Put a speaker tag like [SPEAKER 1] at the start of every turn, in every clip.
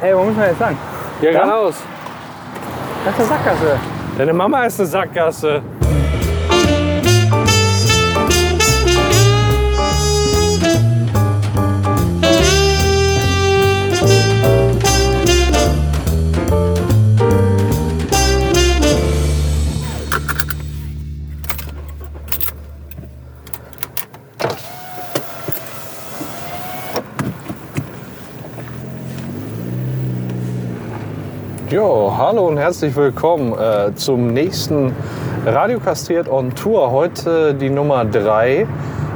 [SPEAKER 1] Hey, wo muss man jetzt lang?
[SPEAKER 2] Hier geradeaus.
[SPEAKER 1] Das ist eine Sackgasse.
[SPEAKER 2] Deine Mama ist eine Sackgasse. Jo, hallo und herzlich willkommen äh, zum nächsten Radio Kastriert on Tour. Heute die Nummer 3.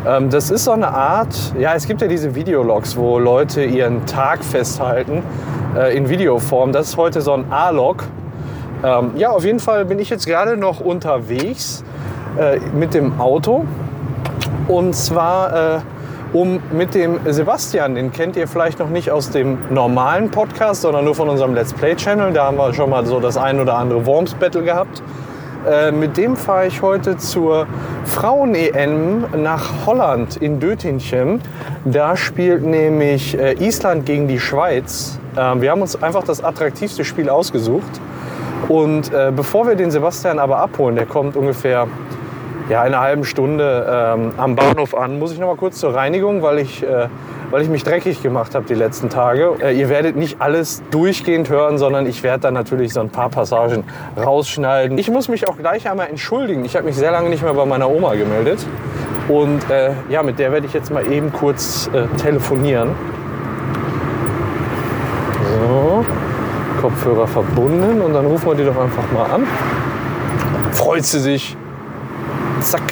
[SPEAKER 2] Ähm, das ist so eine Art, ja, es gibt ja diese Videologs, wo Leute ihren Tag festhalten äh, in Videoform. Das ist heute so ein A-Log. Ähm, ja, auf jeden Fall bin ich jetzt gerade noch unterwegs äh, mit dem Auto. Und zwar äh, um mit dem Sebastian, den kennt ihr vielleicht noch nicht aus dem normalen Podcast, sondern nur von unserem Let's Play Channel. Da haben wir schon mal so das ein oder andere Worms Battle gehabt. Äh, mit dem fahre ich heute zur Frauen-EM nach Holland in Dötinchen. Da spielt nämlich äh, Island gegen die Schweiz. Ähm, wir haben uns einfach das attraktivste Spiel ausgesucht. Und äh, bevor wir den Sebastian aber abholen, der kommt ungefähr ja, in einer halben Stunde ähm, am Bahnhof an. Muss ich noch mal kurz zur Reinigung, weil ich, äh, weil ich mich dreckig gemacht habe die letzten Tage. Äh, ihr werdet nicht alles durchgehend hören, sondern ich werde da natürlich so ein paar Passagen rausschneiden. Ich muss mich auch gleich einmal entschuldigen. Ich habe mich sehr lange nicht mehr bei meiner Oma gemeldet. Und äh, ja, mit der werde ich jetzt mal eben kurz äh, telefonieren. So, Kopfhörer verbunden und dann rufen wir die doch einfach mal an. Freut sie sich. Zack.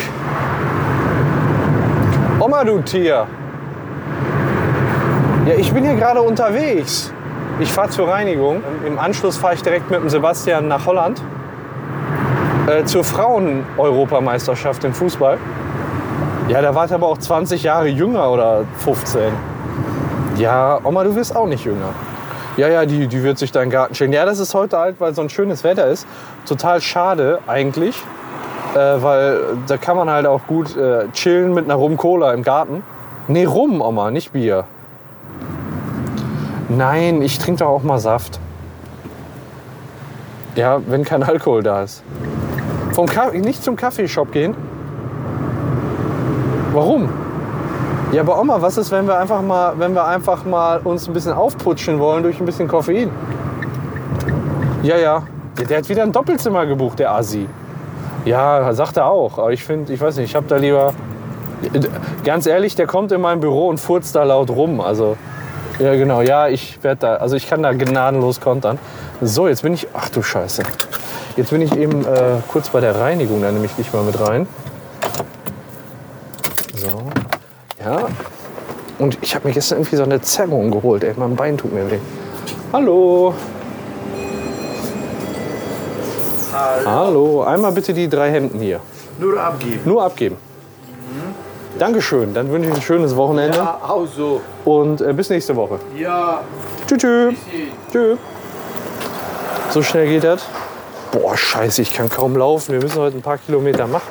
[SPEAKER 2] Oma, du Tier. Ja, ich bin hier gerade unterwegs. Ich fahre zur Reinigung. Im Anschluss fahre ich direkt mit dem Sebastian nach Holland. Äh, zur Frauen-Europameisterschaft im Fußball. Ja, da war ich aber auch 20 Jahre jünger oder 15. Ja, Oma, du wirst auch nicht jünger. Ja, ja, die, die wird sich deinen Garten schälen. Ja, das ist heute halt, weil so ein schönes Wetter ist. Total schade eigentlich äh, weil da kann man halt auch gut äh, chillen mit einer Rum-Cola im Garten. Nee, Rum, Oma, nicht Bier. Nein, ich trinke doch auch mal Saft. Ja, wenn kein Alkohol da ist. Vom Ka nicht zum Kaffeeshop gehen? Warum? Ja, aber Oma, was ist, wenn wir einfach mal, wenn wir einfach mal uns ein bisschen aufputschen wollen durch ein bisschen Koffein? Ja, ja. Der, der hat wieder ein Doppelzimmer gebucht, der Asi. Ja, sagt er auch. Aber ich finde, ich weiß nicht, ich habe da lieber. Ganz ehrlich, der kommt in mein Büro und furzt da laut rum. Also, ja, genau. Ja, ich werde da. Also, ich kann da gnadenlos kontern. So, jetzt bin ich. Ach du Scheiße. Jetzt bin ich eben äh, kurz bei der Reinigung. Da nehme ich dich mal mit rein. So. Ja. Und ich habe mir gestern irgendwie so eine Zerrung geholt. Ey, mein Bein tut mir weh. Hallo. Hallo, einmal bitte die drei Hemden hier.
[SPEAKER 3] Nur abgeben. Mhm.
[SPEAKER 2] Nur abgeben. Dankeschön, dann wünsche ich ein schönes Wochenende
[SPEAKER 3] Ja, auch so.
[SPEAKER 2] und äh, bis nächste Woche.
[SPEAKER 3] Ja,
[SPEAKER 2] Tschüss. Tschüss.
[SPEAKER 3] sie.
[SPEAKER 2] Tschö. So schnell geht das. Boah, scheiße, ich kann kaum laufen. Wir müssen heute ein paar Kilometer machen.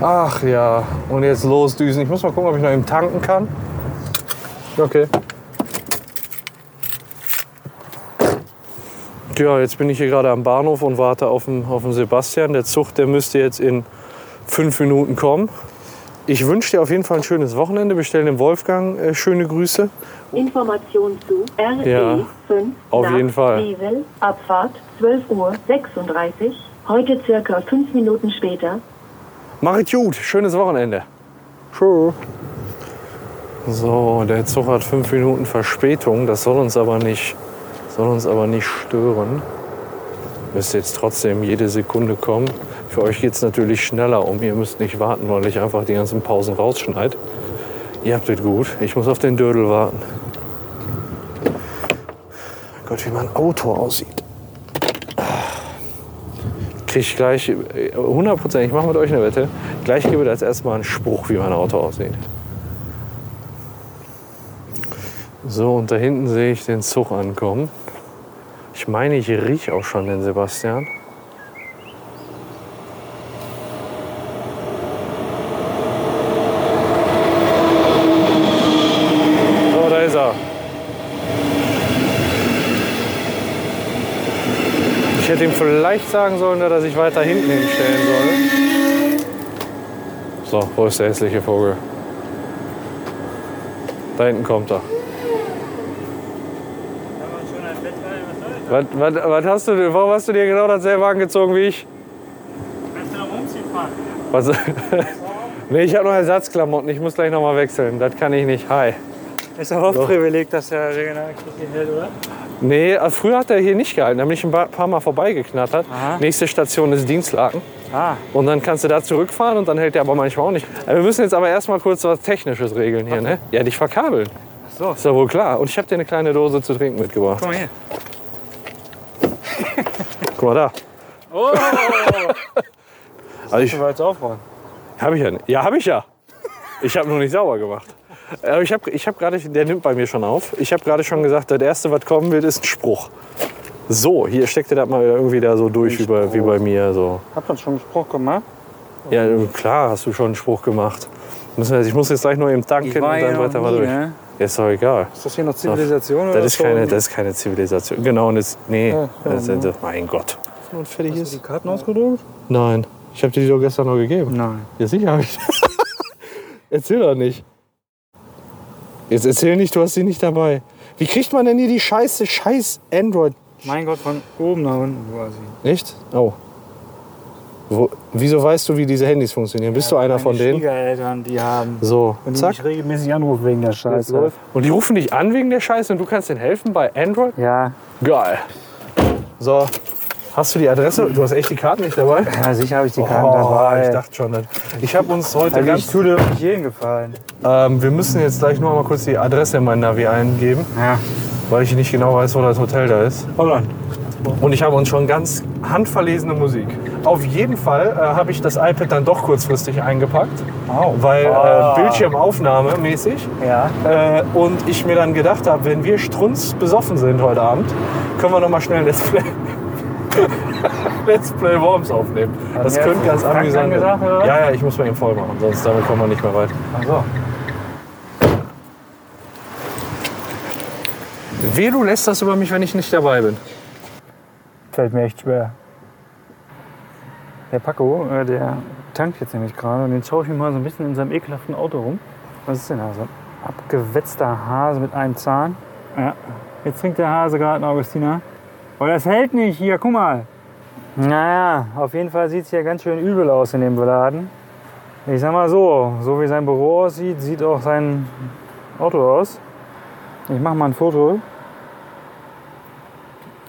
[SPEAKER 2] Ach ja, und jetzt losdüsen. Ich muss mal gucken, ob ich noch eben tanken kann. Okay. Ja, jetzt bin ich hier gerade am Bahnhof und warte auf den, auf den Sebastian. Der Zug, der müsste jetzt in fünf Minuten kommen. Ich wünsche dir auf jeden Fall ein schönes Wochenende. Bestell dem Wolfgang äh, schöne Grüße.
[SPEAKER 4] Information zu RE
[SPEAKER 2] Ja,
[SPEAKER 4] 5
[SPEAKER 2] auf
[SPEAKER 4] nach
[SPEAKER 2] jeden Fall.
[SPEAKER 4] Wesel, Abfahrt 12 Uhr 36, heute circa 5 Minuten später.
[SPEAKER 2] Macht gut, schönes Wochenende. Tschö. So, der Zug hat fünf Minuten Verspätung. Das soll uns aber nicht, soll uns aber nicht stören. Müsste jetzt trotzdem jede Sekunde kommen. Für euch geht es natürlich schneller um. Ihr müsst nicht warten, weil ich einfach die ganzen Pausen rausschneid. Ihr habt es gut. Ich muss auf den Dödel warten. Gott, wie mein Auto aussieht. Krieg ich gleich, äh, 100%, ich mache mit euch eine Wette, gleich gebe ich als erstmal einen Spruch, wie mein Auto aussieht. So, und da hinten sehe ich den Zug ankommen. Ich meine, ich riech auch schon den Sebastian. Oh, So, da ist er. Ich hätte ihm vielleicht sagen sollen, dass er sich weiter hinten hinstellen soll. So, wo ist der hässliche Vogel? Da hinten kommt er. Was, was, was hast du, denn- warum hast du dir genau dasselbe angezogen wie ich?
[SPEAKER 3] Kannst du noch umziehen, fahren?
[SPEAKER 2] Was, nee, ich habe noch Ersatzklamotten. Ich muss gleich nochmal wechseln. Das kann ich nicht. Hi.
[SPEAKER 3] Ist aber auch ein Privileg, dass der Regionalkrieg hier hält, oder?
[SPEAKER 2] Nee, äh, früher hat er hier nicht gehalten. Da bin ich ein paar- paar Mal vorbeigeknattert.
[SPEAKER 3] Aha.
[SPEAKER 2] Nächste Station ist Dienstlaken.
[SPEAKER 3] Ah,
[SPEAKER 2] Und dann kannst du da zurückfahren und dann hält der aber manchmal auch nicht. Aber wir müssen jetzt aber erstmal kurz was Technisches regeln hier, ne? Ja, dich verkabeln.
[SPEAKER 3] ach so.
[SPEAKER 2] Ist ja wohl klar. Und ich habe dir eine kleine Dose zu trinken mitgebracht.
[SPEAKER 3] Guck mal hier.
[SPEAKER 2] Guck mal da.
[SPEAKER 3] Oh,
[SPEAKER 2] Also ich,
[SPEAKER 3] du wolltest aufräumen.
[SPEAKER 2] hab ich ja nicht. Ja, habe ich ja. Ich habe nur nicht sauber gemacht. Aber ich habe ich hab gerade, der nimmt bei mir schon auf. Ich habe gerade schon gesagt, das Erste, was kommen wird, ist ein Spruch. So, hier steckt er das mal irgendwie da so durch wie bei, wie bei mir. So.
[SPEAKER 3] Habt ihr schon einen Spruch gemacht?
[SPEAKER 2] Ja,
[SPEAKER 3] Mhm.
[SPEAKER 2] klar, hast du schon einen Spruch gemacht. Müssen wir- Ich muss jetzt gleich nur eben tanken und
[SPEAKER 3] war ja
[SPEAKER 2] dann
[SPEAKER 3] noch
[SPEAKER 2] weiter mal
[SPEAKER 3] nie,
[SPEAKER 2] durch.
[SPEAKER 3] ne?
[SPEAKER 2] Ja, Ist doch egal.
[SPEAKER 3] Ist das hier noch Zivilisation oder
[SPEAKER 2] Das ist,
[SPEAKER 3] so?
[SPEAKER 2] keine, das ist keine Zivilisation. Genau, und das, nee,
[SPEAKER 3] Ja,
[SPEAKER 2] das, das, mein Gott. Und fertig
[SPEAKER 3] Hast du die Karten ausgedruckt?
[SPEAKER 2] Nein, ich habe dir die doch gestern noch gegeben.
[SPEAKER 3] Nein.
[SPEAKER 2] Ja, sicher habe ich. Erzähl doch nicht. Jetzt erzähl nicht, du hast sie nicht dabei. Wie kriegt man denn hier die scheiße scheiß Android?
[SPEAKER 3] Mein Gott, von oben nach unten quasi.
[SPEAKER 2] Echt? Oh. Wo, wieso weißt du, wie diese Handys funktionieren? Bist du einer
[SPEAKER 3] Meine
[SPEAKER 2] von denen?
[SPEAKER 3] Schwiegereltern, die haben.
[SPEAKER 2] So,
[SPEAKER 3] Und die
[SPEAKER 2] zack.
[SPEAKER 3] mich regelmäßig anrufen wegen der Scheiße.
[SPEAKER 2] läuft. Und die rufen dich an wegen der Scheiße und du kannst denen helfen bei Android?
[SPEAKER 3] Ja,
[SPEAKER 2] Geil. So, hast du die Adresse? Du hast echt die Karten nicht dabei?
[SPEAKER 3] ja, sicher habe ich die Karten dabei.
[SPEAKER 2] Oh, ich dachte schon. das- Ich habe uns heute
[SPEAKER 3] also ich
[SPEAKER 2] ganz.
[SPEAKER 3] tue dir wirklich jeden gefallen.
[SPEAKER 2] Ähm, wir müssen jetzt gleich nur mal kurz die Adresse in mein Navi eingeben,
[SPEAKER 3] Ja.
[SPEAKER 2] weil ich nicht genau weiß, wo das Hotel da ist.
[SPEAKER 3] Holland.
[SPEAKER 2] Und ich habe uns schon ganz handverlesene Musik. Auf jeden Fall äh, habe ich das iPad dann doch kurzfristig eingepackt,
[SPEAKER 3] Wow.
[SPEAKER 2] weil
[SPEAKER 3] Ah.
[SPEAKER 2] äh, Bildschirmaufnahme mäßig.
[SPEAKER 3] Ja.
[SPEAKER 2] Äh, und ich mir dann gedacht habe, wenn wir strunz besoffen sind heute Abend, können wir noch mal schnell Let's Play, Let's Play Worms aufnehmen. Das
[SPEAKER 3] mir hat
[SPEAKER 2] könnte ganz
[SPEAKER 3] Frank
[SPEAKER 2] amüsant
[SPEAKER 3] angesagt,
[SPEAKER 2] sein.
[SPEAKER 3] oder?
[SPEAKER 2] Ja, ja, ich muss mir eben voll machen, sonst damit kommen wir nicht mehr weit.
[SPEAKER 3] Ach so.
[SPEAKER 2] Weh, du lässt das über mich, wenn ich nicht dabei bin.
[SPEAKER 3] Fällt mir echt schwer. Der Paco, äh, der tankt jetzt nämlich gerade und den schaue ich mir mal so ein bisschen in seinem ekelhaften Auto rum. Was ist denn da? So ein abgewetzter Hase mit einem Zahn. Ja. Jetzt trinkt der Hase gerade einen Augustiner. Oh, das hält nicht hier, guck mal. Naja, auf jeden Fall sieht es hier ganz schön übel aus in dem Laden. Ich sag mal so, so wie sein Büro aussieht, sieht auch sein Auto aus. Ich mach mal ein Foto.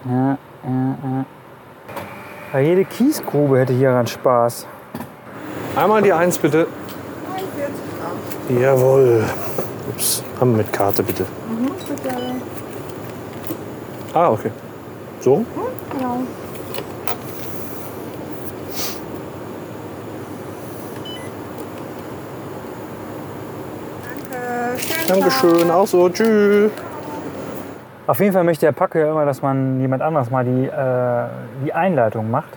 [SPEAKER 3] Ja, ja, ja. Jede Kiesgrube hätte hier einen Spaß.
[SPEAKER 2] Einmal die Eins bitte. Jawohl. Ups, haben mit Karte bitte. Ah, okay. So? Dankeschön, auch so. Tschüss.
[SPEAKER 3] Auf jeden Fall möchte der Packe ja immer, dass man jemand anders mal die, äh, die Einleitung macht.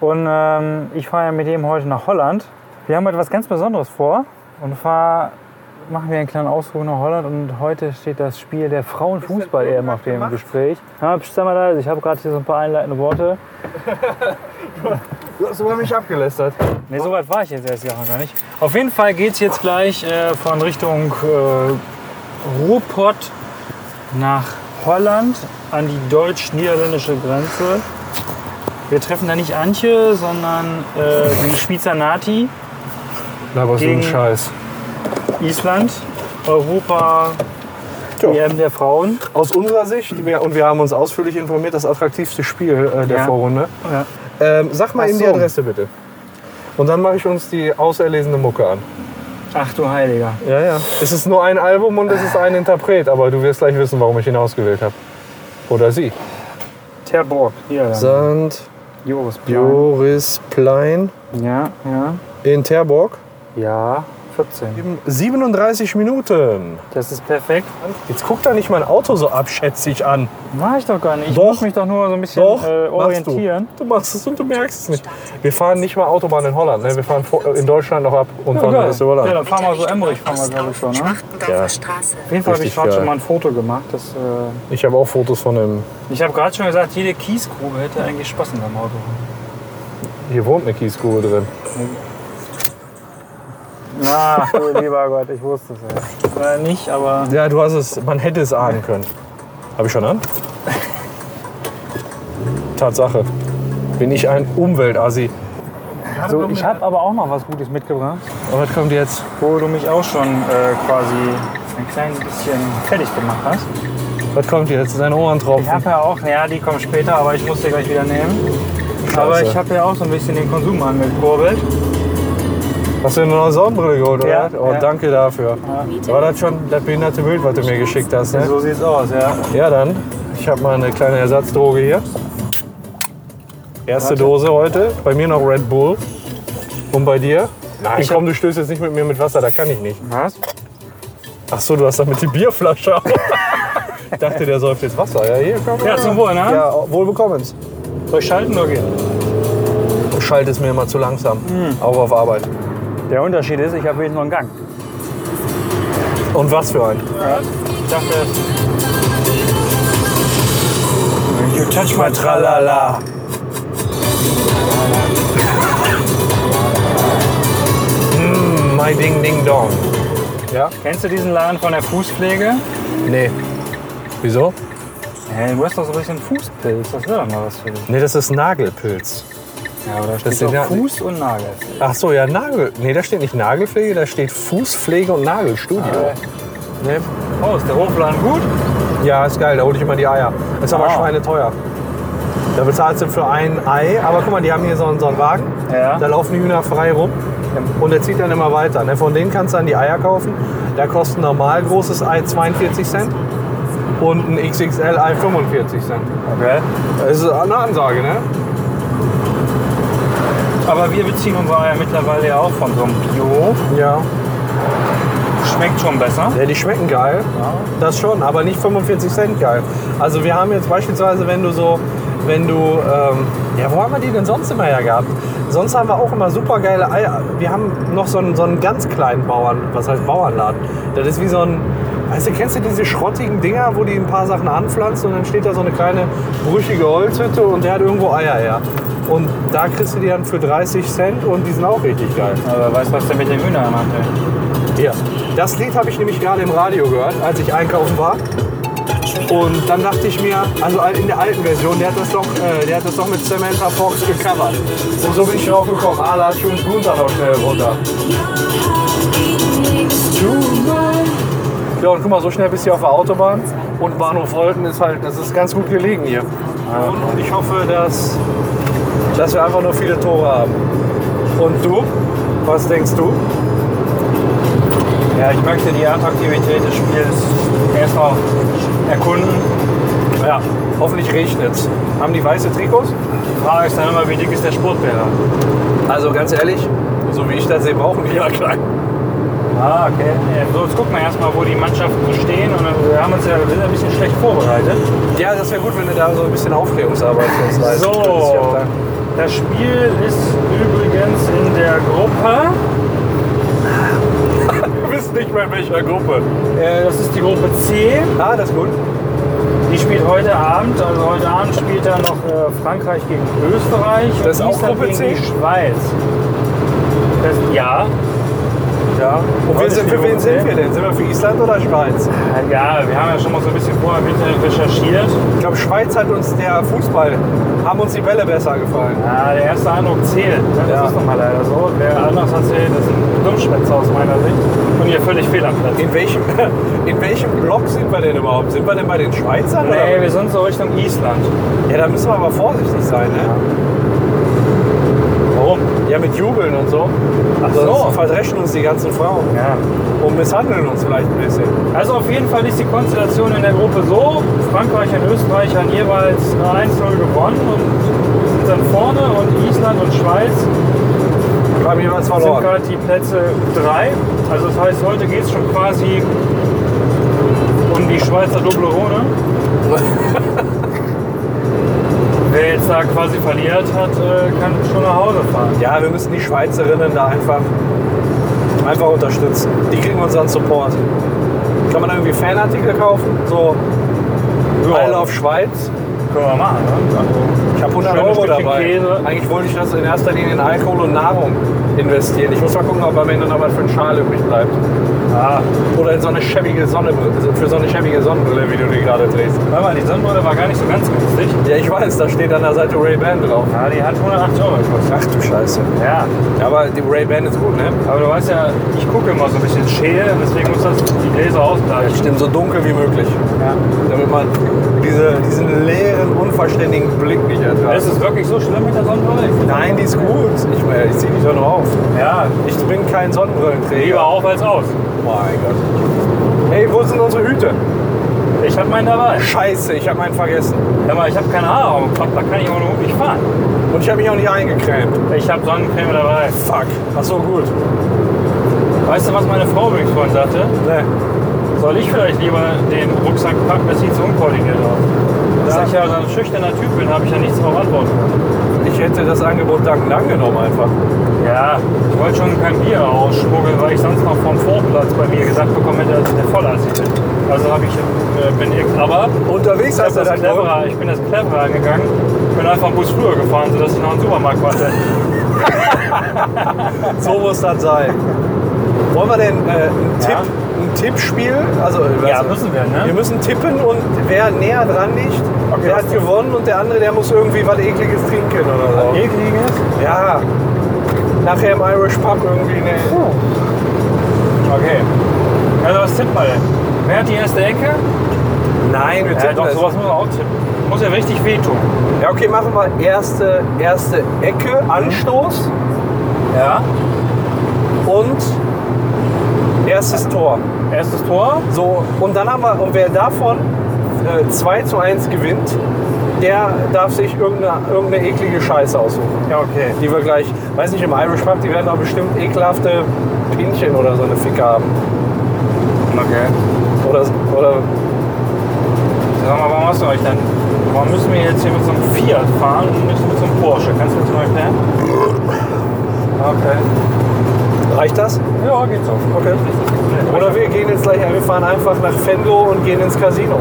[SPEAKER 3] Und ähm, ich fahre ja mit dem heute nach Holland. Wir haben etwas ganz Besonderes vor und fahr, machen wir einen kleinen Ausflug nach Holland. Und heute steht das Spiel der Frauenfußball eher auf dem Gespräch. Ja, pst, sei mal leise, ich habe gerade hier so ein paar einleitende Worte.
[SPEAKER 2] Du hast über mich abgelästert.
[SPEAKER 3] Ne, so weit war ich jetzt erst gar nicht. Auf jeden Fall geht es jetzt gleich äh, von Richtung äh, Ruhrpott nach Holland an die deutsch-niederländische Grenze. Wir treffen da nicht Antje, sondern äh, die Schweizer Nati,
[SPEAKER 2] Na, was
[SPEAKER 3] Gegen-
[SPEAKER 2] ein Scheiß.
[SPEAKER 3] Island, Europa,
[SPEAKER 2] Tja.
[SPEAKER 3] EM der Frauen.
[SPEAKER 2] Aus unserer Sicht, wir, und wir haben uns ausführlich informiert, das attraktivste Spiel äh, der
[SPEAKER 3] Ja.
[SPEAKER 2] Vorrunde.
[SPEAKER 3] Ja.
[SPEAKER 2] Ähm, sag mal
[SPEAKER 3] Ach
[SPEAKER 2] eben die
[SPEAKER 3] so.
[SPEAKER 2] Adresse bitte. Und dann mache ich uns die auserlesene Mucke an.
[SPEAKER 3] Ach du Heiliger.
[SPEAKER 2] Ja, ja. Es ist nur ein Album und es ist ein Interpret, aber du wirst gleich wissen, warum ich ihn ausgewählt habe. Oder sie.
[SPEAKER 3] Terborg, hier.
[SPEAKER 2] Sand
[SPEAKER 3] Joris Björn.
[SPEAKER 2] Joris Plein
[SPEAKER 3] Ja, ja.
[SPEAKER 2] in Terborg.
[SPEAKER 3] Ja, 14.
[SPEAKER 2] In 37 Minuten.
[SPEAKER 3] Das ist perfekt.
[SPEAKER 2] Jetzt guckt da nicht mein Auto so abschätzig an.
[SPEAKER 3] Mach ich doch gar nicht. Ich
[SPEAKER 2] Doch.
[SPEAKER 3] muss mich doch nur so ein bisschen
[SPEAKER 2] Doch,
[SPEAKER 3] äh,
[SPEAKER 2] machst du.
[SPEAKER 3] orientieren.
[SPEAKER 2] Du machst es und du merkst es nicht. Wir fahren nicht mal Autobahn in Holland. Ne? Wir fahren vor- in Deutschland noch ab und fahren
[SPEAKER 3] geil.
[SPEAKER 2] das über
[SPEAKER 3] Ja,
[SPEAKER 2] Land.
[SPEAKER 3] dann fahren wir so Emmerich, fahren wir, glaube ich, schon. Ne?
[SPEAKER 2] Ja.
[SPEAKER 5] Straße.
[SPEAKER 3] Auf jeden Fall habe ich
[SPEAKER 2] Richtig
[SPEAKER 3] gerade
[SPEAKER 2] geil.
[SPEAKER 3] schon mal ein Foto gemacht. Das, äh,
[SPEAKER 2] Ich habe auch Fotos von dem.
[SPEAKER 3] ich habe gerade schon gesagt, jede Kiesgrube hätte eigentlich Spaß in deinem Auto.
[SPEAKER 2] Hier wohnt eine Kiesgrube drin.
[SPEAKER 3] Na, du lieber Gott, ich wusste es ja. Äh, nicht, aber
[SPEAKER 2] Ja, du hast es. Man hätte es ahnen können. Habe ich schon an? Tatsache. Bin ich ein Umweltasi.
[SPEAKER 3] so, ich habe aber auch noch was Gutes mitgebracht,
[SPEAKER 2] Und was kommt jetzt?
[SPEAKER 3] wo du mich auch schon äh, quasi ein kleines bisschen fertig gemacht hast.
[SPEAKER 2] Was kommt jetzt? Dein Ohrentropfen.
[SPEAKER 3] Ich habe ja auch, naja, die kommen später, aber ich muss die gleich wieder nehmen. Aber ich habe ja auch so ein bisschen den Konsum angekurbelt.
[SPEAKER 2] Hast du dir eine neue Sonnenbrille geholt, oder?
[SPEAKER 3] Ja,
[SPEAKER 2] oh,
[SPEAKER 3] ja.
[SPEAKER 2] danke dafür. War das schon das behinderte Bild, was du mir geschickt hast? Ne?
[SPEAKER 3] So sieht's aus, ja.
[SPEAKER 2] Ja, dann. Ich habe mal eine kleine Ersatzdroge hier. Erste Dose heute. Bei mir noch Red Bull. Und bei dir? Nein, komm, du stößt jetzt nicht mit mir mit Wasser, da kann ich nicht.
[SPEAKER 3] Was?
[SPEAKER 2] Ach so, du hast damit die Bierflasche. auf. ich dachte, der säuft jetzt Wasser. Ja, hier, komm.
[SPEAKER 3] Ja, zum Wohl, ne?
[SPEAKER 2] Ja, wohlbekommens.
[SPEAKER 3] Soll ich schalten oder gehen?
[SPEAKER 2] Du schaltest mir immer zu langsam. Auch auf Arbeit.
[SPEAKER 3] Der Unterschied ist, ich habe wenigstens noch einen Gang.
[SPEAKER 2] Und was für ein?
[SPEAKER 3] Ich dachte... You touch my
[SPEAKER 2] Tralala. Mm, my Ding Ding Dong. Ja?
[SPEAKER 3] Kennst du diesen Laden von der Fußpflege?
[SPEAKER 2] Nee. Wieso?
[SPEAKER 3] Hey, du hast doch so ein bisschen Fußpilz, das wäre doch mal was für dich.
[SPEAKER 2] Nee, das ist Nagelpilz.
[SPEAKER 3] Ja, aber da steht
[SPEAKER 2] sind
[SPEAKER 3] doch
[SPEAKER 2] ja-
[SPEAKER 3] Fuß und Nagel.
[SPEAKER 2] Ach so, ja, Nagel. Nee, da steht nicht Nagelpflege, da steht Fußpflege und
[SPEAKER 3] Ah.
[SPEAKER 2] Nagelstudio. Nee.
[SPEAKER 3] Oh, ist der Hofladen gut?
[SPEAKER 2] Ja, ist geil, da hole ich immer die Eier. Ist aber
[SPEAKER 3] Ah.
[SPEAKER 2] schweineteuer. Da bezahlst du für ein Ei, aber guck mal, die haben hier so einen, so einen Wagen.
[SPEAKER 3] Ja.
[SPEAKER 2] Da laufen die Hühner frei rum und der zieht dann immer weiter. ne? Von denen kannst du dann die Eier kaufen. Da kostet ein normal großes Ei 42 Cent und ein XXL-Ei 45 Cent.
[SPEAKER 3] Okay.
[SPEAKER 2] Das ist eine Ansage, ne?
[SPEAKER 3] Aber wir beziehen unsere Eier mittlerweile ja auch von so einem Biohof.
[SPEAKER 2] Ja.
[SPEAKER 3] Schmeckt schon besser.
[SPEAKER 2] Ja, die schmecken geil. Das schon, aber nicht 45 Cent geil. Also wir haben jetzt beispielsweise, wenn du so, wenn du, ähm, ja, wo haben wir die denn sonst immer her gehabt? Sonst haben wir auch immer super geile Eier. Wir haben noch so einen, so einen ganz kleinen Bauern, was heißt Bauernladen. Das ist wie so ein, weißt du, kennst du diese schrottigen Dinger, wo die ein paar Sachen anpflanzt und dann steht da so eine kleine brüchige Holzhütte und der hat irgendwo Eier her. Und da kriegst du die dann für 30 Cent und die sind auch richtig geil.
[SPEAKER 3] Aber weißt du, was der mit den Hühnern macht? ey?
[SPEAKER 2] Ja. Das Lied habe ich nämlich gerade im Radio gehört, als ich einkaufen war. Und dann dachte ich mir, also in der alten Version, der hat das doch, äh, der hat das doch mit Samantha Fox gecovert. Und so bin ich drauf gekommen. Ah, da hat schon Gunther noch schnell runter. Ja, und guck mal, so schnell bist du hier auf der Autobahn. Und Bahnhof Holten ist halt, das ist ganz gut gelegen hier. Und ich hoffe, dass, dass wir einfach nur viele Tore haben. Und du? Was denkst du?
[SPEAKER 3] Ja, ich möchte die Attraktivität des Spiels erstmal erkunden.
[SPEAKER 2] Ja, hoffentlich regnet's. Haben die weiße Trikots?
[SPEAKER 3] Die Frage ist dann immer, wie dick ist der Sportbäder?
[SPEAKER 2] Also ganz ehrlich, so wie ich das sehe, brauchen die ja klein.
[SPEAKER 3] Ah, okay. Ja, so, jetzt gucken wir erstmal, wo die Mannschaften so stehen. Und dann- wir haben uns ja wir sind ein bisschen schlecht vorbereitet.
[SPEAKER 2] Ja, das wäre gut, wenn du da so ein bisschen Aufklärungsarbeit für uns leistest. Das ist
[SPEAKER 3] So,
[SPEAKER 2] ja klar.
[SPEAKER 3] das Spiel ist übrigens in der Gruppe.
[SPEAKER 2] Wir wissen nicht mehr in welcher Gruppe.
[SPEAKER 3] Äh, Das ist die Gruppe C.
[SPEAKER 2] Ah, das ist gut.
[SPEAKER 3] Die spielt heute Abend. Also heute Abend spielt dann noch äh, Frankreich gegen Österreich. und
[SPEAKER 2] Das ist auch
[SPEAKER 3] Island
[SPEAKER 2] Gruppe
[SPEAKER 3] gegen
[SPEAKER 2] C?
[SPEAKER 3] Die Schweiz. Das, ja.
[SPEAKER 2] Ja. Und
[SPEAKER 3] Heute
[SPEAKER 2] wir sind,
[SPEAKER 3] ist die
[SPEAKER 2] für wen
[SPEAKER 3] Gruppe
[SPEAKER 2] sind
[SPEAKER 3] C.
[SPEAKER 2] wir denn? Sind wir für Island oder Schweiz?
[SPEAKER 3] Ja, wir haben ja schon mal so ein bisschen vorher im Internet recherchiert.
[SPEAKER 2] Ich glaube, Schweiz hat uns der Fußball, haben uns die Bälle besser gefallen.
[SPEAKER 3] Ja, Ah, der erste Eindruck zählt. ne? Das
[SPEAKER 2] Ja.
[SPEAKER 3] ist nochmal leider so. Wer anders erzählt, ist ein Dummschwätzer aus meiner Sicht. Und hier völlig fehl am Platz.
[SPEAKER 2] In welchem, in welchem Block sind wir denn überhaupt? Sind wir denn bei den Schweizern?
[SPEAKER 3] Nee, wir sind so Richtung Island.
[SPEAKER 2] Oder? Ja, da müssen wir aber vorsichtig sein, ne?
[SPEAKER 3] Warum?
[SPEAKER 2] Ja, mit Jubeln und so. Ach
[SPEAKER 3] so.
[SPEAKER 2] Sonst verdreschen uns die ganzen Frauen.
[SPEAKER 3] Ja.
[SPEAKER 2] und misshandeln uns vielleicht ein bisschen.
[SPEAKER 3] Also auf jeden Fall ist die Konstellation in der Gruppe so. Frankreich und Österreich haben jeweils 1-0 gewonnen und sind dann vorne und Island und Schweiz
[SPEAKER 2] Wir haben jeweils
[SPEAKER 3] Das sind
[SPEAKER 2] verloren.
[SPEAKER 3] gerade die Plätze 3. Also das heißt, heute geht es schon quasi um die Schweizer Doppelrone. Wer jetzt da quasi verliert hat, äh, kann schon nach Hause fahren.
[SPEAKER 2] Ja, wir müssen die Schweizerinnen da einfach, einfach unterstützen. Die kriegen unseren Support. Kann man da irgendwie Fanartikel kaufen? So
[SPEAKER 3] Ja.
[SPEAKER 2] I love Schweiz.
[SPEAKER 3] Können wir machen. Ne? Also,
[SPEAKER 2] Ich habe 100
[SPEAKER 3] Schönes
[SPEAKER 2] Euro
[SPEAKER 3] Stückchen
[SPEAKER 2] dabei.
[SPEAKER 3] Käse.
[SPEAKER 2] Eigentlich wollte ich das in erster Linie in Alkohol und Nahrung investieren. Ich muss mal gucken, ob am Ende noch was für ein Schal übrig bleibt.
[SPEAKER 3] ah,
[SPEAKER 2] Oder in so eine schäbige Sonnenbrille, für so eine schäbige Sonnenbrille, wie du die gerade drehst.
[SPEAKER 3] hör mal, die Sonnenbrille war gar nicht so ganz günstig.
[SPEAKER 2] Ja, ich weiß, da steht an der Seite Ray-Ban drauf.
[SPEAKER 3] Ja, die hat 180 Euro gekostet.
[SPEAKER 2] Ach du Scheiße.
[SPEAKER 3] Ja,
[SPEAKER 2] Aber die Ray-Ban ist gut, ne?
[SPEAKER 3] aber du weißt ja, ich gucke immer so ein bisschen scheel, deswegen muss das die Gläser ausgleichen.
[SPEAKER 2] Stimmt, so dunkel wie möglich.
[SPEAKER 3] Ja.
[SPEAKER 2] Damit man diese, diesen leeren, unverständigen Blick nicht
[SPEAKER 3] Ist
[SPEAKER 2] ertragt.
[SPEAKER 3] es wirklich so schlimm mit der Sonnenbrille? Ich find-
[SPEAKER 2] Nein, die ist gut. Ich, ich ziehe die schon auf.
[SPEAKER 3] Ja,
[SPEAKER 2] Ich bin kein
[SPEAKER 3] lieber
[SPEAKER 2] Sonnenbrillenträger.
[SPEAKER 3] auf als aus.
[SPEAKER 2] Mein Gott. Hey, wo sind unsere Hüte?
[SPEAKER 3] Ich habe meinen dabei.
[SPEAKER 2] Scheiße, ich habe meinen vergessen.
[SPEAKER 3] Hör mal, ich habe keine Haare auf dem Kopf, da kann ich ohne Hut nicht fahren.
[SPEAKER 2] Und ich habe mich auch nicht eingecremt.
[SPEAKER 3] Ich habe Sonnencreme dabei.
[SPEAKER 2] Fuck. Ach so, gut.
[SPEAKER 3] Weißt du, was meine Frau übrigens vorhin sagte?
[SPEAKER 2] Ne.
[SPEAKER 3] Soll ich vielleicht lieber den Rucksack packen, das sieht so unkoordiniert aus. Da
[SPEAKER 2] Ja.
[SPEAKER 3] ich ja so ein schüchterner Typ bin, habe ich ja nichts darauf antworten können.
[SPEAKER 2] Ich hätte das Angebot dankend angenommen einfach.
[SPEAKER 3] Ja, ich wollte schon kein Bier ausschmuggeln, weil ich sonst noch vom Vorplatz bei mir gesagt bekommen hätte, dass ich der Vollassi bin. Also habe ich, äh, bin ich, aber
[SPEAKER 2] Unterwegs
[SPEAKER 3] Ich, hab
[SPEAKER 2] hast du
[SPEAKER 3] das
[SPEAKER 2] dein Gold.
[SPEAKER 3] cleverer, ich bin das cleverer angegangen. Ich bin einfach einen Bus früher gefahren, sodass ich noch einen Supermarkt hatte.
[SPEAKER 2] So muss das sein. Wollen wir denn äh, einen, Tipp,
[SPEAKER 3] Ja.
[SPEAKER 2] ein Tippspiel? Also, ich weiß
[SPEAKER 3] Ja,
[SPEAKER 2] nicht.
[SPEAKER 3] müssen wir, ne?
[SPEAKER 2] Wir müssen tippen und wer näher dran liegt, der hat gewonnen und der andere, der muss irgendwie was Ekliges trinken oder so.
[SPEAKER 3] Ekliges?
[SPEAKER 2] Ja. Nachher im Irish Pub irgendwie ne.
[SPEAKER 3] Okay. Also was tippt man denn? Wer hat die erste Ecke?
[SPEAKER 2] Nein, wir
[SPEAKER 3] Ja,
[SPEAKER 2] tippen
[SPEAKER 3] doch,
[SPEAKER 2] das.
[SPEAKER 3] sowas muss man auch tippen. Muss ja richtig wehtun.
[SPEAKER 2] Ja, okay, machen wir erste, erste Ecke, Anstoß
[SPEAKER 3] Ja.
[SPEAKER 2] und
[SPEAKER 3] Mhm.
[SPEAKER 2] erstes Tor.
[SPEAKER 3] Erstes Tor.
[SPEAKER 2] So, und dann haben wir, und wer davon äh, 2 zu 1 gewinnt, der darf sich irgendeine, irgendeine eklige Scheiße aussuchen.
[SPEAKER 3] Ja, okay.
[SPEAKER 2] Die wir gleich, weiß nicht, im Irish Pub, die werden doch bestimmt ekelhafte Pinchen oder so eine Ficke haben.
[SPEAKER 3] Okay.
[SPEAKER 2] Oder, oder
[SPEAKER 3] Sag mal, warum hast du euch denn? Warum müssen wir jetzt hier mit so einem Fiat fahren und nicht mit so einem Porsche? Kannst du das mal erklären? Okay.
[SPEAKER 2] reicht das?
[SPEAKER 3] Ja, geht so.
[SPEAKER 2] Okay. Oder wir gehen jetzt gleich, wir fahren einfach nach Fendo und gehen ins Casino.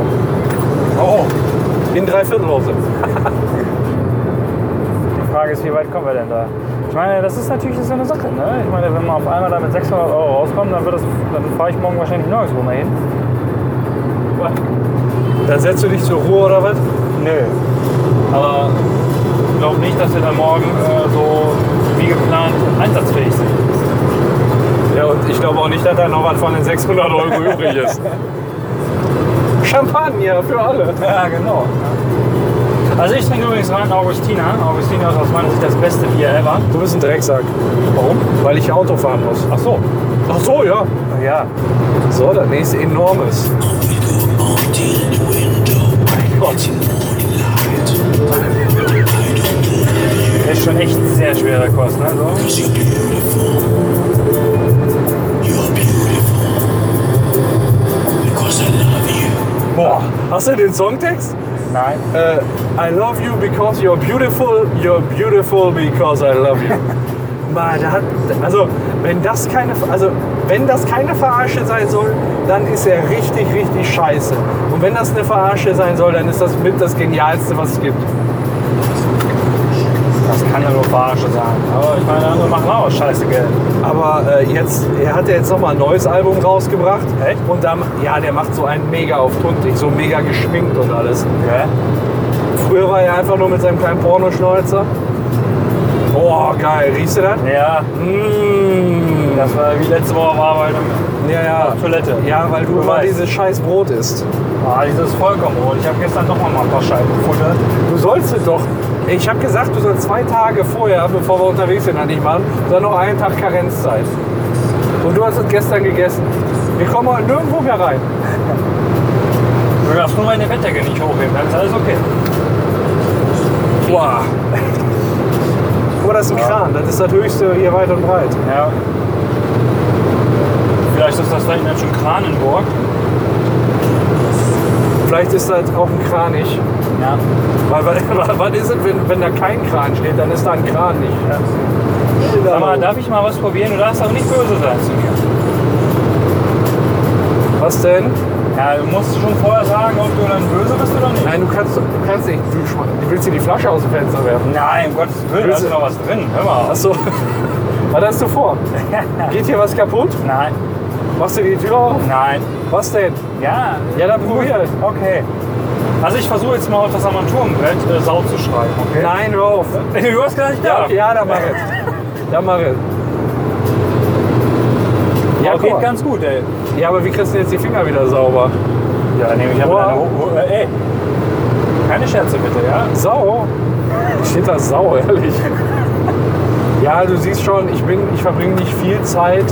[SPEAKER 3] Oh,
[SPEAKER 2] In Dreiviertelhose.
[SPEAKER 3] Die Frage ist, wie weit kommen wir denn da? Ich meine, das ist natürlich so eine Sache. Ne? Ich meine, wenn wir auf einmal da mit 600 Euro rauskommen, dann, wird das- dann fahre ich morgen wahrscheinlich nirgendwo mehr hin.
[SPEAKER 2] Dann setzt du dich zur Ruhe oder was?
[SPEAKER 3] Nö. Aber ich glaube nicht, dass wir dann morgen äh, so wie geplant einsatzfähig sind.
[SPEAKER 2] Ja, und ich glaube auch nicht, dass da noch was von den 600 Euro übrig ist. Champagner für alle.
[SPEAKER 3] Ja, genau. Also ich trinke übrigens rein Augustiner. Augustiner ist aus meiner Sicht das beste Bier ever.
[SPEAKER 2] Du bist ein Drecksack. Warum? Weil ich Auto fahren muss.
[SPEAKER 3] Ach so.
[SPEAKER 2] Ach so, ja.
[SPEAKER 3] Ja.
[SPEAKER 2] So, das nächste enormes.
[SPEAKER 3] Mein Gott. Das ist schon echt sehr schwere Kost, ne? So.
[SPEAKER 2] Boah, hast du den Songtext?
[SPEAKER 3] Nein.
[SPEAKER 2] Äh, I love you because you're beautiful, you're beautiful because I love you. Man, da hat, also, wenn das keine, also, wenn das keine Verarsche sein soll, dann ist er richtig, richtig scheiße. Und wenn das eine Verarsche sein soll, dann ist das mit das Genialste, was es gibt.
[SPEAKER 3] Das kann ja nur Verarsche sein. Aber ich meine, andere machen auch scheiße Geld.
[SPEAKER 2] Aber äh, jetzt, er hat ja jetzt nochmal ein neues Album rausgebracht.
[SPEAKER 3] Echt?
[SPEAKER 2] Und dann, ja, der macht so einen mega auf Tuntig, so mega geschminkt und alles.
[SPEAKER 3] Ja.
[SPEAKER 2] Früher war er einfach nur mit seinem kleinen Pornoschnäuzer. Boah, geil, riechst du das?
[SPEAKER 3] ja,
[SPEAKER 2] Mmh.
[SPEAKER 3] das war wie letzte Woche auf Arbeit und
[SPEAKER 2] Ja, ja.
[SPEAKER 3] auf Toilette.
[SPEAKER 2] Ja, weil du
[SPEAKER 3] Du
[SPEAKER 2] immer
[SPEAKER 3] weißt.
[SPEAKER 2] dieses scheiß Brot isst.
[SPEAKER 3] Ah, dieses Vollkornbrot. Ich habe gestern doch noch mal ein paar Scheiben gefuttert.
[SPEAKER 2] Du sollst es doch. Ich habe gesagt, du sollst zwei Tage vorher, bevor wir unterwegs sind, nicht machen, dann noch einen Tag Karenzzeit. Und du hast es gestern gegessen. Wir kommen heute nirgendwo mehr rein.
[SPEAKER 3] Du darfst nur meine Bettdecke nicht hochheben, dann ist alles okay.
[SPEAKER 2] Wow. aber das ist ein Kran. Das ist das höchste hier weit und breit.
[SPEAKER 3] Ja. Vielleicht ist das da hinten schon Kranenburg.
[SPEAKER 2] Vielleicht ist das auch ein Kranich.
[SPEAKER 3] Ja.
[SPEAKER 2] Weil, weil, weil, was ist es, wenn, wenn da kein Kran steht, dann ist da ein Kran nicht.
[SPEAKER 3] Sag mal, darf ich mal was probieren? Du darfst auch nicht böse sein zu mir.
[SPEAKER 2] Was denn?
[SPEAKER 3] Ja, du musst schon vorher sagen, ob du dann böse bist oder nicht.
[SPEAKER 2] Nein, du kannst, du kannst nicht. Du, schma- du willst dir die Flasche aus dem Fenster werfen.
[SPEAKER 3] Nein, um Gottes Willen, da ist
[SPEAKER 2] Böse.
[SPEAKER 3] noch was drin. Hör mal.
[SPEAKER 2] Achso. Was hast du vor? Geht hier was kaputt?
[SPEAKER 3] Nein,
[SPEAKER 2] Machst du die Tür auf?
[SPEAKER 3] nein.
[SPEAKER 2] Was denn?
[SPEAKER 3] Ja,
[SPEAKER 2] Ja, dann probier.
[SPEAKER 3] okay. Also ich versuche jetzt mal auf das Armaturenbrett äh, Sau zu schreiben, okay?
[SPEAKER 2] Nein, hör auf.
[SPEAKER 3] Du hast gar nicht
[SPEAKER 2] Ja,
[SPEAKER 3] da.
[SPEAKER 2] ja dann mach es. Dann mach es.
[SPEAKER 3] Ja,
[SPEAKER 2] guck
[SPEAKER 3] geht
[SPEAKER 2] mal.
[SPEAKER 3] ganz gut, ey.
[SPEAKER 2] Ja, aber wie kriegst du jetzt die Finger wieder sauber?
[SPEAKER 3] Ja, dann nehme ich
[SPEAKER 2] Wow.
[SPEAKER 3] aber deine Ho- Ho- äh, Ey, keine Scherze bitte, ja?
[SPEAKER 2] Sau? Steht da Sau, ehrlich. Ja, du siehst schon, ich, bin, ich verbringe nicht viel Zeit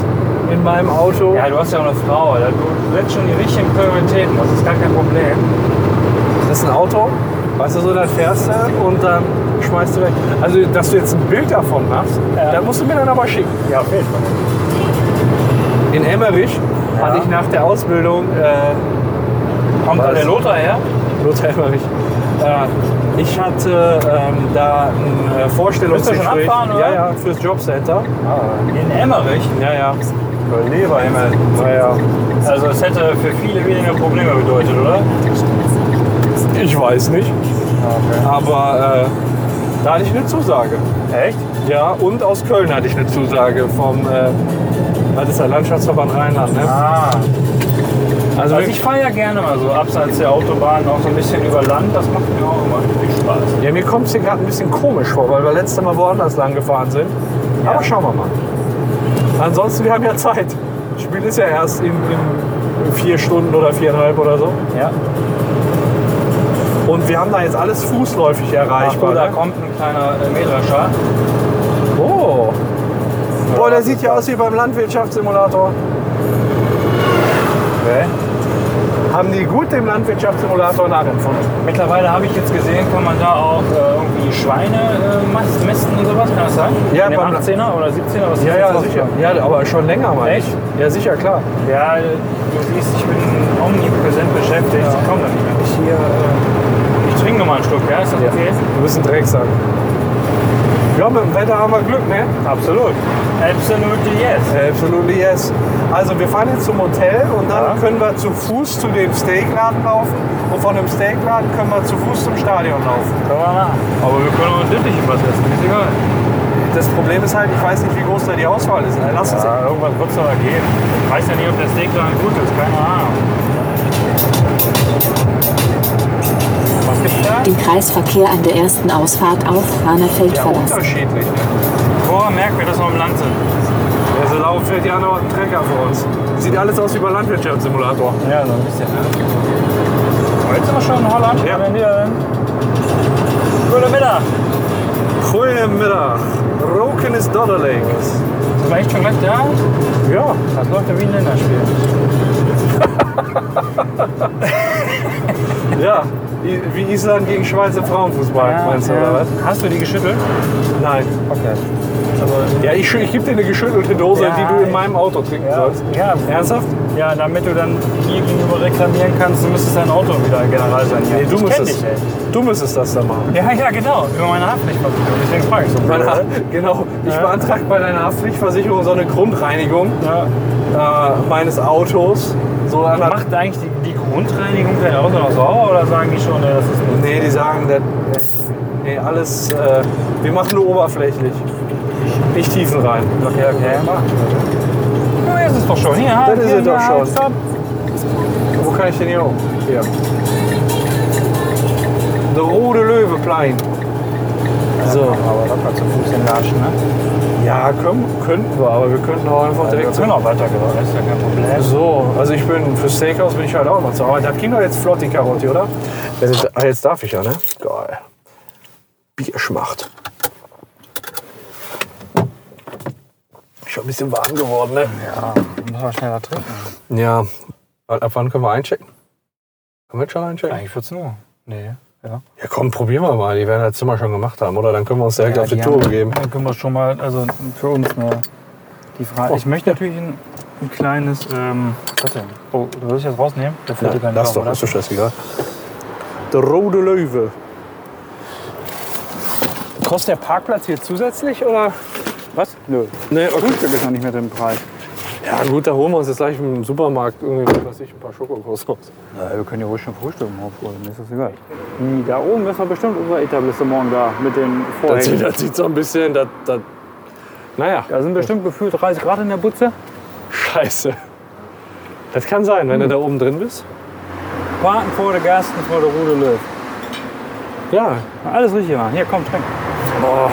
[SPEAKER 2] in meinem Auto.
[SPEAKER 3] Ja, du hast ja auch eine Frau, Alter. du setzt schon die richtigen Prioritäten, das ist gar kein Problem.
[SPEAKER 2] Das ist ein Auto, weißt du, so, dann fährst du und dann schmeißt du weg. Also, dass du jetzt ein Bild davon machst,
[SPEAKER 3] Ja.
[SPEAKER 2] das musst du mir dann aber schicken.
[SPEAKER 3] Ja, auf jeden Fall.
[SPEAKER 2] In Emmerich hatte ich nach der Ausbildung, äh,
[SPEAKER 3] Kommt da
[SPEAKER 2] Was?
[SPEAKER 3] der Lothar her?
[SPEAKER 2] Lothar Emmerich, äh, ich hatte ähm, da ein äh, Vorstellungsgespräch.
[SPEAKER 3] Willst du schon abfahren, oder?
[SPEAKER 2] Ja, ja, fürs Jobcenter.
[SPEAKER 3] Ah. In Emmerich?
[SPEAKER 2] Ja, ja.
[SPEAKER 3] Leberhimmel.
[SPEAKER 2] Naja,
[SPEAKER 3] Also es hätte für viele weniger Probleme bedeutet, oder?
[SPEAKER 2] ich weiß nicht. Aber äh, da hatte ich eine Zusage.
[SPEAKER 3] Echt?
[SPEAKER 2] Ja, und aus Köln hatte ich eine Zusage vom, äh, was ist der Landschaftsverband Rheinland, ne?
[SPEAKER 3] Ah.
[SPEAKER 2] Also,
[SPEAKER 3] Also ich fahre ja gerne mal so abseits der Autobahn, auch so ein bisschen über Land, das macht mir auch immer viel Spaß.
[SPEAKER 2] ja, mir kommt es hier gerade ein bisschen komisch vor, weil wir letztes Mal woanders lang gefahren sind. Aber schauen wir mal. Ansonsten, wir haben ja Zeit. Das Spiel ist ja erst in, in vier Stunden oder viereinhalb oder so.
[SPEAKER 3] Ja.
[SPEAKER 2] Und wir haben da jetzt alles fußläufig
[SPEAKER 3] Ich
[SPEAKER 2] erreichbar.
[SPEAKER 3] guck, da
[SPEAKER 2] ne?
[SPEAKER 3] kommt ein kleiner äh, Mähdrescher.
[SPEAKER 2] Oh. Boah, der sieht ja aus wie beim Landwirtschaftssimulator.
[SPEAKER 3] Okay.
[SPEAKER 2] Haben die gut dem Landwirtschaftssimulator nachempfunden?
[SPEAKER 3] Mittlerweile habe ich jetzt gesehen, kann man da auch äh, irgendwie Schweine äh, mas- mästen und sowas, kann das sein?
[SPEAKER 2] Ja,
[SPEAKER 3] In dem
[SPEAKER 2] beim-
[SPEAKER 3] 18er oder 17er, was ist
[SPEAKER 2] Ja,
[SPEAKER 3] das
[SPEAKER 2] ja,
[SPEAKER 3] noch?
[SPEAKER 2] sicher. Ja, aber schon länger, meine ich.
[SPEAKER 3] Echt?
[SPEAKER 2] Ja, sicher, klar.
[SPEAKER 3] Ja, äh, du siehst, ich bin omnipräsent beschäftigt, ich komme da nicht mehr. Ich, hier, äh, ich trinke nochmal einen Schluck, ja, ist das okay?
[SPEAKER 2] Du bist ein Drecksack. Ja, mit dem Wetter haben wir Glück, ne?
[SPEAKER 3] Absolut. Absolutely yes.
[SPEAKER 2] Absolutely yes. Also wir fahren jetzt zum Hotel und dann können wir zu Fuß zu dem Steakladen laufen und von dem Steakladen können wir zu Fuß zum Stadion laufen.
[SPEAKER 3] Können wir machen. Aber wir können auch in Dittichen was essen, ist egal.
[SPEAKER 2] Das Problem ist halt, ich weiß nicht, wie groß da die Auswahl ist. ne? Lass uns
[SPEAKER 3] Ja, irgendwas wird es da geben. Ich weiß ja nicht, ob der Steak da gut ist, keine Ahnung. Was gibt's da?
[SPEAKER 5] Im Kreisverkehr an der ersten Ausfahrt auf Ranerfeld
[SPEAKER 2] ja,
[SPEAKER 5] verlassen.
[SPEAKER 2] unterschiedlich. Ne?
[SPEAKER 3] Woran merken wir, dass wir im Land sind?
[SPEAKER 2] Ja, so laufen fährt die andere einen Trecker vor uns. Sieht alles aus wie bei Landwirtschaftssimulator.
[SPEAKER 3] Ja, so ein bisschen. Ne? Jetzt sind wir schon in Holland.
[SPEAKER 2] Ja.
[SPEAKER 3] Wenn wir Guten Mittag.
[SPEAKER 2] Goedemiddag. Roken is dodderlijk.
[SPEAKER 3] Sind wir echt schon gleich da?
[SPEAKER 2] Ja,
[SPEAKER 3] Das läuft ja wie ein Länderspiel.
[SPEAKER 2] ja. I- Wie Island gegen Schweiz im Frauenfußball, meinst du, oder was?
[SPEAKER 3] Hast du die geschüttelt?
[SPEAKER 2] Nein.
[SPEAKER 3] Ah, Okay.
[SPEAKER 2] Ja, ich, schü- ich gebe dir eine geschüttelte Dose,
[SPEAKER 3] Ja,
[SPEAKER 2] die du in
[SPEAKER 3] ich-
[SPEAKER 2] meinem Auto trinken
[SPEAKER 3] Ja.
[SPEAKER 2] sollst.
[SPEAKER 3] ja.
[SPEAKER 2] Ernsthaft?
[SPEAKER 3] Ja, damit du dann hier gegenüber reklamieren kannst, du müsstest dein Auto wieder general sein.
[SPEAKER 2] Nee, du
[SPEAKER 3] ich kenn
[SPEAKER 2] müsstest,
[SPEAKER 3] dich, ey.
[SPEAKER 2] du müsstest das dann machen.
[SPEAKER 3] Ja, ja, genau. Über meine Haftpflichtversicherung. Deswegen frage ich so. blöd,
[SPEAKER 2] Meine,
[SPEAKER 3] oder?
[SPEAKER 2] genau, ich
[SPEAKER 3] Ja.
[SPEAKER 2] beantrage bei deiner Haftpflichtversicherung so eine Grundreinigung
[SPEAKER 3] Ja.
[SPEAKER 2] äh, meines Autos. So an der-
[SPEAKER 3] Macht eigentlich die, die Grundreinigung dein Auto noch sauber oder sagen die schon, nee, das ist nicht?
[SPEAKER 2] Nee, die sagen, das, nee, alles, äh, wir machen nur oberflächlich. Nicht tiefen rein.
[SPEAKER 3] Okay, okay. Ja, jetzt ist doch schon. Ja,
[SPEAKER 2] Das ist
[SPEAKER 3] ja,
[SPEAKER 2] es doch
[SPEAKER 3] ja,
[SPEAKER 2] schon.
[SPEAKER 3] stopp.
[SPEAKER 2] Wo kann ich denn hier hoch? Hier. Der Rode Löweplein. So.
[SPEAKER 3] Aber locker zu Fuß hinlatschen, ne?
[SPEAKER 2] Ja, können, könnten wir, aber wir könnten auch einfach
[SPEAKER 3] Also wir
[SPEAKER 2] direkt
[SPEAKER 3] können auch weitergefahren, ist ja kein Problem.
[SPEAKER 2] So, also ich bin für Steakhouse bin ich halt auch noch zu Hause. Das ging doch jetzt flott, die Karotte, oder? Das ist, ah, jetzt darf ich ja, ne? Geil. Bierschmacht. Schon ein bisschen warm geworden, ne?
[SPEAKER 3] Muss man schneller trinken.
[SPEAKER 2] Ja. Ab wann können wir einchecken? Können wir jetzt schon einchecken?
[SPEAKER 3] Eigentlich 14 Uhr. Nee. Ja.
[SPEAKER 2] Ja, komm, probieren wir mal. Die werden das Zimmer schon gemacht haben, oder? Dann können wir uns direkt auf die,
[SPEAKER 3] die
[SPEAKER 2] Tour
[SPEAKER 3] haben-
[SPEAKER 2] begeben.
[SPEAKER 3] Dann können wir schon mal, also für uns eine, die Frage.
[SPEAKER 1] Oh.
[SPEAKER 3] ich möchte natürlich ein, ein kleines, ähm, was denn? Oh, du willst jetzt rausnehmen? Der fällt dir gar nicht
[SPEAKER 2] Lass
[SPEAKER 3] auf,
[SPEAKER 2] doch,
[SPEAKER 3] oder?
[SPEAKER 2] ist doch scheißegal. Der Rote Löwe.
[SPEAKER 1] Kostet der Parkplatz hier zusätzlich oder? Was? Nö.
[SPEAKER 2] Nee, okay.
[SPEAKER 1] Frühstück ist noch nicht mit im Preis.
[SPEAKER 2] Ja gut, da holen wir uns jetzt gleich im Supermarkt irgendwie, was weiß ich, ein paar Schokokos raus.
[SPEAKER 1] Na, wir können ja ruhig schon Frühstück aufholen, mir ist das egal. Nee,
[SPEAKER 3] Hm,
[SPEAKER 1] da oben ist doch bestimmt unser Etablissement da mit den
[SPEAKER 2] Das sieht,
[SPEAKER 1] Vorhängen.
[SPEAKER 2] das sieht so ein bisschen, das, das, naja,
[SPEAKER 1] Da sind bestimmt gefühlt 30 Grad in der Butze.
[SPEAKER 2] scheiße. Das kann sein, wenn du da oben drin bist.
[SPEAKER 3] Paten vor der Gersten, vor der Rude Löw.
[SPEAKER 2] Ja.
[SPEAKER 3] Alles richtig machen. Hier, komm, trink.
[SPEAKER 2] Boah.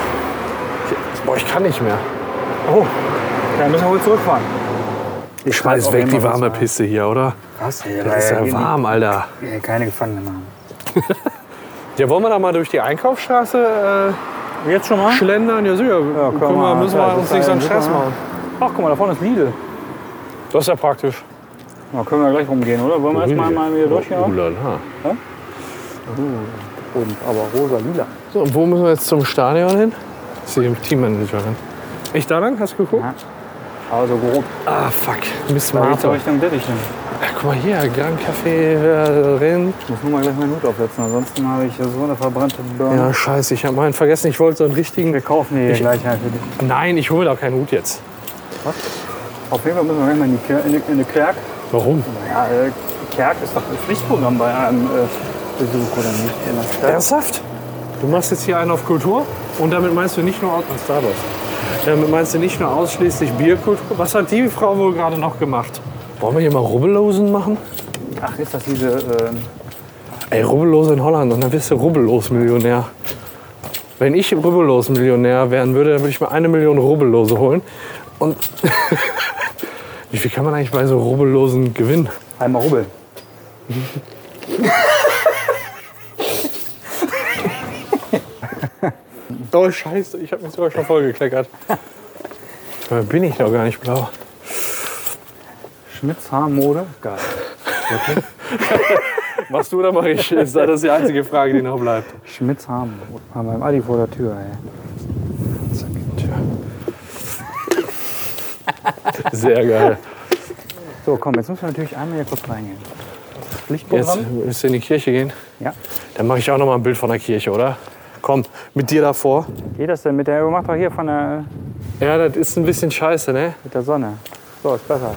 [SPEAKER 2] Ich, boah, ich kann nicht mehr.
[SPEAKER 3] Oh, dann müssen wir wohl zurückfahren.
[SPEAKER 2] Ich schmeiß
[SPEAKER 3] auch
[SPEAKER 2] weg die
[SPEAKER 3] immer
[SPEAKER 2] warme
[SPEAKER 3] was,
[SPEAKER 2] Pisse hier, oder?
[SPEAKER 3] Was?
[SPEAKER 2] Das ist ja warm, Alter.
[SPEAKER 3] Keine Gefangenen machen.
[SPEAKER 2] Ja, wollen wir da mal durch die Einkaufsstraße
[SPEAKER 3] Jetzt schon
[SPEAKER 2] äh,
[SPEAKER 3] mal?
[SPEAKER 2] schlendern? Ja, sicher. können
[SPEAKER 3] können
[SPEAKER 2] wir,
[SPEAKER 3] wir.
[SPEAKER 2] müssen
[SPEAKER 3] Ja,
[SPEAKER 2] wir
[SPEAKER 3] das
[SPEAKER 2] uns
[SPEAKER 3] ist
[SPEAKER 2] nichts
[SPEAKER 3] ja
[SPEAKER 2] an
[SPEAKER 3] super.
[SPEAKER 2] Stress machen.
[SPEAKER 3] Ach, guck mal, da vorne ist Lidl.
[SPEAKER 2] Das ist ja praktisch.
[SPEAKER 3] Da können wir gleich rumgehen, oder? Wollen wir erstmal mal wieder durchgehen? oder?
[SPEAKER 2] Ulala.
[SPEAKER 1] Und aber rosa lila.
[SPEAKER 2] So, und wo müssen wir jetzt zum Stadion hin? Ich sehe im ne? Teammanagerin. Ich da lang? Hast du geguckt?
[SPEAKER 1] Also grob.
[SPEAKER 2] Ah, fuck. Miss
[SPEAKER 3] Da geht's
[SPEAKER 2] Martha.
[SPEAKER 3] ja Richtung Dettich hin.
[SPEAKER 2] Ja, guck mal hier, Grand Café äh, Rennes.
[SPEAKER 1] Ich muss nur mal gleich meinen Hut aufsetzen, ansonsten habe ich so eine verbrannte Birne.
[SPEAKER 2] Ja, scheiße, ich habe meinen vergessen. Ich wollte so einen richtigen.
[SPEAKER 3] Wir kaufen hier
[SPEAKER 2] Ich-
[SPEAKER 3] gleich halt für dich.
[SPEAKER 2] Nein, ich hole da keinen Hut jetzt.
[SPEAKER 1] Auf jeden Fall müssen wir gleich mal in die, Ker in die, in die Kerk.
[SPEAKER 2] Warum?
[SPEAKER 1] Ja, äh, Kerk ist doch ein Pflichtprogramm bei einem äh, Besuch, oder nicht? In der Stadt.
[SPEAKER 2] Ernsthaft? Du machst jetzt hier einen auf Kultur und damit meinst du nicht nur aus Starbucks. Damit meinst du nicht nur ausschließlich Bierkultur. Was hat die Frau wohl gerade noch gemacht? Wollen wir hier mal Rubbellosen machen?
[SPEAKER 1] Ach, ist das diese... Äh,
[SPEAKER 2] Ey, rubbellos in Holland und dann wirst du rubbellos Millionär. Wenn ich rubbellos Millionär werden würde, dann würde ich mir eine Million Rubbellose holen. Und wie viel kann man eigentlich bei so Rubbellosen gewinnen?
[SPEAKER 1] einmal rubbeln.
[SPEAKER 2] Oh Scheiße, ich habe mich sogar schon vollgekleckert. Dabei bin ich doch gar nicht blau.
[SPEAKER 1] Schmitz Haarmode? Geil.
[SPEAKER 2] Machst du oder mach ich? Ist das die einzige Frage, die noch bleibt?
[SPEAKER 1] Schmitz Haarmode. Haben wir im Adi vor der Tür, ey.
[SPEAKER 2] Sehr geil.
[SPEAKER 1] So, komm, jetzt müssen wir natürlich einmal hier kurz reingehen.
[SPEAKER 2] Jetzt
[SPEAKER 1] Lichtprogramm?
[SPEAKER 2] müsst ihr in die Kirche gehen.
[SPEAKER 1] Ja.
[SPEAKER 2] Dann mache ich auch noch mal ein Bild von der Kirche, oder? Komm, mit dir davor.
[SPEAKER 1] Geht das denn mit der... Mach doch hier von der,
[SPEAKER 2] Ja, das ist ein bisschen scheiße, ne?
[SPEAKER 1] mit der Sonne. So, ist besser.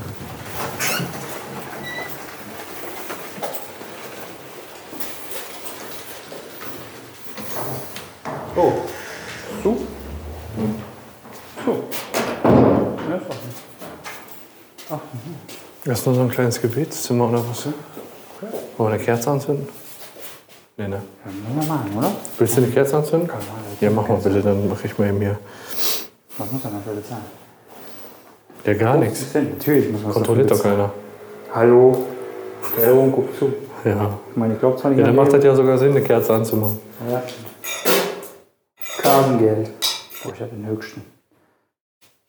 [SPEAKER 2] Das ist nur so ein kleines Gebetszimmer oder was? Wollen wir eine Kerze anzünden? Nee, ne?
[SPEAKER 1] Können wir machen, oder?
[SPEAKER 2] Willst du eine Kerze anzünden? Ja, mach mal bitte, dann mache ich mal eben hier.
[SPEAKER 1] Was muss denn dafür bezahlen?
[SPEAKER 2] Ja, gar nichts.
[SPEAKER 1] Natürlich muss man
[SPEAKER 2] Oh, Kontrolliert doch keiner.
[SPEAKER 1] Hallo. Hallo, guck zu.
[SPEAKER 2] Ja.
[SPEAKER 1] Ich meine, ich glaube zwar nicht
[SPEAKER 2] ja, dann
[SPEAKER 1] an
[SPEAKER 2] macht
[SPEAKER 1] Geld.
[SPEAKER 2] das ja sogar Sinn, eine Kerze anzumachen.
[SPEAKER 1] Ja. Kasengeld. Oh, ich habe den höchsten.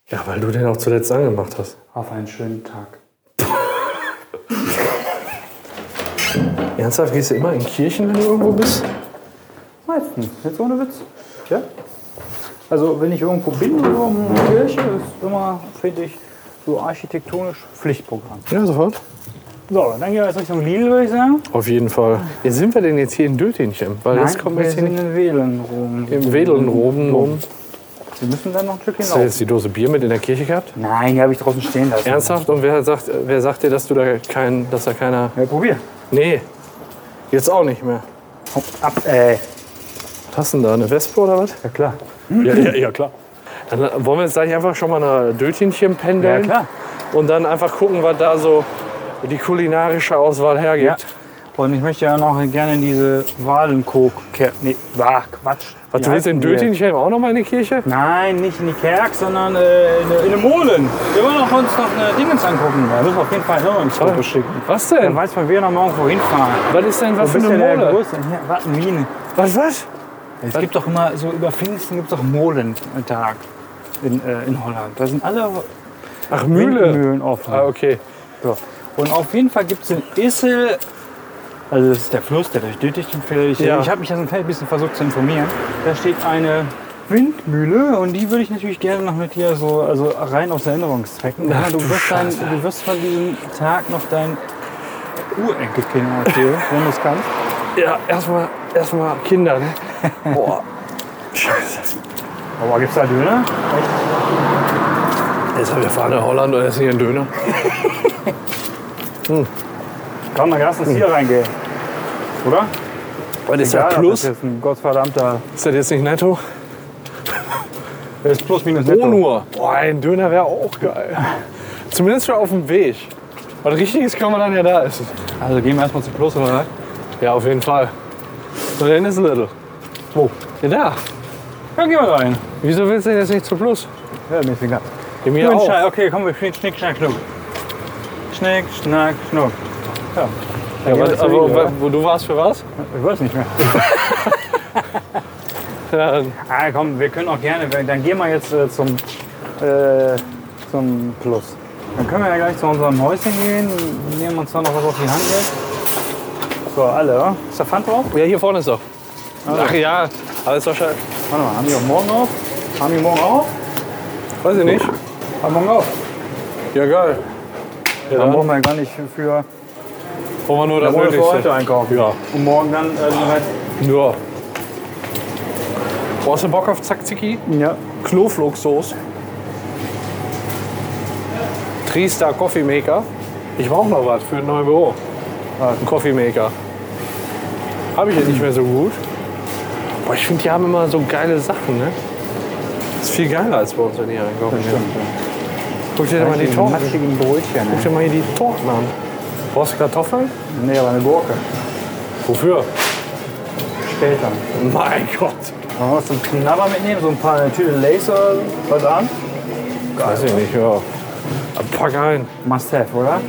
[SPEAKER 2] Ja, weil du den auch zuletzt angemacht hast.
[SPEAKER 1] Auf einen schönen Tag.
[SPEAKER 2] Ernsthaft, gehst du immer in Kirchen, wenn du irgendwo bist?
[SPEAKER 1] Meistens. Jetzt ohne Witz. Ja? Also, wenn ich irgendwo bin, so in der Kirche, ist immer, finde ich, so architektonisch Pflichtprogramm.
[SPEAKER 2] Ja, sofort.
[SPEAKER 3] So, dann gehen wir jetzt Richtung Lidl, würde ich sagen.
[SPEAKER 2] Auf jeden Fall. Ja, sind wir denn jetzt hier in Dötinchen? Weil jetzt kommen wir Genau.
[SPEAKER 1] wir
[SPEAKER 2] jetzt hier
[SPEAKER 1] sind
[SPEAKER 2] nicht
[SPEAKER 1] in Wählen rum.
[SPEAKER 2] im Wedeln oben rum.
[SPEAKER 1] Wir müssen dann noch ein Stückchen
[SPEAKER 2] Hast du
[SPEAKER 1] laufen.
[SPEAKER 2] jetzt die Dose Bier mit in der Kirche gehabt?
[SPEAKER 1] Nein, die habe ich draußen stehen lassen.
[SPEAKER 2] Ernsthaft? Und wer sagt, wer sagt dir, dass du da kein, dass da keiner.
[SPEAKER 1] Ja, probier.
[SPEAKER 2] Nee. Jetzt auch nicht mehr.
[SPEAKER 1] Hopp, ab, ey.
[SPEAKER 2] Was hast du denn da? Eine Wespe oder was?
[SPEAKER 1] Ja, klar.
[SPEAKER 2] Ja, ja, ja, klar. Dann äh, wollen wir jetzt gleich einfach schon mal nach Dötinchen pendeln.
[SPEAKER 1] Ja, klar.
[SPEAKER 2] Und dann einfach gucken, was da so die kulinarische Auswahl
[SPEAKER 3] Ja.
[SPEAKER 2] hergibt.
[SPEAKER 3] Und ich möchte ja noch gerne diese Walenkok. Nee, bah, Quatsch.
[SPEAKER 2] Was, du Also willst in Dötinchen auch noch mal in die Kirche?
[SPEAKER 3] Nein, nicht in die Kerk, sondern äh, in, in den Molen. Wir wollen auch uns noch eine Dingens angucken. Da müssen wir auf jeden Fall noch ein Foto schicken.
[SPEAKER 2] Was
[SPEAKER 3] Dann
[SPEAKER 2] denn?
[SPEAKER 3] weiß man, wir noch morgen wohin fahren.
[SPEAKER 2] Was ist denn was für
[SPEAKER 3] bist
[SPEAKER 2] eine
[SPEAKER 3] ja der
[SPEAKER 2] Mole?
[SPEAKER 3] Größte. Hier, warte, Mine.
[SPEAKER 2] Was, was?
[SPEAKER 3] Es gibt doch immer, so über Pfingsten gibt es doch Molentag in, äh, in Holland. Da sind alle
[SPEAKER 2] Ach, Mühle.
[SPEAKER 3] Mühlen offen.
[SPEAKER 2] Ah, okay.
[SPEAKER 3] So. Und auf jeden Fall gibt es in Issel Also das ist der Fluss, der durch Dötichen fällt.
[SPEAKER 2] Ja.
[SPEAKER 3] Ich habe mich ja so ein klein bisschen versucht zu informieren. Da steht eine Windmühle und die würde ich natürlich gerne noch mit dir so, also rein aus Erinnerungszwecken. Ja, du, wirst dein, du wirst von diesem Tag noch dein Urenkelkind erzählen, wenn du es kannst.
[SPEAKER 2] Ja, erstmal erstmal Kinder, ne? Boah.
[SPEAKER 3] Aber gibt's da Döner?
[SPEAKER 2] Jetzt haben wir fahren nach Holland und essen hier einen Döner.
[SPEAKER 3] Komm, dann lass uns hier reingehen. Oder?
[SPEAKER 2] Was Hm. ist
[SPEAKER 3] Egal,
[SPEAKER 2] das
[SPEAKER 3] ob
[SPEAKER 2] Plus?
[SPEAKER 3] Das jetzt ein gottverdammter.
[SPEAKER 2] Ist das jetzt nicht netto?
[SPEAKER 3] Das ist plus minus
[SPEAKER 2] Netto.
[SPEAKER 3] netto.
[SPEAKER 2] nur. Boah, ein Döner wäre auch geil. Zumindest schon auf dem Weg. Was Richtiges kann man dann ja da essen.
[SPEAKER 3] Also gehen wir erstmal zu Plus, oder? was?
[SPEAKER 2] Ja, auf jeden Fall. Und dann ist Little.
[SPEAKER 3] Wo?
[SPEAKER 2] Ja, da.
[SPEAKER 3] Dann gehen wir rein.
[SPEAKER 2] Wieso willst du denn jetzt nicht zu Plus?
[SPEAKER 3] Ja, mir ist egal.
[SPEAKER 2] Ja, mir
[SPEAKER 3] Ja,
[SPEAKER 2] auch.
[SPEAKER 3] okay, komm, wir spielen Schnick, Schnack, Schnuck. Schnick, Schnack, Schnuck.
[SPEAKER 2] Ja,
[SPEAKER 3] Ja, also,
[SPEAKER 2] aber,
[SPEAKER 3] das
[SPEAKER 2] aber
[SPEAKER 3] will ich,
[SPEAKER 2] wo, wo du warst für was?
[SPEAKER 3] Ich weiß nicht mehr.
[SPEAKER 2] Ja,
[SPEAKER 3] Ah, komm, wir können auch gerne, dann gehen wir jetzt äh, zum, äh, zum Plus. Dann können wir ja gleich zu unserem Häuschen gehen, nehmen uns da noch was auf die Hand jetzt. So, alle, oder? Ist der Pfand drauf?
[SPEAKER 2] ja hier vorne ist er.
[SPEAKER 3] Ah.
[SPEAKER 2] Ach ja, aber ist wahrscheinlich.
[SPEAKER 3] Warte mal, haben die auch morgen auf? Haben die morgen auf?
[SPEAKER 2] Weiß ich nicht.
[SPEAKER 3] Haben morgen auf.
[SPEAKER 2] Ja, geil. Ja,
[SPEAKER 3] Dann
[SPEAKER 2] dann
[SPEAKER 3] brauchen wir ja gar nicht für,
[SPEAKER 2] brauchen wir nur das
[SPEAKER 3] dann wollen wir für heute
[SPEAKER 2] Nötigste.
[SPEAKER 3] einkaufen.
[SPEAKER 2] Ja.
[SPEAKER 3] Und morgen dann, äh, bereit-
[SPEAKER 2] Ja. Brauchst du Bock auf Zakziki?
[SPEAKER 3] ja.
[SPEAKER 2] Kloflugsoße. Triester Coffee Maker. Ich brauche noch was für ein neues Büro. Ein Coffee Maker. Habe ich jetzt nicht mehr so gut. Boah, ich finde, die haben immer so geile Sachen, ne? Ist viel geiler als bei uns, wenn die einkaufen. gehen. ne? Guck dir doch mal die Torten. Guck
[SPEAKER 3] matschigen Brötchen. Ne?
[SPEAKER 2] dir mal hier die Torten an. Brauchst du Kartoffeln?
[SPEAKER 3] Nee, aber eine Gurke.
[SPEAKER 2] Wofür?
[SPEAKER 3] Später.
[SPEAKER 2] Mein Gott.
[SPEAKER 3] Wollen wir was zum Knabber mitnehmen? So ein paar eine Tüte Lace oder was an?
[SPEAKER 2] Weiß ich nicht, ja. Pack ein.
[SPEAKER 3] Must have, oder?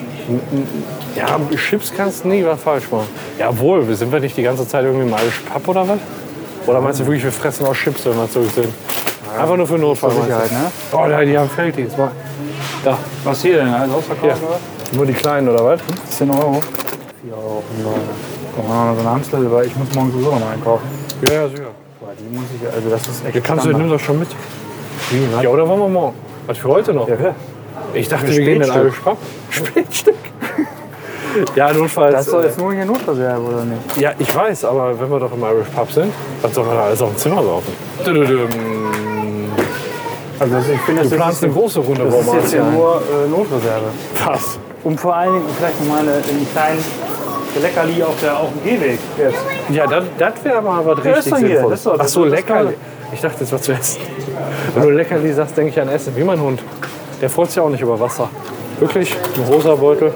[SPEAKER 2] Ja, mit Chips kannst du nie was falsch machen. Jawohl, wir sind wir nicht die ganze Zeit irgendwie im Irish Pub oder was? Oder meinst du wirklich, wir fressen auch Chips, wenn wir zurück sind? Einfach nur für Notfall.
[SPEAKER 3] Zur
[SPEAKER 2] meinst du?
[SPEAKER 3] Sicherheit, ne?
[SPEAKER 2] Oh, da, die haben Felddienst. Mach. Da,
[SPEAKER 3] Was hier denn? Alles
[SPEAKER 2] hier.
[SPEAKER 3] ausverkauft, oder?
[SPEAKER 2] Nur die Kleinen oder was?
[SPEAKER 3] 10 Euro. 4 Euro. Komm mal so eine Amstel, weil ich muss morgen sowieso noch mal einkaufen.
[SPEAKER 2] Ja, ja, sicher.
[SPEAKER 3] Boah, die muss ich, also das ist echt
[SPEAKER 2] Ja, kannst du, nimm
[SPEAKER 3] Standard.
[SPEAKER 2] das schon mit. Ja, oder wollen wir morgen? Was für heute noch?
[SPEAKER 3] ja, ja.
[SPEAKER 2] Ich dachte,
[SPEAKER 3] Für
[SPEAKER 2] wir gehen in den
[SPEAKER 3] Spätstück.
[SPEAKER 2] Irish Pub. Spätstück. ja,
[SPEAKER 3] Das
[SPEAKER 2] notfalls.
[SPEAKER 3] ist doch jetzt nur hier Notreserve, oder nicht?
[SPEAKER 2] Ja, ich weiß, aber wenn wir doch im Irish Pub sind, dann sollen wir da alles auf dem Zimmer laufen. Dödödöm.
[SPEAKER 3] Also das, ich finde, das,
[SPEAKER 2] Du planst
[SPEAKER 3] ist,
[SPEAKER 2] eine große Runde
[SPEAKER 3] das ist
[SPEAKER 2] Roman.
[SPEAKER 3] jetzt hier nur äh, Notreserve.
[SPEAKER 2] Pass.
[SPEAKER 3] Und Um vor allen Dingen vielleicht nochmal einen kleinen Leckerli auf, der, auf dem Gehweg. Jetzt.
[SPEAKER 2] Ja, das, das wäre mal was
[SPEAKER 3] Ja,
[SPEAKER 2] richtig
[SPEAKER 3] ist doch hier,
[SPEAKER 2] Sinnvolles.
[SPEAKER 3] das ist doch-
[SPEAKER 2] Ach
[SPEAKER 3] das-
[SPEAKER 2] so,
[SPEAKER 3] das-
[SPEAKER 2] Leckerli. Ich dachte, das war zu essen. Wenn du Leckerli sagst, denke ich an Essen. Wie mein Hund. Der freut sich auch nicht über Wasser. Wirklich, ein rosa Beutel.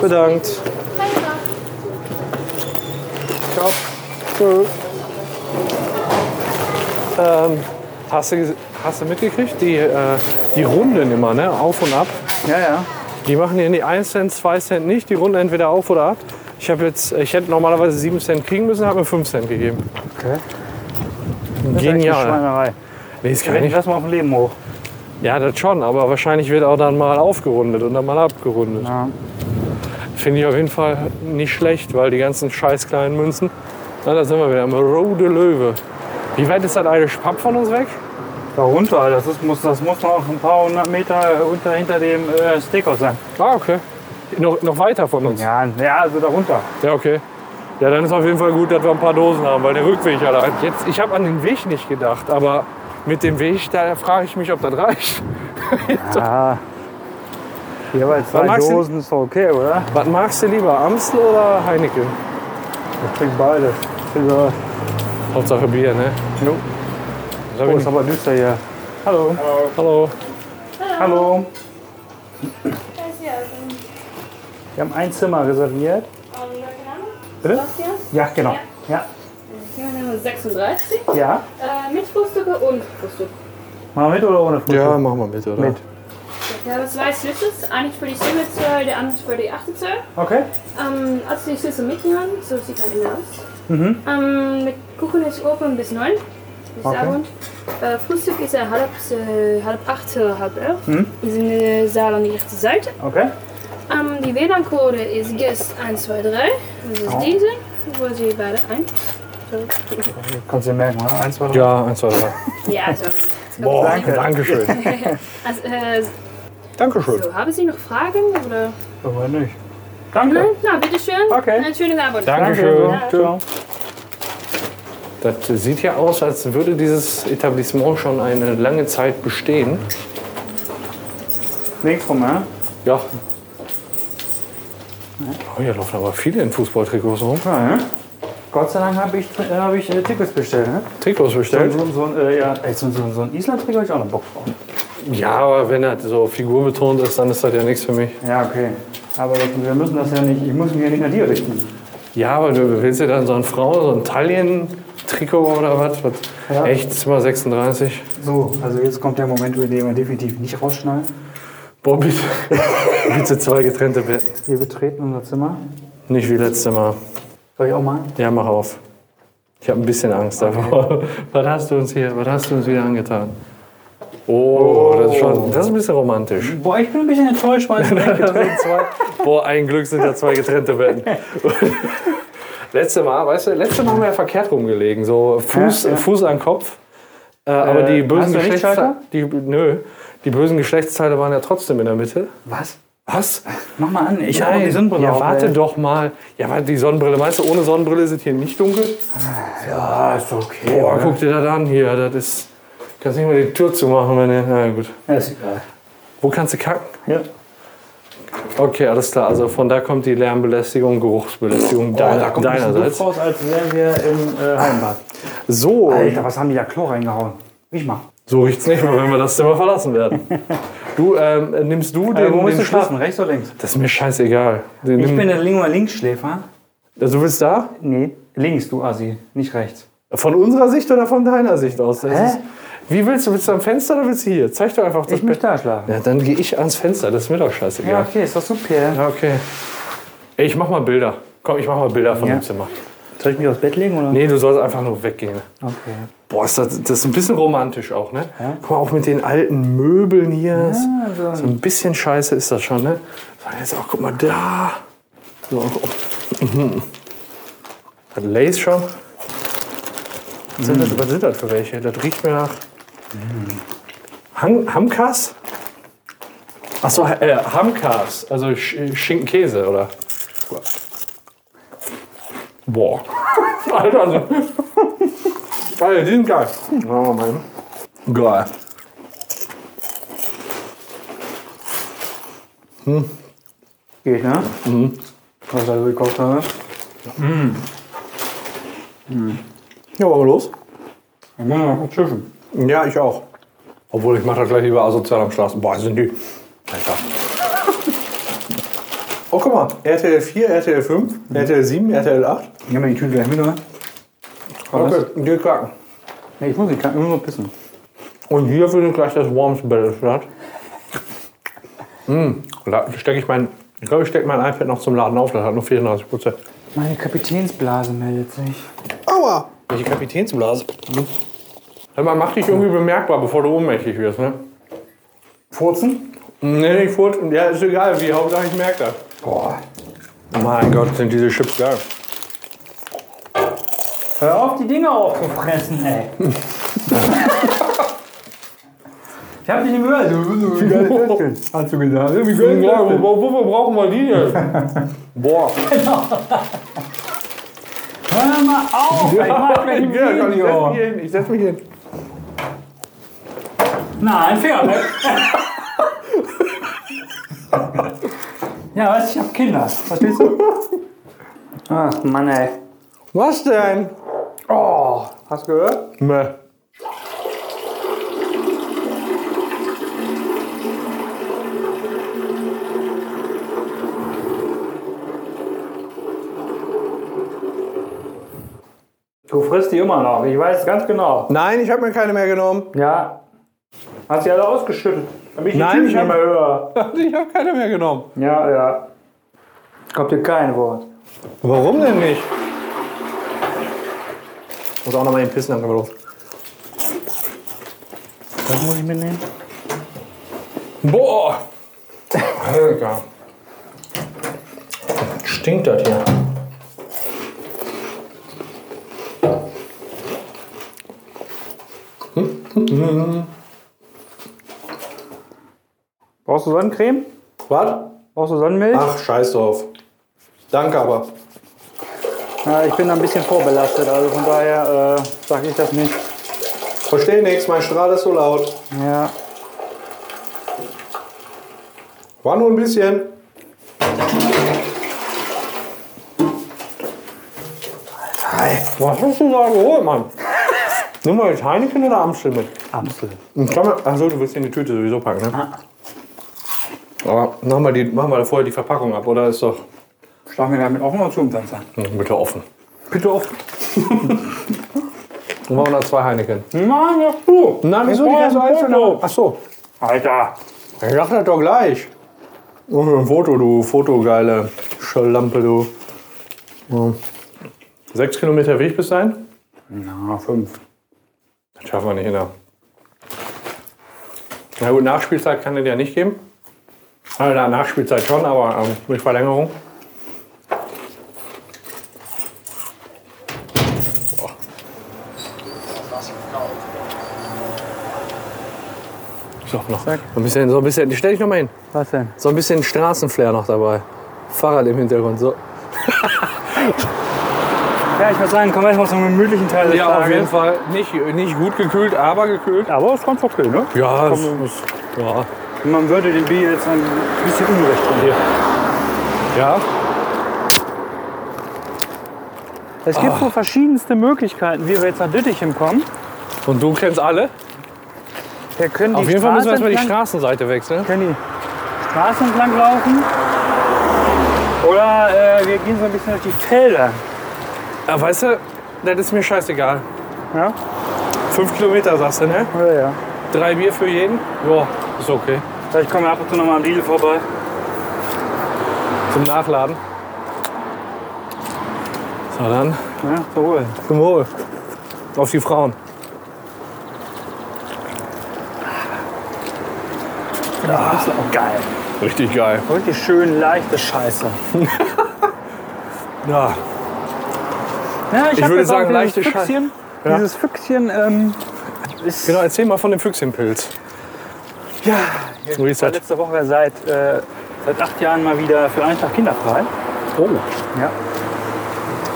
[SPEAKER 2] Bedankt. Ciao. Tschö. Ähm, hast, du, ges- hast du mitgekriegt? Die, äh, die Runden immer, ne? Auf und ab.
[SPEAKER 3] Ja, ja.
[SPEAKER 2] Die machen hier nicht 1 Cent, 2 Cent nicht, die runden entweder auf oder ab. Ich, hab jetzt, ich hätte normalerweise 7 Cent kriegen müssen, habe mir 5 Cent gegeben.
[SPEAKER 3] Okay. Genial.
[SPEAKER 2] Genial.
[SPEAKER 3] Schweinerei.
[SPEAKER 2] Nee, ist gar
[SPEAKER 3] Wenn ich
[SPEAKER 2] nicht.
[SPEAKER 3] das mal auf dem Leben hoch.
[SPEAKER 2] Ja, das schon, aber wahrscheinlich wird auch dann mal aufgerundet und dann mal abgerundet.
[SPEAKER 3] Ja.
[SPEAKER 2] Finde ich auf jeden Fall nicht schlecht, weil die ganzen scheiß kleinen Münzen. Na, da sind wir wieder am Rode Löwe. Wie weit ist das Irish Pub von uns weg?
[SPEAKER 3] Darunter, das, ist, muss, das muss noch ein paar hundert Meter unter, hinter dem äh, Steakhouse sein.
[SPEAKER 2] Ah, okay. Noch, noch weiter von uns?
[SPEAKER 3] Ja, ja, also darunter.
[SPEAKER 2] Ja, okay. Ja, dann ist auf jeden Fall gut, dass wir ein paar Dosen haben, weil der Rückweg allein. Jetzt, ich habe an den Weg nicht gedacht, aber mit dem Weg, da frage ich mich, ob das reicht.
[SPEAKER 3] Ja. Jeweils
[SPEAKER 2] zwei
[SPEAKER 3] zwei
[SPEAKER 2] Dosen
[SPEAKER 3] Dosen ist doch okay, oder?
[SPEAKER 2] Was magst du lieber, Amstel oder Heineken?
[SPEAKER 3] Ich trinke beides. Also,
[SPEAKER 2] Hauptsache Bier, ne?
[SPEAKER 3] Jo.
[SPEAKER 2] Das hab
[SPEAKER 3] oh,
[SPEAKER 2] ich
[SPEAKER 3] ist
[SPEAKER 2] nicht-
[SPEAKER 3] aber düster hier. Hallo.
[SPEAKER 2] Hallo.
[SPEAKER 3] Hallo. Wir haben ein Zimmer reserviert. Bitte? Ja, genau. Ja.
[SPEAKER 6] Nummer 36,
[SPEAKER 3] Ja.
[SPEAKER 6] äh, mit Frühstücke und Frühstück.
[SPEAKER 3] Mal mit oder ohne Frühstück?
[SPEAKER 2] machen wir mit, oder?
[SPEAKER 3] Mit.
[SPEAKER 6] Ich habe zwei Schlüssel, einen für die 7 Zoll, der andere für die 8 Zoll.
[SPEAKER 3] Okay.
[SPEAKER 6] Ähm, als die Schlüssel mitnehmen, so sieht man ihn aus. Ähm, mit Kuchen ist offen bis 9, bis
[SPEAKER 3] Okay.
[SPEAKER 6] Abend. Äh, Frühstück ist äh, ja halb, äh, halb 8, halb 11. Mhm. Ist in der Saal an die rechte Seite.
[SPEAKER 3] Okay.
[SPEAKER 6] Die WLAN-Code ist GIS 123. Das ist diese, wo sie beide ein.
[SPEAKER 3] Kannst du dir merken, oder? Eins, zwei, drei.
[SPEAKER 2] Ja, eins, zwei, drei.
[SPEAKER 6] Ja, also.
[SPEAKER 2] Boah, danke schön.
[SPEAKER 6] also äh,
[SPEAKER 2] Dankeschön.
[SPEAKER 6] so, haben Sie noch Fragen? Oder?
[SPEAKER 3] Aber nicht.
[SPEAKER 6] Nein?
[SPEAKER 3] Danke.
[SPEAKER 6] Na, bitteschön.
[SPEAKER 3] Okay.
[SPEAKER 6] Ein schönes Abend.
[SPEAKER 2] Dankeschön.
[SPEAKER 3] Ciao.
[SPEAKER 2] Das sieht ja aus, als würde dieses Etablissement schon eine lange Zeit bestehen.
[SPEAKER 3] Nächstes Mal.
[SPEAKER 2] Ja. Oh, hier laufen aber viele in Fußballtrikots rum.
[SPEAKER 3] Ja, ne? Gott sei Dank habe ich, äh, hab ich äh, Tickets bestellt. Ne?
[SPEAKER 2] Trikots bestellt.
[SPEAKER 3] So, so, so, äh, ja, ey, so, so, so ein Island-Trikot habe ich auch noch Bock drauf.
[SPEAKER 2] Ja, aber wenn das so figurbetont ist, dann ist das ja nichts für mich.
[SPEAKER 3] Ja, okay. Aber das, wir müssen das ja nicht, ich muss mich ja nicht nach dir richten.
[SPEAKER 2] Ja, aber du willst dir dann so eine Frau, so ein Taillien-Trikot oder was? was?
[SPEAKER 3] Ja.
[SPEAKER 2] Echt, Zimmer 36.
[SPEAKER 3] So, also jetzt kommt der Moment, in dem wir definitiv nicht rausschneiden.
[SPEAKER 2] Boah, bitte. bitte zwei getrennte Betten.
[SPEAKER 3] Wir betreten unser Zimmer.
[SPEAKER 2] Nicht wie letztes Mal.
[SPEAKER 3] Soll ich auch mal?
[SPEAKER 2] Ja, mach auf. Ich habe ein bisschen Angst davor. Was hast du uns hier, was hast du uns wieder angetan? Oh, das ist schon, das ist ein bisschen romantisch.
[SPEAKER 3] Boah, ich bin ein bisschen enttäuscht, weil ich denke, das sind zwei.
[SPEAKER 2] Boah, ein Glück sind ja zwei getrennte Betten. Letzte Mal, weißt du, letzte Mal haben wir ja verkehrt rumgelegen, so Fuß,
[SPEAKER 3] Ja, ja.
[SPEAKER 2] Fuß an Kopf. Äh, aber die bösen
[SPEAKER 3] hast du einen
[SPEAKER 2] Geschlechtsteile,
[SPEAKER 3] Lichtschalter?
[SPEAKER 2] die, nö, die bösen Geschlechtsteile waren ja trotzdem in der Mitte.
[SPEAKER 3] Was?
[SPEAKER 2] Was?
[SPEAKER 3] Mach mal an, ich habe
[SPEAKER 2] Nein.
[SPEAKER 3] die Sonnenbrille
[SPEAKER 2] Ja,
[SPEAKER 3] auf,
[SPEAKER 2] warte
[SPEAKER 3] ey.
[SPEAKER 2] doch mal. Ja, warte, die Sonnenbrille. Meinst du, ohne Sonnenbrille ist es hier nicht dunkel?
[SPEAKER 3] Ah, ist okay.
[SPEAKER 2] Boah,
[SPEAKER 3] oder?
[SPEAKER 2] guck dir das an hier. Das ist. Kannst nicht mal die Tür zumachen, wenn du. Na gut.
[SPEAKER 3] Ja, ist egal.
[SPEAKER 2] Wo kannst du kacken?
[SPEAKER 3] Ja.
[SPEAKER 2] Okay, alles klar. Also von da kommt die Lärmbelästigung, Geruchsbelästigung deiner,
[SPEAKER 3] da kommt ein bisschen
[SPEAKER 2] deinerseits.
[SPEAKER 3] Duft raus, als wären wir im äh, Heimbad.
[SPEAKER 2] So,
[SPEAKER 3] Alter, was haben die da Chlor reingehauen? Riech mal.
[SPEAKER 2] so riecht's nicht mehr, wenn wir das Zimmer verlassen werden. Du, ähm, nimmst
[SPEAKER 3] Äh,
[SPEAKER 2] du den, den Schlaf-
[SPEAKER 3] Rechts oder links?
[SPEAKER 2] Das ist mir scheißegal. Den
[SPEAKER 3] Ich
[SPEAKER 2] nimm-
[SPEAKER 3] bin der linke Linksschläfer.
[SPEAKER 2] also, du willst da?
[SPEAKER 3] Nee, links, du Assi, nicht rechts.
[SPEAKER 2] Von unserer Sicht oder von deiner Sicht aus? Das
[SPEAKER 3] Hä?
[SPEAKER 2] Ist, wie willst du? Willst du am Fenster oder willst du hier? Zeig doch einfach das
[SPEAKER 3] Ich möchte da schlafen.
[SPEAKER 2] Ja, dann gehe ich ans Fenster. Das ist mir doch scheißegal.
[SPEAKER 3] Ja, okay, ist doch super.
[SPEAKER 2] Ja, okay. Ey, ich mach mal Bilder. Komm, ich mach mal Bilder von
[SPEAKER 3] Ja.
[SPEAKER 2] dem Zimmer.
[SPEAKER 3] Soll ich mich aufs Bett legen oder?
[SPEAKER 2] Nee, du sollst einfach nur weggehen.
[SPEAKER 3] Okay.
[SPEAKER 2] Boah, ist das, das ist ein bisschen romantisch auch, ne? Guck mal, auch mit den alten Möbeln hier. ist-
[SPEAKER 3] so-
[SPEAKER 2] so ein bisschen scheiße ist das schon, ne? So, jetzt auch, guck mal da. So, oh. Mhm. Das Lace schon. Was, sind das, was sind das für welche? Das riecht mir nach. Hang, Hamkas? Achso, äh, Hamkas. Also Sch Schinkenkäse, oder? Boah. Alter, also. Alter, die sind geil. Oh, Mann. Geil.
[SPEAKER 3] Geht, ne? Mhm. Was ich also gekauft habe.
[SPEAKER 2] Ja, wollen wir los?
[SPEAKER 3] Dann gehen wir noch zwischen.
[SPEAKER 2] Ja, ich auch. Obwohl, ich mache das gleich lieber asozial am Straßen. Boah, sind die. Alter. Oh, guck mal. RTL 4, RTL 5, RTL 7, RTL 8.
[SPEAKER 3] Nehmen wir die Tür gleich mit, oder?
[SPEAKER 2] Okay, die kacken.
[SPEAKER 3] Nee, ich muss nicht, ich kann immer nur pissen.
[SPEAKER 2] Und hier findet gleich das Worms Battle statt. Mm, da stecke ich mein. Ich glaube, ich stecke mein iPad noch zum Laden auf. Das hat nur 34 Prozent.
[SPEAKER 3] Meine Kapitänsblase meldet sich.
[SPEAKER 2] Aua! Welche Kapitänsblase? Mhm. Hör mal, mach dich irgendwie bemerkbar, bevor du ohnmächtig wirst, ne?
[SPEAKER 3] Furzen?
[SPEAKER 2] Nee, ich furze. Ja, ist egal, wie. Hauptsache, ich merke das.
[SPEAKER 3] Boah.
[SPEAKER 2] Mein Gott, sind diese Chips geil.
[SPEAKER 3] Hör auf, die Dinger aufzufressen, ey. ich hab dich nicht gehört. Wie geil ist das denn? Hast du gesagt? Wie geil ist das
[SPEAKER 2] Ja,
[SPEAKER 3] denn?
[SPEAKER 2] wo, wo, wo brauchen wir die denn? Boah.
[SPEAKER 3] Hör mal auf! Ich mach mir die
[SPEAKER 2] Ja,
[SPEAKER 3] Video.
[SPEAKER 2] komm, ich setz mich hin. Ich setz mich hin.
[SPEAKER 3] Nein, Finger weg. ja, weißt du, ich hab Kinder. Verstehst du? Ach, Mann, ey.
[SPEAKER 2] Was denn?
[SPEAKER 3] Oh, hast du gehört?
[SPEAKER 2] Ne.
[SPEAKER 3] Du frisst die immer noch. Ich weiß ganz genau.
[SPEAKER 2] Nein, ich habe mir keine mehr genommen.
[SPEAKER 3] Ja. Hast die alle ausgeschüttet, damit ich
[SPEAKER 2] Nein,
[SPEAKER 3] die
[SPEAKER 2] ich
[SPEAKER 3] Tür
[SPEAKER 2] hab-
[SPEAKER 3] nicht mehr höre.
[SPEAKER 2] Ich habe keine mehr genommen.
[SPEAKER 3] Ja, ja. Kommt dir kein Wort.
[SPEAKER 2] Warum denn nicht? Muss auch noch mal den Pissen, dann können wir los.
[SPEAKER 3] Das muss ich mitnehmen.
[SPEAKER 2] Boah! Alter. stinkt das hier?
[SPEAKER 1] Brauchst du Sonnencreme?
[SPEAKER 2] Was?
[SPEAKER 1] Brauchst du Sonnenmilch?
[SPEAKER 2] Ach, scheiß drauf. Danke aber.
[SPEAKER 1] Na, ich bin da ein bisschen vorbelastet, also von daher äh, sage ich das nicht.
[SPEAKER 2] Verstehe nichts, mein Strahl ist so laut.
[SPEAKER 1] Ja,
[SPEAKER 2] War nur ein bisschen. Hey, was hast du da geholt, Mann? Nimm mal jetzt Heineken oder Amstel mit?
[SPEAKER 1] Amsel.
[SPEAKER 2] Und Kann man, achso, du willst die in die Tüte sowieso packen,
[SPEAKER 1] Ah.
[SPEAKER 2] ne? Aber mach mal, die, mach mal vorher die Verpackung ab, oder? Ist doch
[SPEAKER 1] Schlag mir damit offen oder zu, Tanzer?
[SPEAKER 2] Hm, bitte offen.
[SPEAKER 1] Bitte offen.
[SPEAKER 2] Wir machen da zwei Heineken.
[SPEAKER 1] Nein, das du.
[SPEAKER 2] Nein,
[SPEAKER 1] wieso die ganze einzelne?
[SPEAKER 2] Achso,
[SPEAKER 1] Alter.
[SPEAKER 2] ich dachte das doch gleich. Oh, ein Foto, du fotogeile Schlampe, du. Ja. Sechs Kilometer Weg bis dahin?
[SPEAKER 1] Na, fünf.
[SPEAKER 2] Das schaffen wir nicht hin. Na gut, Nachspielzeit kann er dir nicht geben. Also, na, Nachspielzeit schon, aber ähm, mit Verlängerung. Boah. So, noch. So ein bisschen, so ein bisschen, stell dich noch mal hin.
[SPEAKER 1] Was denn?
[SPEAKER 2] So ein bisschen Straßenflair noch dabei. Fahrrad im Hintergrund. So.
[SPEAKER 1] Ja, ich würde sagen, kommen wir erstmal zum gemütlichen Teil des
[SPEAKER 2] Ja,
[SPEAKER 1] Tages.
[SPEAKER 2] auf jeden Fall. Nicht, nicht gut gekühlt, aber gekühlt.
[SPEAKER 1] Aber ist ganz okay, ne?
[SPEAKER 2] Ja,
[SPEAKER 1] Komm,
[SPEAKER 2] es- ja.
[SPEAKER 1] Man würde den Bier jetzt ein bisschen unrecht tun.
[SPEAKER 2] ja.
[SPEAKER 1] Es
[SPEAKER 2] Ah.
[SPEAKER 1] gibt so verschiedenste Möglichkeiten, wie wir jetzt nach Düttichen kommen.
[SPEAKER 2] Und du kennst alle?
[SPEAKER 1] Wir können die
[SPEAKER 2] Auf jeden Fall müssen wir
[SPEAKER 1] Straße
[SPEAKER 2] erstmal die
[SPEAKER 1] entlang-
[SPEAKER 2] Straßenseite wechseln.
[SPEAKER 1] können die Straße entlang laufen. Oder äh, wir gehen so ein bisschen durch die Felder.
[SPEAKER 2] Ah, weißt du, das ist mir scheißegal.
[SPEAKER 1] Ja?
[SPEAKER 2] Fünf Kilometer sagst du, ne?
[SPEAKER 1] Ja, ja.
[SPEAKER 2] Drei Bier für jeden? Ja, ist okay.
[SPEAKER 1] Vielleicht kommen wir ab und zu noch mal am Lidl vorbei.
[SPEAKER 2] Zum Nachladen. So, dann
[SPEAKER 1] Ja, zur Ruhe.
[SPEAKER 2] zum Wohl. Auf die Frauen.
[SPEAKER 1] Das ist auch geil.
[SPEAKER 2] Richtig geil.
[SPEAKER 1] Richtig schön leichte Scheiße.
[SPEAKER 2] Ja.
[SPEAKER 1] Ja,
[SPEAKER 2] Ich
[SPEAKER 1] hab
[SPEAKER 2] würde
[SPEAKER 1] jetzt auch
[SPEAKER 2] sagen,
[SPEAKER 1] dieses
[SPEAKER 2] leichte Scheiße.
[SPEAKER 1] Füchschen, Dieses Füchschen ähm, ist
[SPEAKER 2] Genau, erzähl mal von dem Füchschenpilz. Ja. Wie ist
[SPEAKER 1] war
[SPEAKER 2] das?
[SPEAKER 1] letzte Woche seit, äh, seit acht Jahren mal wieder für einen Tag kinderfrei.
[SPEAKER 2] Oh.
[SPEAKER 1] Ja.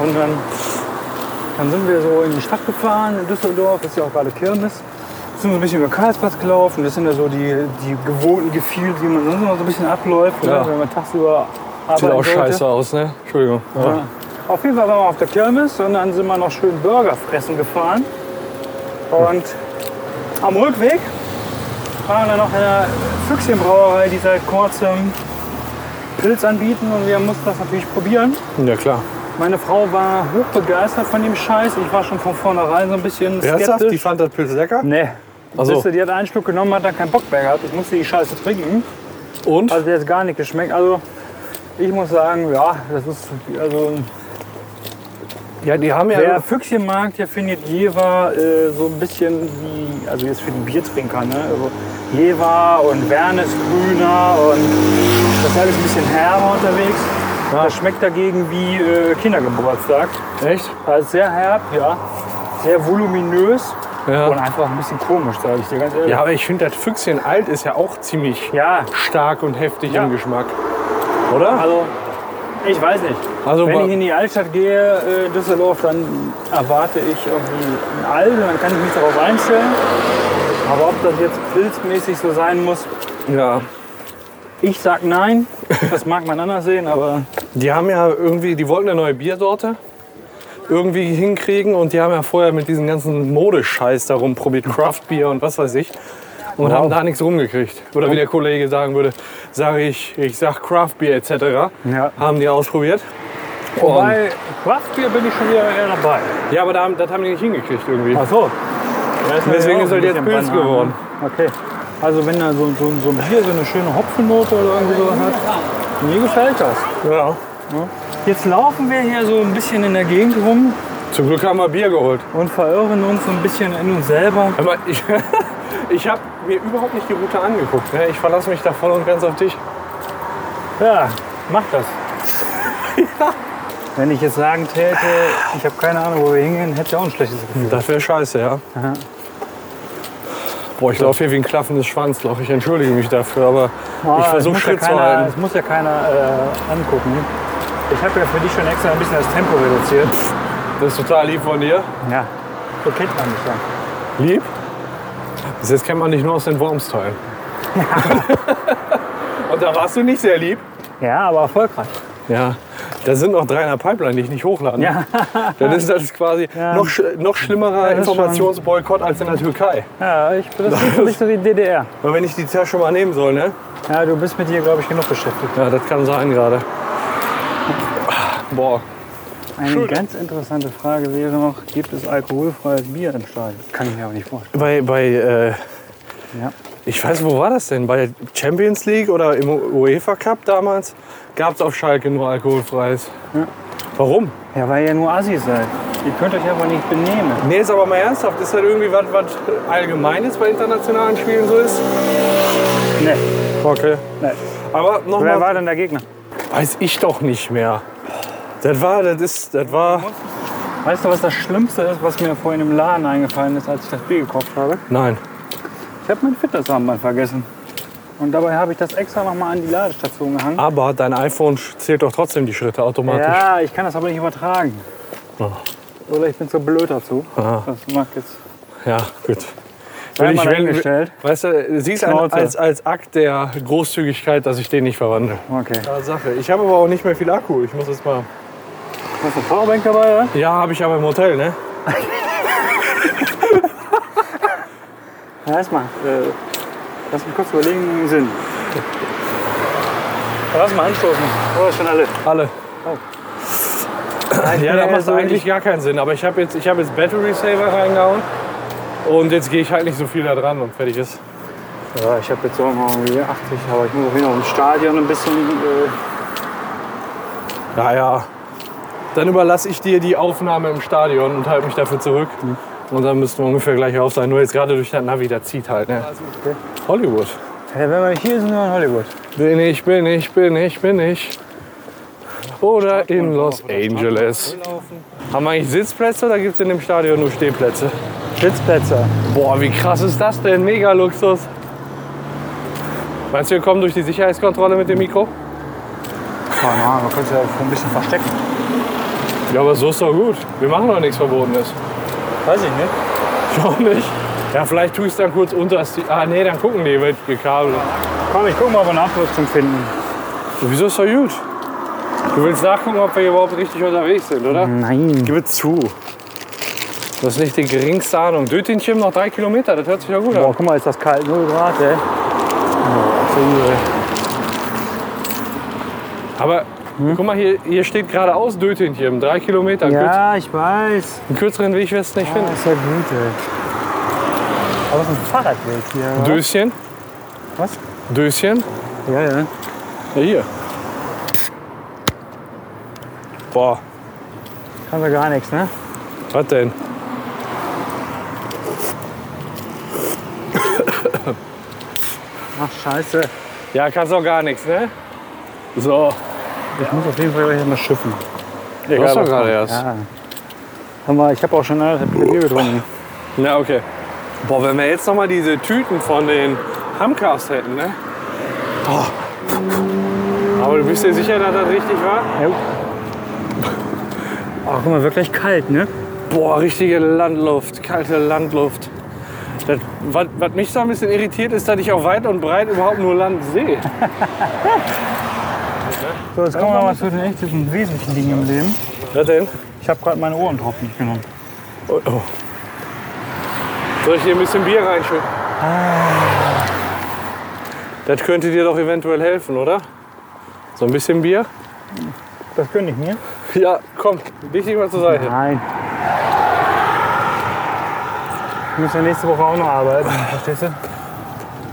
[SPEAKER 1] Und dann, dann sind wir so in die Stadt gefahren, in Düsseldorf, ist ja auch gerade Kirmes. Sind so ein bisschen über Karlsplatz gelaufen, das sind ja so die, die gewohnten Gefühle, die man sonst immer so ein bisschen abläuft,
[SPEAKER 2] Ja.
[SPEAKER 1] oder? wenn man tagsüber arbeiten
[SPEAKER 2] Sieht auch
[SPEAKER 1] sollte.
[SPEAKER 2] scheiße aus, ne? Entschuldigung. Ja.
[SPEAKER 1] Ja. Auf jeden Fall waren wir auf der Kirmes und dann sind wir noch schön Burger fressen gefahren. Und am Rückweg waren wir noch in der Füchschenbrauerei, die seit kurzem Pilz anbieten und wir mussten das natürlich probieren.
[SPEAKER 2] ja, klar.
[SPEAKER 1] Meine Frau war hochbegeistert von dem Scheiß. Ich war schon von vornherein so ein bisschen
[SPEAKER 2] Ernsthaft? Die
[SPEAKER 1] skeptisch.
[SPEAKER 2] fand das Pilz lecker?
[SPEAKER 1] Nee.
[SPEAKER 2] Ach so.
[SPEAKER 1] Wisst ihr, die hat einen Schluck genommen, hat dann keinen Bock mehr gehabt. Ich musste die Scheiße trinken.
[SPEAKER 2] Und?
[SPEAKER 1] Also der hat gar nicht geschmeckt. Also ich muss sagen, ja, das ist also
[SPEAKER 2] Ja, die haben
[SPEAKER 1] Wer Füchschen mag, der findet Jever äh, so ein bisschen wie, also jetzt für die Biertrinker, ne? Also Jever und Wern ist grüner und das ist alles ein bisschen herber unterwegs. Das schmeckt dagegen wie äh, Kindergeburtstag.
[SPEAKER 2] Echt?
[SPEAKER 1] Also sehr herb, ja. Sehr voluminös
[SPEAKER 2] Ja.
[SPEAKER 1] und einfach ein bisschen komisch, sage ich dir ganz ehrlich.
[SPEAKER 2] Ja, aber ich finde, das Füchschen alt ist ja auch ziemlich
[SPEAKER 1] ja
[SPEAKER 2] stark und heftig
[SPEAKER 1] Ja.
[SPEAKER 2] im Geschmack. Oder?
[SPEAKER 1] also ich weiß nicht.
[SPEAKER 2] Also,
[SPEAKER 1] Wenn
[SPEAKER 2] wa-
[SPEAKER 1] ich in die Altstadt gehe, äh, Düsseldorf, dann erwarte ich irgendwie ein Alt und dann kann ich mich darauf einstellen. Aber ob das jetzt pilzmäßig so sein muss,
[SPEAKER 2] ja.
[SPEAKER 1] ich sag nein. Das mag man anders sehen, aber
[SPEAKER 2] Die haben ja irgendwie, die wollten eine neue Biersorte irgendwie hinkriegen und die haben ja vorher mit diesem ganzen Modescheiß darum probiert, Craft Beer und was weiß ich. Und haben da nichts rumgekriegt. Oder wie der Kollege sagen würde, sage ich, ich sag Craft Beer etc.
[SPEAKER 1] Ja.
[SPEAKER 2] Haben die ausprobiert. Und,
[SPEAKER 1] bei Craftbier bin ich schon wieder eher dabei.
[SPEAKER 2] Oh. ja, aber da haben, das haben die nicht hingekriegt irgendwie.
[SPEAKER 1] Ach so.
[SPEAKER 2] Deswegen ist
[SPEAKER 1] er
[SPEAKER 2] halt jetzt Pilz geworden.
[SPEAKER 1] Okay. Also wenn da so, so, so ein Bier so eine schöne Hopfennote oder irgendwie sowas hat, mir gefällt das.
[SPEAKER 2] Ja.
[SPEAKER 1] Jetzt laufen wir hier so ein bisschen in der Gegend rum
[SPEAKER 2] Zum Glück haben wir Bier geholt.
[SPEAKER 1] und verirren uns so ein bisschen in uns selber.
[SPEAKER 2] Hör mal, ich, ich habe mir überhaupt nicht die Route angeguckt. Ne? Ich verlasse mich da voll und ganz auf dich.
[SPEAKER 1] Ja, mach das. Wenn ich jetzt sagen täte, ich habe keine Ahnung, wo wir hingehen, hätte ich auch ein schlechtes Gefühl.
[SPEAKER 2] Das wäre scheiße, ja. Boah, ich laufe hier wie ein klaffendes Schwanzloch. Ich entschuldige mich dafür, aber
[SPEAKER 1] Ah,
[SPEAKER 2] ich
[SPEAKER 1] es
[SPEAKER 2] versuche
[SPEAKER 1] muss ja
[SPEAKER 2] Schritt zu
[SPEAKER 1] keiner-
[SPEAKER 2] halten.
[SPEAKER 1] Es muss ja keiner äh, angucken. Ich habe ja für dich schon extra ein bisschen das Tempo reduziert.
[SPEAKER 2] Das ist total lieb von dir.
[SPEAKER 1] Ja, so kennt man mich ja.
[SPEAKER 2] Lieb? Bis jetzt kennt man dich nur aus den Worms-Teilen. Und da warst du nicht sehr lieb.
[SPEAKER 1] Ja, aber erfolgreich.
[SPEAKER 2] Ja, da sind noch drei in der Pipeline, die ich nicht hochladen.
[SPEAKER 1] Ja.
[SPEAKER 2] Dann ist das quasi noch, sch- noch schlimmerer
[SPEAKER 1] das ist
[SPEAKER 2] Informationsboykott als in der Türkei.
[SPEAKER 1] Ja, ich, das ist so ein bisschen wie DDR.
[SPEAKER 2] Weil wenn ich die Tasche mal nehmen soll, ne?
[SPEAKER 1] Ja, du bist mit dir, glaube ich, genug beschäftigt.
[SPEAKER 2] Ja, das kann sein gerade. Boah.
[SPEAKER 1] Eine ganz interessante Frage wäre noch, gibt es alkoholfreies Bier im Stadion? Kann ich mir aber nicht vorstellen.
[SPEAKER 2] Bei, bei äh,
[SPEAKER 1] Ja.
[SPEAKER 2] ich weiß, wo war das denn? Bei Champions League oder im UEFA Cup damals gab es auf Schalke nur alkoholfreies. Warum?
[SPEAKER 1] Ja, weil ihr nur Assis seid. Ihr könnt euch aber nicht benehmen.
[SPEAKER 2] Nee, ist aber mal ernsthaft. Ist das irgendwie was, was Allgemeines bei internationalen Spielen so ist?
[SPEAKER 1] Nee,
[SPEAKER 2] Okay.
[SPEAKER 1] nee.
[SPEAKER 2] Aber
[SPEAKER 1] Wer war
[SPEAKER 2] nochmal,
[SPEAKER 1] denn der Gegner?
[SPEAKER 2] weiß ich doch nicht mehr. Das war, das ist, das war,
[SPEAKER 1] Weißt du, was das Schlimmste ist, was mir vorhin im Laden eingefallen ist, als ich das Bier gekauft habe?
[SPEAKER 2] nein.
[SPEAKER 1] Ich habe mein Fitnessarmband vergessen. Und dabei habe ich das extra nochmal an die Ladestation gehangen.
[SPEAKER 2] Aber dein iPhone sch- zählt doch trotzdem die Schritte automatisch.
[SPEAKER 1] Ja, ich kann das aber nicht übertragen.
[SPEAKER 2] Oh.
[SPEAKER 1] Ah. Oder ich bin zu blöd dazu.
[SPEAKER 2] Ah.
[SPEAKER 1] Das macht jetzt.
[SPEAKER 2] Ja, gut.
[SPEAKER 1] Sei
[SPEAKER 2] Will
[SPEAKER 1] mal
[SPEAKER 2] ich- will-
[SPEAKER 1] dahingestellt.
[SPEAKER 2] Weißt du, siehst an,
[SPEAKER 1] Schnauze.
[SPEAKER 2] als, als Akt der Großzügigkeit, dass ich den nicht verwandle.
[SPEAKER 1] Okay.
[SPEAKER 2] Sache. Ich habe aber auch nicht mehr viel Akku. Ich muss jetzt mal.
[SPEAKER 1] Hast du eine Powerbank dabei, oder?
[SPEAKER 2] Ja, habe ich aber im Hotel, ne?
[SPEAKER 1] Ja, erstmal. Äh, lass mich kurz überlegen im Sinn. Lass mal anstoßen. Oh, schon alle.
[SPEAKER 2] Alle.
[SPEAKER 1] Ich
[SPEAKER 2] Ja,
[SPEAKER 1] bin
[SPEAKER 2] das macht
[SPEAKER 1] so
[SPEAKER 2] eigentlich gar keinen Sinn. Aber ich habe jetzt, ich habe jetzt Battery Saver reingehauen. Und jetzt gehe ich halt nicht so viel da dran und fertig ist.
[SPEAKER 1] Ja, ich habe jetzt auch noch irgendwie 80, aber ich muss auch wieder im Stadion ein bisschen. Äh,
[SPEAKER 2] Naja. Dann überlasse ich dir die Aufnahme im Stadion und halte mich dafür zurück. Und dann müssten wir ungefähr gleich auf sein. Nur jetzt gerade durch das Navi, da zieht halt. Ne? Hollywood.
[SPEAKER 1] ja, wenn wir hier sind, nur in Hollywood.
[SPEAKER 2] Bin ich, bin ich, bin ich, bin ich. Oder in Los Angeles. Haben wir eigentlich Sitzplätze oder gibt es in dem Stadion nur Stehplätze?
[SPEAKER 1] Sitzplätze.
[SPEAKER 2] Boah, wie krass ist das denn? Mega Luxus. Meinst du, wir kommen durch die Sicherheitskontrolle mit dem Mikro?
[SPEAKER 1] Keine Ahnung, Ah, man könnte ja auch ein bisschen verstecken.
[SPEAKER 2] Ja, aber so ist doch gut. Wir machen doch nichts Verbotenes.
[SPEAKER 1] Weiß ich nicht.
[SPEAKER 2] Ich auch nicht. Ja, vielleicht tue ich es dann kurz unter das... Ah, nee, dann gucken die welche Kabel.
[SPEAKER 1] Komm, ich guck mal, ob wir eine Abkürzung finden.
[SPEAKER 2] Wieso ist doch gut? Du willst nachgucken, ob wir hier überhaupt richtig unterwegs sind, oder?
[SPEAKER 1] Nein.
[SPEAKER 2] Gib es zu. Du hast nicht die geringste Ahnung. Dötinchen noch drei Kilometer, das hört sich ja gut an.
[SPEAKER 1] Boah, guck mal, ist das kalt. 0 Grad, ey.
[SPEAKER 2] Aber
[SPEAKER 1] Hm?
[SPEAKER 2] guck mal, hier, hier steht geradeaus Dötinchen, drei Kilometer. Kürz,
[SPEAKER 1] Ja, ich weiß.
[SPEAKER 2] einen kürzeren Weg wirst du nicht
[SPEAKER 1] Ja,
[SPEAKER 2] finden.
[SPEAKER 1] ist ja gut, ey. Aber es ist ein Fahrradweg hier. oder?
[SPEAKER 2] Döschen?
[SPEAKER 1] Ah. Was?
[SPEAKER 2] Döschen?
[SPEAKER 1] Ja, ja.
[SPEAKER 2] Ja, hier. Boah,
[SPEAKER 1] Kann wir gar nichts, ne?
[SPEAKER 2] was denn?
[SPEAKER 1] Ach, scheiße.
[SPEAKER 2] Ja, kannst auch gar nichts, ne? So.
[SPEAKER 1] Ich muss auf jeden Fall gleich mal schiffen.
[SPEAKER 2] Du hast doch gerade erst.
[SPEAKER 1] Ja. Hör mal, ich habe auch schon anderthalb Liter Bier getrunken.
[SPEAKER 2] Na, okay. Boah, wenn wir jetzt noch mal diese Tüten von den Hamcars hätten, ne? Oh. Aber du bist dir sicher, dass das richtig war?
[SPEAKER 1] Ach, Oh, guck mal, wirklich kalt, ne?
[SPEAKER 2] Boah, richtige Landluft, kalte Landluft. Das, was, was mich so ein bisschen irritiert, ist, dass ich auch weit und breit überhaupt nur Land sehe.
[SPEAKER 1] So, jetzt kommen wir mal zu den echten wesentlichen Dingen im Leben.
[SPEAKER 2] Was denn?
[SPEAKER 1] Ich habe gerade meine Ohrentropfen nicht
[SPEAKER 3] Genau.
[SPEAKER 1] genommen.
[SPEAKER 2] Oh, oh. Soll ich dir ein bisschen Bier reinschütten? Ah. Das könnte dir doch eventuell helfen, oder? So ein bisschen Bier?
[SPEAKER 1] Das gönn ich mir.
[SPEAKER 2] Ja, komm, dich nicht mal zur Seite.
[SPEAKER 1] Nein. Ich muss ja nächste Woche auch noch arbeiten, verstehst du?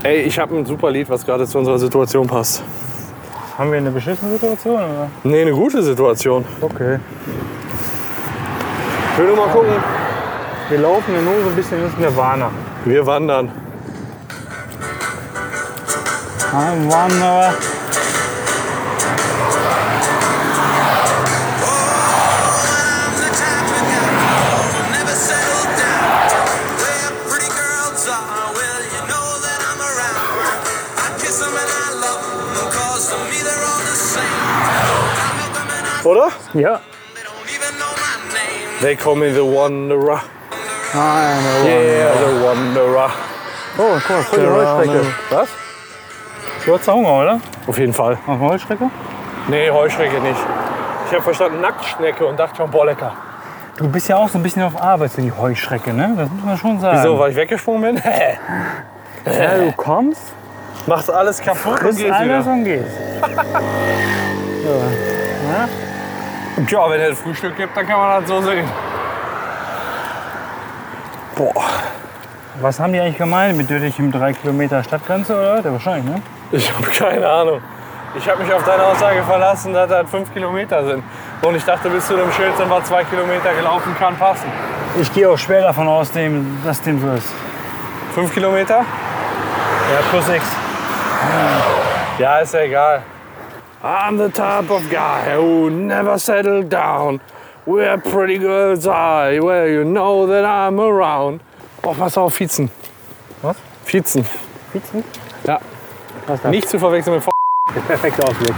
[SPEAKER 2] Ey, ich habe ein super Lied, was gerade zu unserer Situation passt.
[SPEAKER 1] Haben wir eine beschissene Situation, oder?
[SPEAKER 2] Nee, eine gute Situation.
[SPEAKER 1] Okay.
[SPEAKER 2] Ich will nur mal gucken.
[SPEAKER 1] Wir laufen ja nur so ein bisschen ins Nirvana.
[SPEAKER 2] Wir wandern.
[SPEAKER 1] I'm Wanderer.
[SPEAKER 2] oder?
[SPEAKER 3] Ja.
[SPEAKER 2] They call me the Wanderer.
[SPEAKER 1] Ah, Nein,
[SPEAKER 2] Yeah, the Wanderer.
[SPEAKER 3] Oh, guck mal,
[SPEAKER 1] voll die Heuschrecke.
[SPEAKER 2] Was?
[SPEAKER 3] Du hast Hunger, oder?
[SPEAKER 2] Auf jeden Fall.
[SPEAKER 3] Auf eine Heuschrecke?
[SPEAKER 2] Nee, Heuschrecke nicht. Ich habe verstanden Nacktschnecke und dachte schon, boah, lecker.
[SPEAKER 3] Du bist ja auch so ein bisschen auf Arbeit für die Heuschrecke, ne? Das muss man schon sagen.
[SPEAKER 2] Wieso, weil ich weggesprungen bin?
[SPEAKER 3] Ja, du kommst,
[SPEAKER 2] Macht alles kaputt und
[SPEAKER 3] bist
[SPEAKER 2] geht's
[SPEAKER 3] alles
[SPEAKER 2] wieder.
[SPEAKER 3] und gehst.
[SPEAKER 2] Ja, wenn es Frühstück gibt, dann kann man das so sehen. Boah.
[SPEAKER 3] Was haben die eigentlich gemeint mit Dürrichem 3 um Kilometer Stadtgrenze, oder? Der wahrscheinlich, ne?
[SPEAKER 2] Ich habe keine Ahnung. Ich habe mich auf deine Aussage verlassen, dass das fünf Kilometer sind. Und ich dachte, bis zu dem Schild sind wir zwei Kilometer gelaufen, kann passen.
[SPEAKER 3] Ich gehe auch schwer davon aus, dem, dass dem so ist.
[SPEAKER 2] Fünf Kilometer?
[SPEAKER 3] Ja, plus 6.
[SPEAKER 2] Ja, ist ja egal. I'm the type of guy who never settled down. Where pretty girls are, where you know that I'm around. Oh, pass auf, Fietzen.
[SPEAKER 3] Was?
[SPEAKER 2] Fietzen.
[SPEAKER 3] Pizzen?
[SPEAKER 2] Ja.
[SPEAKER 3] Was da?
[SPEAKER 2] Nicht zu verwechseln mit V.
[SPEAKER 3] Perfekter Ausblick.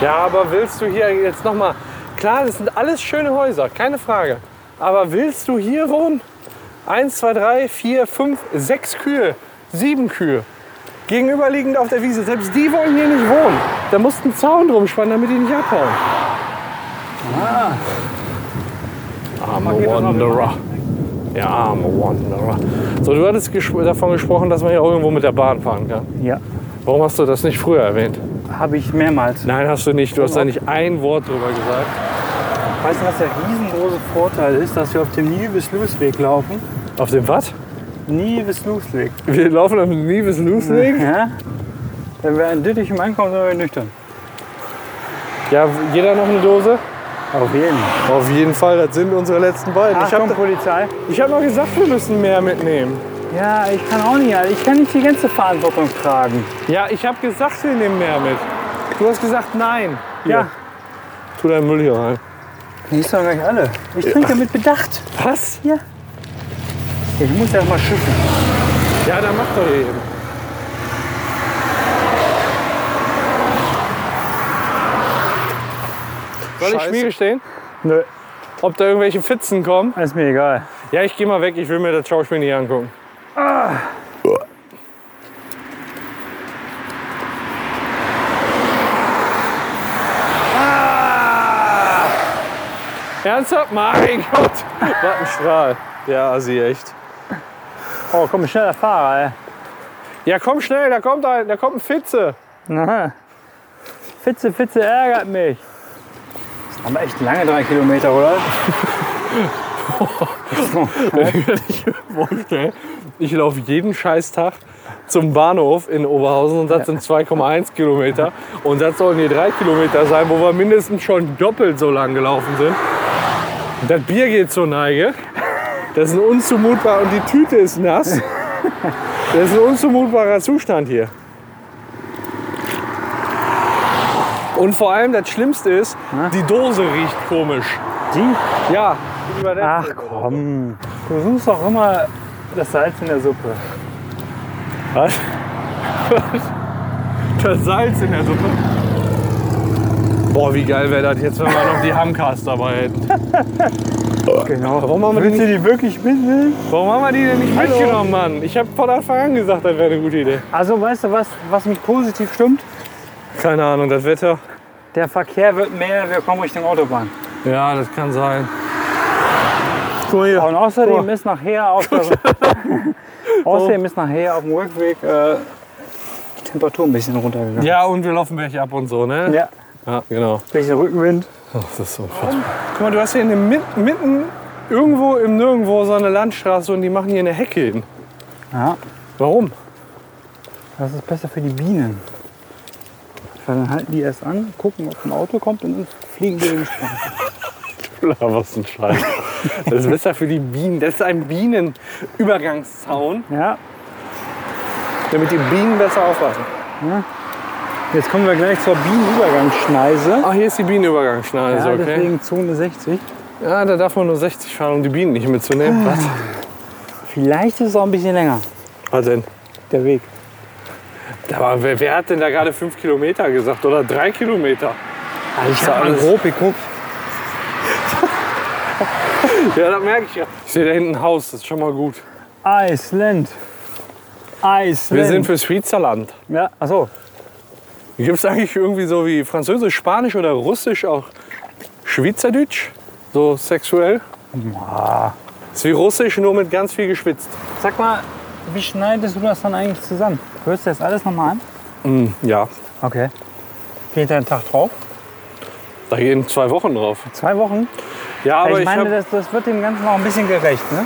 [SPEAKER 2] Ja, aber willst du hier jetzt nochmal. Klar, das sind alles schöne Häuser, keine Frage. Aber willst du hier wohnen? Eins, zwei, drei, vier, fünf, sechs Kühe, sieben Kühe. Gegenüberliegend auf der Wiese. Selbst die wollen hier nicht wohnen. Da musst du einen Zaun drum spannen, damit die nicht abhauen. Ah. I'm a wanderer. Ja, I'm a wanderer. So, du hattest gespr- davon gesprochen, dass man hier auch irgendwo mit der Bahn fahren kann.
[SPEAKER 3] Ja,
[SPEAKER 2] Warum hast du das nicht früher erwähnt?
[SPEAKER 3] habe ich mehrmals.
[SPEAKER 2] Nein, hast du nicht. Du hast da nicht ein Wort drüber gesagt.
[SPEAKER 3] Weißt du, was der riesengroße Vorteil ist, dass wir auf dem Nilvis-Lusweg laufen?
[SPEAKER 2] Auf dem was?
[SPEAKER 3] Nilvis-Lusweg.
[SPEAKER 2] Wir laufen auf dem Liebes Looseweg.
[SPEAKER 3] Ja? Wenn wir in Dittichem ankommen, sind wir nüchtern.
[SPEAKER 2] Ja, jeder noch eine Dose?
[SPEAKER 3] Auf jeden.
[SPEAKER 2] Auf jeden Fall, das sind unsere letzten beiden. Ich
[SPEAKER 3] Achtung,
[SPEAKER 2] habe
[SPEAKER 3] Polizei.
[SPEAKER 2] hab noch gesagt, wir müssen mehr mitnehmen.
[SPEAKER 3] Ja, ich kann auch nicht, alle- Also ich kann nicht die ganze Verantwortung tragen.
[SPEAKER 2] Ja, ich habe gesagt, wir nehmen mehr mit. Du hast gesagt, nein.
[SPEAKER 3] Ja.
[SPEAKER 2] Tu deinen Müll hier rein.
[SPEAKER 3] Die ist doch gleich alle. Ich trinke mit Bedacht.
[SPEAKER 2] Was?
[SPEAKER 3] Ja. Ich muss erst mal schiffen.
[SPEAKER 2] Ja, dann mach doch eben. Soll ich
[SPEAKER 3] Scheiße.
[SPEAKER 2] Schmiere stehen?
[SPEAKER 3] Nö,
[SPEAKER 2] Ob da irgendwelche Fitzen kommen?
[SPEAKER 3] ist mir egal.
[SPEAKER 2] Ja, ich gehe mal weg, ich will mir das Schauspiel nicht angucken. Ah. Ah. Ernsthaft? Mein Gott! Was ein Strahl. Ja, Assi, echt.
[SPEAKER 3] Oh, komm, schneller Fahrer, ey.
[SPEAKER 2] Ja, komm schnell, da kommt ein, da kommt ein Fitze.
[SPEAKER 3] Na, Fitze, Fitze ärgert mich. Das waren aber echt lange drei Kilometer, oder?
[SPEAKER 2] Vorstell, Ich laufe jeden Scheißtag zum Bahnhof in Oberhausen und das sind 2,1 Kilometer. Und das sollen hier 3 Kilometer sein, wo wir mindestens schon doppelt so lang gelaufen sind. Das Bier geht zur Neige. Das ist ein unzumutbar und die Tüte ist nass. Das ist ein unzumutbarer Zustand hier. Und vor allem das Schlimmste ist, die Dose riecht komisch.
[SPEAKER 3] Die?
[SPEAKER 2] Ja.
[SPEAKER 3] Ach komm. Du suchst doch immer das Salz in der Suppe.
[SPEAKER 2] Was? Das Salz in der Suppe. Boah, wie geil wäre das jetzt, wenn wir noch die Hamcast dabei hätten.
[SPEAKER 3] Genau.
[SPEAKER 2] Warum haben wir die
[SPEAKER 3] Willst du die wirklich mitnehmen?
[SPEAKER 2] Warum haben wir die denn nicht
[SPEAKER 3] Hallo.
[SPEAKER 2] mitgenommen, Mann? Ich habe von Anfang an gesagt, das wäre eine gute Idee.
[SPEAKER 3] Also weißt du was, was mich positiv stimmt?
[SPEAKER 2] Keine Ahnung, das Wetter.
[SPEAKER 3] Der Verkehr wird mehr, wir kommen Richtung Autobahn.
[SPEAKER 2] Ja, das kann sein. Guck mal
[SPEAKER 3] Und
[SPEAKER 2] hier.
[SPEAKER 3] außerdem ist nachher auf der, außerdem ist nachher auf dem Rückweg äh, die Temperatur ein bisschen runtergegangen.
[SPEAKER 2] Ja, und wir laufen welche ab und so, ne?
[SPEAKER 3] Ja,
[SPEAKER 2] Ja, genau.
[SPEAKER 3] bisschen Rückenwind.
[SPEAKER 2] Ach, das ist unfassbar. Guck mal, du hast hier in dem, Mit- mitten irgendwo im Nirgendwo so eine Landstraße und die machen hier eine Hecke hin.
[SPEAKER 3] Ja,
[SPEAKER 2] Warum?
[SPEAKER 3] das ist besser für die Bienen. Weil dann halten die erst an, gucken, ob ein Auto kommt und dann fliegen die den Strand.
[SPEAKER 2] Was ein Scheiß. Das ist besser für die Bienen. Das ist ein Bienenübergangszaun,
[SPEAKER 3] Ja,
[SPEAKER 2] damit die Bienen besser aufpassen.
[SPEAKER 3] jetzt kommen wir gleich zur Bienenübergangsschneise.
[SPEAKER 2] Ach, Ah, hier ist die Bienenübergangsschneise,
[SPEAKER 3] Ja,
[SPEAKER 2] okay.
[SPEAKER 3] deswegen Zone 60.
[SPEAKER 2] Ja, da darf man nur 60 fahren, um die Bienen nicht mitzunehmen.
[SPEAKER 3] Ah.
[SPEAKER 2] Was?
[SPEAKER 3] Vielleicht ist es auch ein bisschen länger,
[SPEAKER 2] Was denn?
[SPEAKER 3] der Weg.
[SPEAKER 2] Aber wer, wer hat denn da gerade 5 Kilometer gesagt oder 3 Kilometer?
[SPEAKER 7] Ich habe mal grob geguckt. ja, das merke ich ja. Ich sehe da hinten ein Haus, das ist schon mal gut.
[SPEAKER 3] Iceland. Iceland.
[SPEAKER 7] Wir sind für Switzerland.
[SPEAKER 3] Ja, achso.
[SPEAKER 7] Gibt es eigentlich irgendwie so wie Französisch, Spanisch oder Russisch auch Schweizerdeutsch? So sexuell? Ist wie Russisch, nur mit ganz viel geschwitzt.
[SPEAKER 3] Sag mal, wie schneidest du das dann eigentlich zusammen? Hörst du das alles nochmal an?
[SPEAKER 7] Mm, ja,
[SPEAKER 3] Okay. Geht da ein Tag drauf?
[SPEAKER 7] da gehen zwei Wochen drauf.
[SPEAKER 3] Zwei Wochen?
[SPEAKER 7] Ja, aber
[SPEAKER 3] Also ich meine,
[SPEAKER 7] ich hab,
[SPEAKER 3] das, das wird dem Ganzen auch ein bisschen gerecht, ne?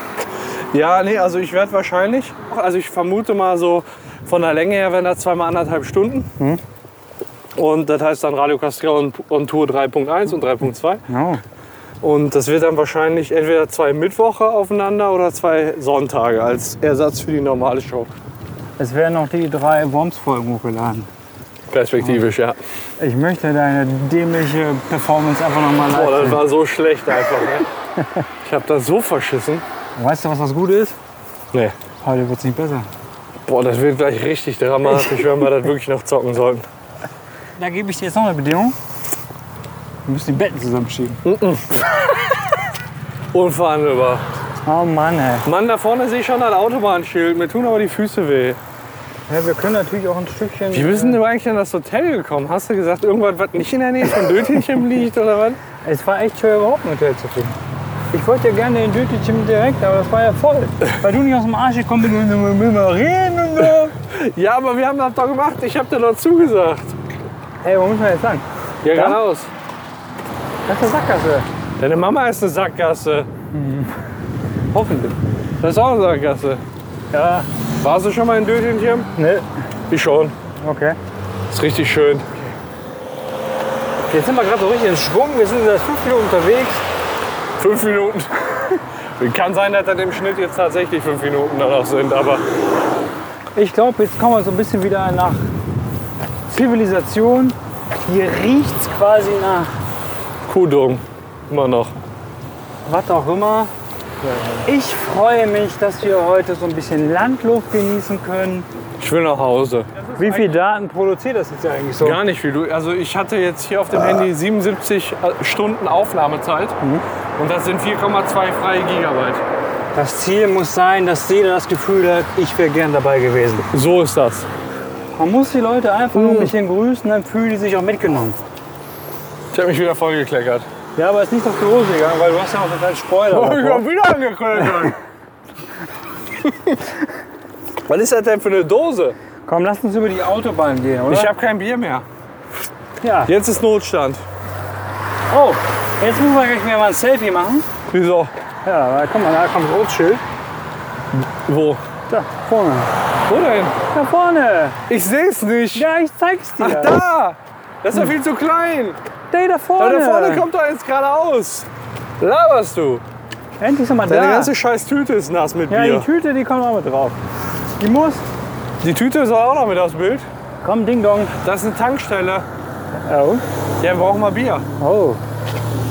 [SPEAKER 7] Ja, nee, also ich werde wahrscheinlich, also ich vermute mal so von der Länge her, wenn das zweimal anderthalb Stunden.
[SPEAKER 3] Hm.
[SPEAKER 7] Und das heißt dann Radio Castilla und, und Tour 3.1 und 3.2.
[SPEAKER 3] Ja.
[SPEAKER 7] Und das wird dann wahrscheinlich entweder zwei Mittwoche aufeinander oder zwei Sonntage als Ersatz für die normale Show.
[SPEAKER 3] Es werden noch die drei Worms-Folgen hochgeladen.
[SPEAKER 7] Perspektivisch, ja.
[SPEAKER 3] Ich möchte deine dämliche Performance einfach nochmal live
[SPEAKER 7] Boah, Oh, das
[SPEAKER 3] sehen.
[SPEAKER 7] war so schlecht einfach. Ne? Ich habe da so verschissen.
[SPEAKER 3] Weißt du, was das Gute ist?
[SPEAKER 7] Nee.
[SPEAKER 3] Heute wird es nicht besser.
[SPEAKER 7] Boah, das wird gleich richtig dramatisch, wenn wir das wirklich noch zocken sollten.
[SPEAKER 3] Da gebe ich dir jetzt noch eine Bedingung. Wir müssen die Betten zusammenschieben.
[SPEAKER 7] Unverhandelbar.
[SPEAKER 3] Oh Mann, ey.
[SPEAKER 7] Mann, da vorne sehe ich schon ein Autobahnschild. Mir tun aber die Füße weh.
[SPEAKER 3] Ja, wir können natürlich auch ein Stückchen.
[SPEAKER 7] Wie bist denn du eigentlich in das Hotel gekommen? Hast du gesagt, irgendwas, was nicht in der Nähe von Dötinchen liegt oder was?
[SPEAKER 3] Es war echt schwer, überhaupt ein Hotel zu finden. Ich wollte ja gerne in Dütchen direkt, aber das war ja voll. Weil du nicht aus dem Arsch gekommen bist und mit mir mal reden und so.
[SPEAKER 7] Ja, aber wir haben das doch gemacht. Ich habe dir doch zugesagt.
[SPEAKER 3] Ey, wo müssen wir jetzt lang?
[SPEAKER 7] Ja, geradeaus.
[SPEAKER 3] Das ist eine Sackgasse.
[SPEAKER 7] Deine Mama ist eine Sackgasse. Hoffentlich. Das ist auch eine Sackgasse.
[SPEAKER 3] Ja,
[SPEAKER 7] Warst du schon mal in Dötinchen?
[SPEAKER 3] ne?
[SPEAKER 7] Ich schon.
[SPEAKER 3] Okay.
[SPEAKER 7] Ist richtig schön.
[SPEAKER 3] Jetzt sind wir gerade so richtig in Schwung. Wir sind seit fünf Minuten unterwegs.
[SPEAKER 7] Fünf Minuten. Kann sein, dass das im Schnitt jetzt tatsächlich fünf Minuten danach sind, aber
[SPEAKER 3] Ich glaube, jetzt kommen wir so ein bisschen wieder nach Zivilisation. Hier riecht's quasi nach
[SPEAKER 7] Kudung. Immer noch.
[SPEAKER 3] was auch immer. Ich freue mich, dass wir heute so ein bisschen Landluft genießen können.
[SPEAKER 7] Ich will nach Hause.
[SPEAKER 3] Wie viel Daten produziert das jetzt eigentlich so?
[SPEAKER 7] Gar nicht viel. Du- Also ich hatte jetzt hier auf dem Handy 77 Stunden Aufnahmezeit und das sind 4,2 freie Gigabyte.
[SPEAKER 3] Das Ziel muss sein, dass jeder das Gefühl hat, ich wäre gern dabei gewesen.
[SPEAKER 7] So ist das.
[SPEAKER 3] Man muss die Leute einfach nur ein bisschen grüßen, dann fühlen die sich auch mitgenommen.
[SPEAKER 7] Ich habe mich wieder vollgekleckert.
[SPEAKER 3] Ja, aber ist nicht auf die Hose gegangen, weil du hast ja auch total Spoiler.
[SPEAKER 7] Oh, ich
[SPEAKER 3] davor.
[SPEAKER 7] hab wieder angekleckert. Was ist das denn für eine Dose?
[SPEAKER 3] Komm, lass uns über die Autobahn gehen, oder?
[SPEAKER 7] Ich habe kein Bier mehr.
[SPEAKER 3] ja.
[SPEAKER 7] Jetzt ist Notstand.
[SPEAKER 3] Oh, jetzt müssen wir gleich mal ein Selfie machen.
[SPEAKER 7] Wieso?
[SPEAKER 3] Ja, weil, guck mal, da kommt Rotschild.
[SPEAKER 7] Wo?
[SPEAKER 3] Da, vorne.
[SPEAKER 7] Wo denn?
[SPEAKER 3] Da vorne.
[SPEAKER 7] Ich sehe es nicht.
[SPEAKER 3] Ja, ich zeig's dir.
[SPEAKER 7] Ach da! Das ist doch viel zu klein.
[SPEAKER 3] Der da
[SPEAKER 7] Da,
[SPEAKER 3] vorne.
[SPEAKER 7] da vorne kommt doch jetzt geradeaus. Laberst du?
[SPEAKER 3] Endlich sind wir
[SPEAKER 7] Deine
[SPEAKER 3] da.
[SPEAKER 7] ganze scheiß Tüte ist nass mit
[SPEAKER 3] Ja,
[SPEAKER 7] Bier.
[SPEAKER 3] die Tüte, die kommt auch mit drauf. Die muss.
[SPEAKER 7] Die Tüte ist auch noch mit aufs Bild.
[SPEAKER 3] Komm, Ding Dong.
[SPEAKER 7] Das ist eine Tankstelle.
[SPEAKER 3] Oh.
[SPEAKER 7] Ja, wir brauchen mal Bier.
[SPEAKER 3] oh.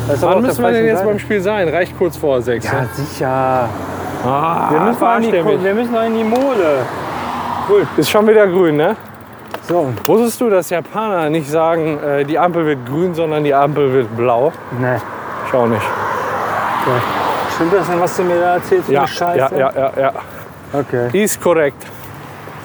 [SPEAKER 3] Das ist aber auf
[SPEAKER 7] Wann
[SPEAKER 3] der
[SPEAKER 7] müssen wir denn
[SPEAKER 3] falschen
[SPEAKER 7] jetzt
[SPEAKER 3] Seite.
[SPEAKER 7] beim Spiel sein? Reicht kurz vor sechs.
[SPEAKER 3] Ja,
[SPEAKER 7] ne?
[SPEAKER 3] sicher.
[SPEAKER 7] Ah,
[SPEAKER 3] Wir müssen, noch in die, Ko-
[SPEAKER 7] verarsch der mich.
[SPEAKER 3] wir müssen noch in die Mole.
[SPEAKER 7] Cool. Ist schon wieder grün, ne?
[SPEAKER 3] So.
[SPEAKER 7] Wusstest du, dass Japaner nicht sagen, äh, die Ampel wird grün, sondern die Ampel wird blau?
[SPEAKER 3] Ne.
[SPEAKER 7] Ich auch nicht.
[SPEAKER 3] Stimmt das denn, was du mir da erzählst? für
[SPEAKER 7] Ja,
[SPEAKER 3] eine Scheiße?
[SPEAKER 7] ja, ja, ja, ja.
[SPEAKER 3] Okay.
[SPEAKER 7] Ist korrekt.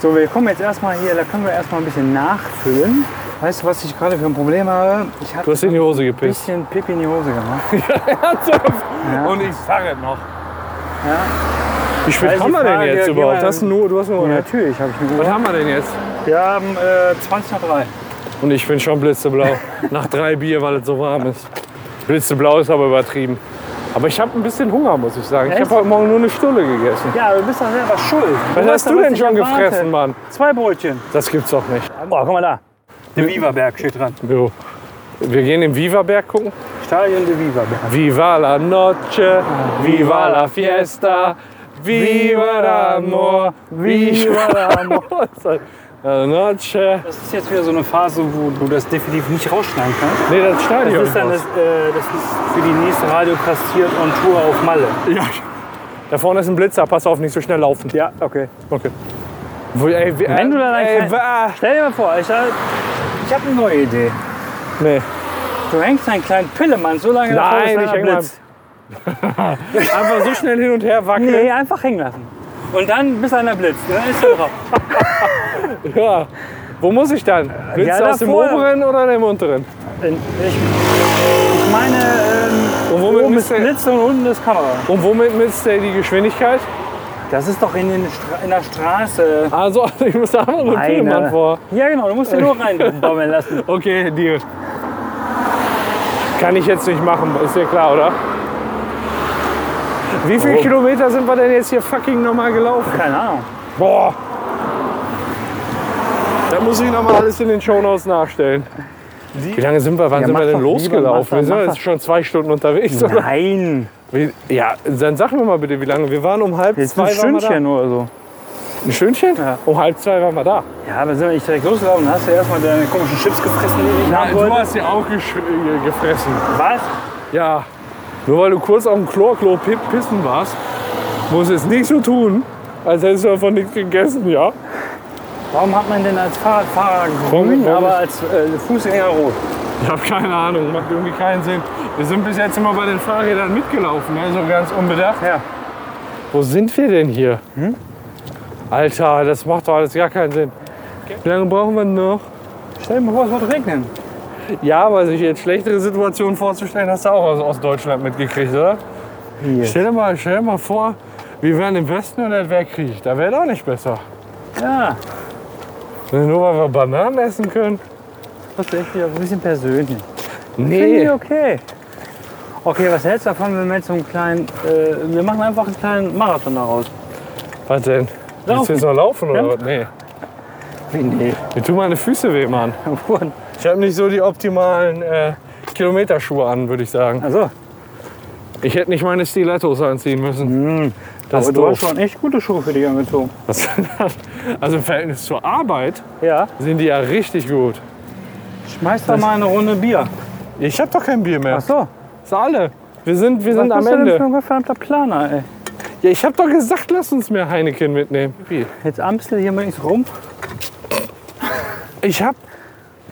[SPEAKER 3] So, wir kommen jetzt erstmal hier. Da können wir erstmal ein bisschen nachfüllen. Weißt du, was ich gerade für ein Problem habe? Ich habe
[SPEAKER 7] Du hast in die Hose
[SPEAKER 3] ein
[SPEAKER 7] gepisst.
[SPEAKER 3] bisschen Pipi in die Hose gemacht.
[SPEAKER 7] Und ich sage noch.
[SPEAKER 3] Ja.
[SPEAKER 7] Wie
[SPEAKER 3] Da
[SPEAKER 7] spät
[SPEAKER 3] ist
[SPEAKER 7] haben
[SPEAKER 3] die
[SPEAKER 7] wir denn
[SPEAKER 3] Frage,
[SPEAKER 7] jetzt
[SPEAKER 3] gehen
[SPEAKER 7] überhaupt?
[SPEAKER 3] wir-
[SPEAKER 7] Hast du, nur, du hast nur.
[SPEAKER 3] Ja,
[SPEAKER 7] ne?
[SPEAKER 3] natürlich habe ich eine
[SPEAKER 7] Was
[SPEAKER 3] Uhr.
[SPEAKER 7] haben wir denn jetzt?
[SPEAKER 3] Wir haben äh, 20.03
[SPEAKER 7] Und ich bin schon blitzeblau. Nach drei Bier, weil es so warm ist. Blitzeblau ist aber übertrieben. Aber ich habe ein bisschen Hunger, muss ich sagen. Ich
[SPEAKER 3] Echt?
[SPEAKER 7] habe heute Morgen nur eine Stulle gegessen.
[SPEAKER 3] Ja, du bist doch selber schuld.
[SPEAKER 7] Was hast
[SPEAKER 3] doch,
[SPEAKER 7] du denn
[SPEAKER 3] ich
[SPEAKER 7] schon
[SPEAKER 3] erwartet.
[SPEAKER 7] gefressen, Mann?
[SPEAKER 3] Zwei Brötchen.
[SPEAKER 7] Das gibt's doch nicht.
[SPEAKER 3] Boah, guck mal da. Der Biberberg steht dran.
[SPEAKER 7] Jo. Wir gehen im Viva-Berg gucken.
[SPEAKER 3] Stadion der Biberberg.
[SPEAKER 7] Viva la noche, viva la fiesta, viva l'amor,
[SPEAKER 3] äh,
[SPEAKER 7] viva l'amor. La noche.
[SPEAKER 3] Das ist jetzt wieder so eine Phase, wo du das definitiv nicht rausschneiden kannst.
[SPEAKER 7] Nee, das Stadion.
[SPEAKER 3] Das ist dann das, äh, das ist für die nächste Radio kastiert on Tour auf Malle.
[SPEAKER 7] ja. Da vorne ist ein Blitzer, pass auf, nicht so schnell laufen.
[SPEAKER 3] Ja, okay.
[SPEAKER 7] Okay. Wo, ey, wie,
[SPEAKER 3] Wenn du da lang
[SPEAKER 7] ey,
[SPEAKER 3] kein-
[SPEAKER 7] wa-
[SPEAKER 3] Stell dir mal vor, ich habe ich hab eine neue Idee.
[SPEAKER 7] Nee.
[SPEAKER 1] Du hängst einen kleinen Pillemann so lange
[SPEAKER 2] Nein,
[SPEAKER 1] davor, bis
[SPEAKER 2] ich häng
[SPEAKER 1] einer blitzt.
[SPEAKER 2] Einfach so schnell hin und her wackeln.
[SPEAKER 1] Nee, einfach hängen lassen. Und dann bis einer blitzt. Dann ist er drauf.
[SPEAKER 2] Ja. Wo muss ich dann? Blitzt
[SPEAKER 1] ja,
[SPEAKER 2] du aus dem
[SPEAKER 1] davor.
[SPEAKER 2] oberen oder dem unteren?
[SPEAKER 1] In- Ich, ich meine, ähm,
[SPEAKER 2] Und womit
[SPEAKER 1] oben
[SPEAKER 2] misst
[SPEAKER 1] ist
[SPEAKER 2] der-
[SPEAKER 1] Blitz und unten ist Kamera.
[SPEAKER 2] Und womit misst der die Geschwindigkeit?
[SPEAKER 1] Das ist doch in, den Stra in der Straße.
[SPEAKER 2] Also, ich muss da einfach nur einen Pillemann vor.
[SPEAKER 1] Ja, genau, du musst den nur reinbaumeln lassen.
[SPEAKER 2] Okay, Deal. Kann ich jetzt nicht machen, ist dir klar, oder? Wie viele Kilometer sind wir denn jetzt hier fucking nochmal gelaufen?
[SPEAKER 1] Keine Ahnung.
[SPEAKER 2] Boah. Da muss ich nochmal alles in den Shownotes nachstellen. Wie lange sind wir, wann
[SPEAKER 1] Ja,
[SPEAKER 2] sind
[SPEAKER 1] mach
[SPEAKER 2] wir denn
[SPEAKER 1] doch lieber, mach doch,
[SPEAKER 2] losgelaufen? Wir sind
[SPEAKER 1] mach
[SPEAKER 2] doch
[SPEAKER 1] doch.
[SPEAKER 2] jetzt schon zwei Stunden unterwegs. oder?
[SPEAKER 1] Nein,
[SPEAKER 2] Wie- Ja, dann sag mir mal bitte, wie lange. Wir waren um halb
[SPEAKER 1] jetzt
[SPEAKER 2] zwei
[SPEAKER 1] ein
[SPEAKER 2] waren wir da.
[SPEAKER 1] Stündchen oder so.
[SPEAKER 2] Ein Stündchen? Um halb zwei waren wir da.
[SPEAKER 1] Ja, aber sind wir nicht direkt losgelaufen? Hast du erstmal deine komischen Chips gefressen, die ich haben wollte?
[SPEAKER 2] hast ja auch gesch- äh, gefressen.
[SPEAKER 1] Was?
[SPEAKER 2] Ja, nur weil du kurz auf dem Chlorklo pi- pissen warst, musst du jetzt nicht so tun, als hättest du davon nichts gegessen, ja?
[SPEAKER 1] Warum hat man denn als Fahrradfahrer
[SPEAKER 2] Warum-
[SPEAKER 1] grün,
[SPEAKER 2] warum
[SPEAKER 1] aber
[SPEAKER 2] ist-
[SPEAKER 1] als äh, Fußgänger rot?
[SPEAKER 2] Ich habe keine Ahnung, macht irgendwie keinen Sinn. Wir sind bis jetzt immer bei den Fahrrädern mitgelaufen, ne? so ganz unbedacht.
[SPEAKER 1] Ja. Hm?
[SPEAKER 2] Wo sind wir denn hier? Alter, das macht doch alles gar keinen Sinn. Wie lange brauchen wir noch?
[SPEAKER 1] Stell dir mal vor, es wird regnen.
[SPEAKER 2] Ja, aber sich jetzt schlechtere Situationen Um vorzustellen, hast du auch aus Ostdeutschland mitgekriegt, oder? Stell dir, mal, stell dir mal vor, wir wären im Westen und das wäre Krieg. Da wäre auch nicht besser.
[SPEAKER 1] Ja,
[SPEAKER 2] Nur weil wir Bananen essen können?
[SPEAKER 1] das ist echt wieder ein bisschen persönlich. Finde ich
[SPEAKER 2] Nee.
[SPEAKER 1] okay. Okay, was hältst du davon, wenn wir jetzt so einen kleinen, äh, wir machen einfach einen kleinen Marathon daraus?
[SPEAKER 2] Was denn? Willst
[SPEAKER 1] Laufen.
[SPEAKER 2] du jetzt noch laufen oder
[SPEAKER 1] Ja.
[SPEAKER 2] was? Nee.
[SPEAKER 1] Wie, nee.
[SPEAKER 2] Mir tun meine Füße weh, Mann. Ich habe nicht so die optimalen äh, Kilometerschuhe an, würde ich sagen.
[SPEAKER 1] Also,
[SPEAKER 2] Ich hätte nicht meine Stilettos anziehen müssen. Das
[SPEAKER 1] Hm, aber
[SPEAKER 2] ist
[SPEAKER 1] du hast
[SPEAKER 2] doof.
[SPEAKER 1] schon echt gute Schuhe für dich angezogen.
[SPEAKER 2] Was- Also im Verhältnis zur Arbeit
[SPEAKER 1] Ja,
[SPEAKER 2] sind die ja richtig gut.
[SPEAKER 1] schmeiß doch mal eine Runde Bier.
[SPEAKER 2] Ich habe doch kein Bier mehr.
[SPEAKER 1] Ach so,
[SPEAKER 2] Ist alle. Wir sind, wir sind
[SPEAKER 1] was
[SPEAKER 2] am
[SPEAKER 1] bist du denn für
[SPEAKER 2] Ende.
[SPEAKER 1] ein verdammter Planer, ey?
[SPEAKER 2] Ja, ich habe doch gesagt, lass uns mehr Heineken mitnehmen. Pippi.
[SPEAKER 1] Jetzt amstel hier mal nichts rum.
[SPEAKER 2] Ich habe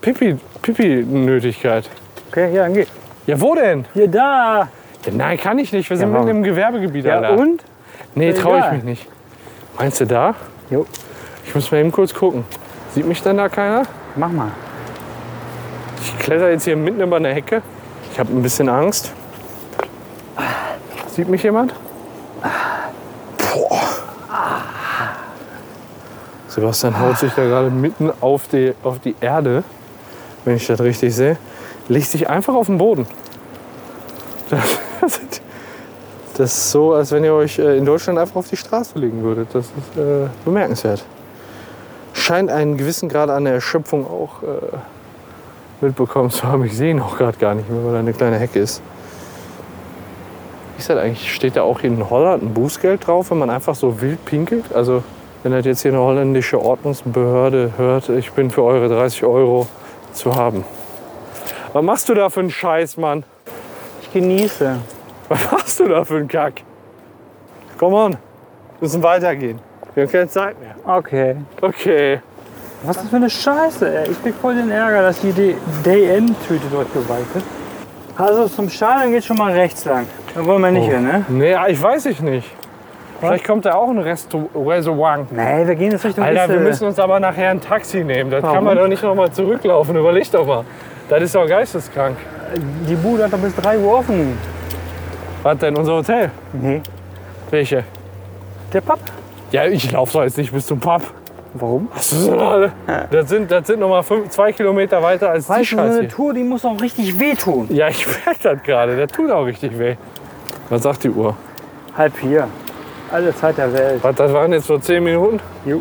[SPEAKER 2] Pipi, Pipi-Nötigkeit.
[SPEAKER 1] Okay, ja, dann geh.
[SPEAKER 2] Ja, wo denn?
[SPEAKER 1] Hier, da.
[SPEAKER 2] Ja, Nein, kann ich nicht. Wir sind mitten im Gewerbegebiet.
[SPEAKER 1] Ja,
[SPEAKER 2] Alter.
[SPEAKER 1] und?
[SPEAKER 2] Nee, traue ich
[SPEAKER 1] egal.
[SPEAKER 2] mich nicht. Meinst du da?
[SPEAKER 1] Jo.
[SPEAKER 2] Ich muss mal eben kurz gucken. Sieht mich denn da keiner?
[SPEAKER 1] Mach mal.
[SPEAKER 2] Ich kletter jetzt hier mitten über eine Hecke. Ich habe ein bisschen Angst. Sieht mich jemand? Boah. Sebastian haut sich da gerade mitten auf die, auf die Erde, wenn ich das richtig sehe. Legt sich einfach auf den Boden. Das, das ist so, als wenn ihr euch äh, in Deutschland einfach auf die Straße legen würdet. Das ist äh, bemerkenswert. Scheint einen gewissen Grad an der Erschöpfung auch äh, mitbekommen zu haben. Ich sehe ihn auch gerade gar nicht mehr, weil da eine kleine Hecke ist. Wie ist das eigentlich? Steht da auch hier in Holland ein Bußgeld drauf, wenn man einfach so wild pinkelt? Also, wenn das jetzt hier eine holländische Ordnungsbehörde hört, ich bin für eure 30 Euro zu haben. Was machst du da für einen Scheiß, Mann?
[SPEAKER 1] Ich genieße.
[SPEAKER 2] Was machst du da für einen Kack? Komm on, wir müssen weitergehen. Wir haben keine Zeit mehr.
[SPEAKER 1] Okay.
[SPEAKER 2] Okay.
[SPEAKER 1] Was ist das für eine Scheiße, ey? Ich krieg voll den Ärger, dass hier die Day-End-Tüte durchgeweicht ist. Also zum Stadion geht schon mal rechts lang. Da wollen wir nicht hin, ne?
[SPEAKER 2] Nee, ich weiß ich nicht. Vielleicht kommt da auch ein Restu- Restaurant.
[SPEAKER 1] Nee, wir gehen jetzt Richtung
[SPEAKER 2] Alter, wir
[SPEAKER 1] Issel.
[SPEAKER 2] müssen uns aber nachher ein Taxi nehmen. Das kann
[SPEAKER 1] äh, Warum?
[SPEAKER 2] man doch nicht noch mal zurücklaufen. Überleg doch mal. Das ist doch geisteskrank.
[SPEAKER 1] Die Bude hat doch bis 3 Uhr offen.
[SPEAKER 2] Was denn, unser Hotel?
[SPEAKER 1] Nee.
[SPEAKER 2] Welche?
[SPEAKER 1] Der Papp.
[SPEAKER 2] Ja, ich laufe doch jetzt nicht bis zum Pub.
[SPEAKER 1] Warum?
[SPEAKER 2] Hast du so alle? Das sind, das sind noch mal fünf, zwei Kilometer weiter als die
[SPEAKER 1] Weißt du, so
[SPEAKER 2] Scheiße.
[SPEAKER 1] eine
[SPEAKER 2] hier.
[SPEAKER 1] Tour, die muss auch richtig wehtun.
[SPEAKER 2] Ja, ich merke das gerade. Der tut auch richtig weh. Was sagt die Uhr?
[SPEAKER 1] Halb vier. Alle Zeit der Welt.
[SPEAKER 2] Was, das waren jetzt nur zehn Minuten?
[SPEAKER 1] Jo.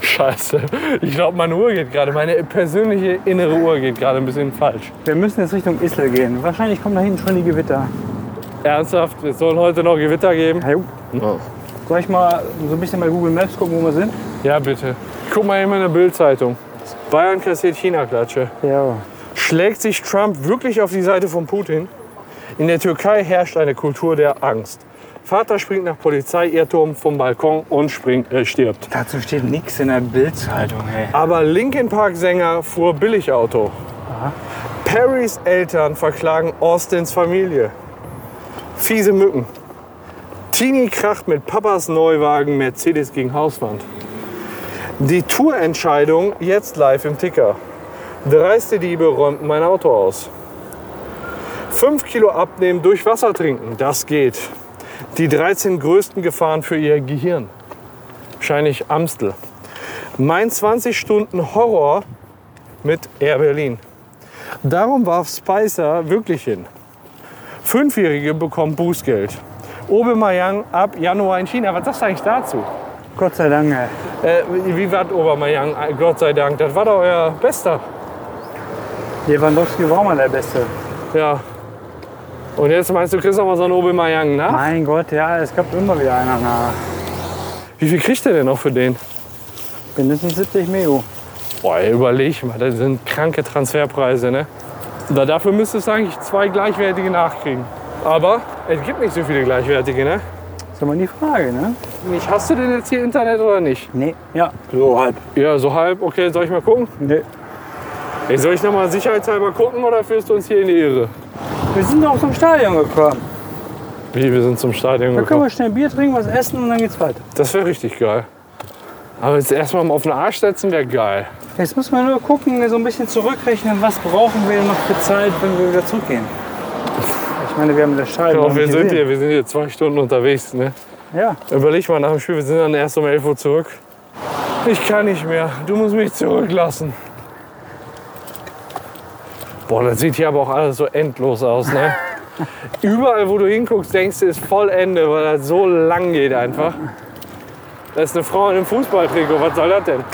[SPEAKER 2] Scheiße. Ich glaube, meine Uhr geht gerade. Meine persönliche innere Uhr geht gerade ein bisschen falsch.
[SPEAKER 1] Wir müssen jetzt Richtung Issel gehen. Wahrscheinlich kommen da hinten schon die Gewitter.
[SPEAKER 2] Ernsthaft, es soll heute noch Gewitter geben?
[SPEAKER 1] Jo. Soll ich mal so ein bisschen bei Google Maps gucken, wo wir sind?
[SPEAKER 2] Ja, bitte. Guck mal eben in der Bildzeitung. Bayern kassiert China-Klatsche.
[SPEAKER 1] Ja.
[SPEAKER 2] Schlägt sich Trump wirklich auf die Seite von Putin? In der Türkei herrscht eine Kultur der Angst. Vater springt nach Polizeiirrtum vom Balkon und springt, äh, stirbt.
[SPEAKER 1] Dazu steht nichts in der Bildzeitung, ey.
[SPEAKER 2] Aber Linkin Park Sänger fuhr Billigauto. Perrys Eltern verklagen Austins Familie. Fiese Mücken. Tini kracht mit Papas Neuwagen Mercedes gegen Hauswand. Die Tourentscheidung jetzt live im Ticker. Dreiste Diebe räumten mein Auto aus. 5 Kilo abnehmen durch Wasser trinken, das geht. Die 13 größten Gefahren für ihr Gehirn. Wahrscheinlich Amstel. Mein 20 Stunden Horror mit Air Berlin. Darum warf Spicer wirklich hin. Fünfjährige bekommen Bußgeld. Obermayang ab Januar in China. Was sagst du eigentlich dazu?
[SPEAKER 3] Gott sei Dank, ey.
[SPEAKER 2] Äh, wie war Obermayang? Äh, Gott sei Dank, das war doch euer Bester.
[SPEAKER 3] Lewandowski war mal der Beste.
[SPEAKER 2] Ja. Und jetzt meinst du, kriegst du noch mal so einen Obermayang, ne?
[SPEAKER 3] Mein Gott, ja, es kommt immer wieder einer nach.
[SPEAKER 2] Wie viel kriegt ihr denn noch für den?
[SPEAKER 3] Mindestens 70 Mio.
[SPEAKER 2] Boah, ey, überleg mal, das sind kranke Transferpreise, ne? Da, dafür müsstest du eigentlich zwei gleichwertige nachkriegen. Aber es gibt nicht so viele gleichwertige, ne?
[SPEAKER 3] Ist immer die Frage, ne?
[SPEAKER 2] Nicht, hast du denn jetzt hier Internet oder nicht?
[SPEAKER 3] Nee. Ja.
[SPEAKER 2] So halb. Ja, so halb. Okay, soll ich mal gucken?
[SPEAKER 3] Nee.
[SPEAKER 2] Ey, soll ich nochmal sicherheitshalber gucken oder führst du uns hier in die Irre?
[SPEAKER 3] Wir sind auch zum Stadion gekommen.
[SPEAKER 2] Wie, wir sind zum Stadion
[SPEAKER 3] Da können
[SPEAKER 2] gekommen.
[SPEAKER 3] wir schnell Bier trinken, was essen und dann geht's weiter.
[SPEAKER 2] Das wäre richtig geil. Aber jetzt erstmal auf den Arsch setzen wäre geil.
[SPEAKER 3] Jetzt müssen wir nur gucken, so ein bisschen zurückrechnen, was brauchen wir noch für Zeit, wenn wir wieder zurückgehen. Ich meine, wir haben das Stadion.
[SPEAKER 2] Genau,
[SPEAKER 3] noch
[SPEAKER 2] wir
[SPEAKER 3] nicht
[SPEAKER 2] sind
[SPEAKER 3] gesehen.
[SPEAKER 2] hier, wir sind hier zwei Stunden unterwegs. Ne?
[SPEAKER 3] Ja.
[SPEAKER 2] Überleg mal nach dem Spiel, wir sind dann erst um 11 Uhr zurück. Ich kann nicht mehr, du musst mich zurücklassen. Boah, das sieht hier aber auch alles so endlos aus, ne? Überall, wo du hinguckst, denkst du, ist voll Ende, weil das so lang geht einfach. Da ist eine Frau in einem Fußballtrikot, was soll das denn?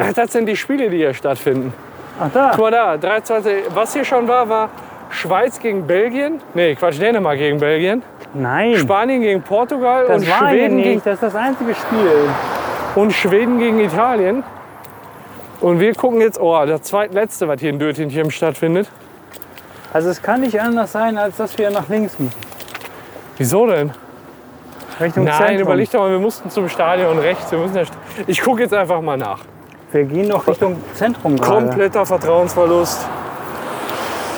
[SPEAKER 2] Ach, das sind die Spiele, die hier stattfinden.
[SPEAKER 3] Ach da.
[SPEAKER 2] Guck mal da, 23. Was hier schon war, war Schweiz gegen Belgien. Nee, Quatsch, Dänemark gegen Belgien.
[SPEAKER 3] Nein.
[SPEAKER 2] Spanien gegen Portugal
[SPEAKER 3] Das
[SPEAKER 2] und
[SPEAKER 3] war hier
[SPEAKER 2] Schweden, gegen,
[SPEAKER 3] nicht. Das ist das einzige Spiel.
[SPEAKER 2] und Schweden gegen Italien. Und wir gucken jetzt, oh, das zweitletzte, was hier in Dötinchen stattfindet.
[SPEAKER 3] Also es kann nicht anders sein, als dass wir nach links müssen.
[SPEAKER 2] Wieso denn?
[SPEAKER 3] Richtung
[SPEAKER 2] Nein,
[SPEAKER 3] Zentrum.
[SPEAKER 2] überleg doch mal, wir mussten zum Stadion rechts. Wir müssen ja, st- ich gucke jetzt einfach mal nach.
[SPEAKER 3] Wir gehen doch Richtung Zentrum gerade.
[SPEAKER 2] Kompletter Vertrauensverlust.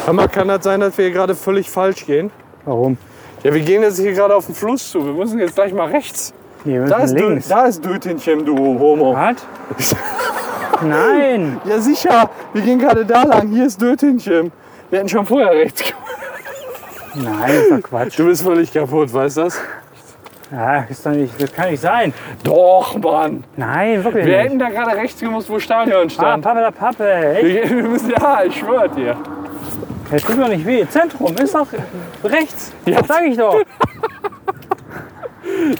[SPEAKER 2] Aber kann das sein, dass wir hier gerade völlig falsch gehen?
[SPEAKER 3] Warum?
[SPEAKER 2] Ja, wir gehen jetzt hier gerade auf den Fluss zu. Wir müssen jetzt gleich mal rechts.
[SPEAKER 3] Nee, wir
[SPEAKER 2] Da
[SPEAKER 3] müssen
[SPEAKER 2] ist, Dö-
[SPEAKER 3] links.
[SPEAKER 2] da ist Dötinchen, du Homo.
[SPEAKER 3] Was? Nein.
[SPEAKER 2] Ja, sicher. Wir gehen gerade da lang. Hier ist Dötinchen. Wir hätten schon vorher rechts gemacht.
[SPEAKER 3] Nein, ist doch Quatsch.
[SPEAKER 2] Du bist völlig kaputt, weißt du das?
[SPEAKER 3] Ja, ist doch nicht, das kann nicht sein.
[SPEAKER 2] Doch, Mann.
[SPEAKER 3] Nein, wirklich
[SPEAKER 2] Wir
[SPEAKER 3] nicht.
[SPEAKER 2] hätten da gerade rechts gemusst, wo Stadion
[SPEAKER 3] Ah,
[SPEAKER 2] stand.
[SPEAKER 3] Pappe, da Pappe, ey.
[SPEAKER 2] wir, wir müssen, ja, ich schwör dir.
[SPEAKER 3] Das tut doch nicht weh. Zentrum ist doch rechts.
[SPEAKER 2] Ja.
[SPEAKER 3] Das sag ich doch.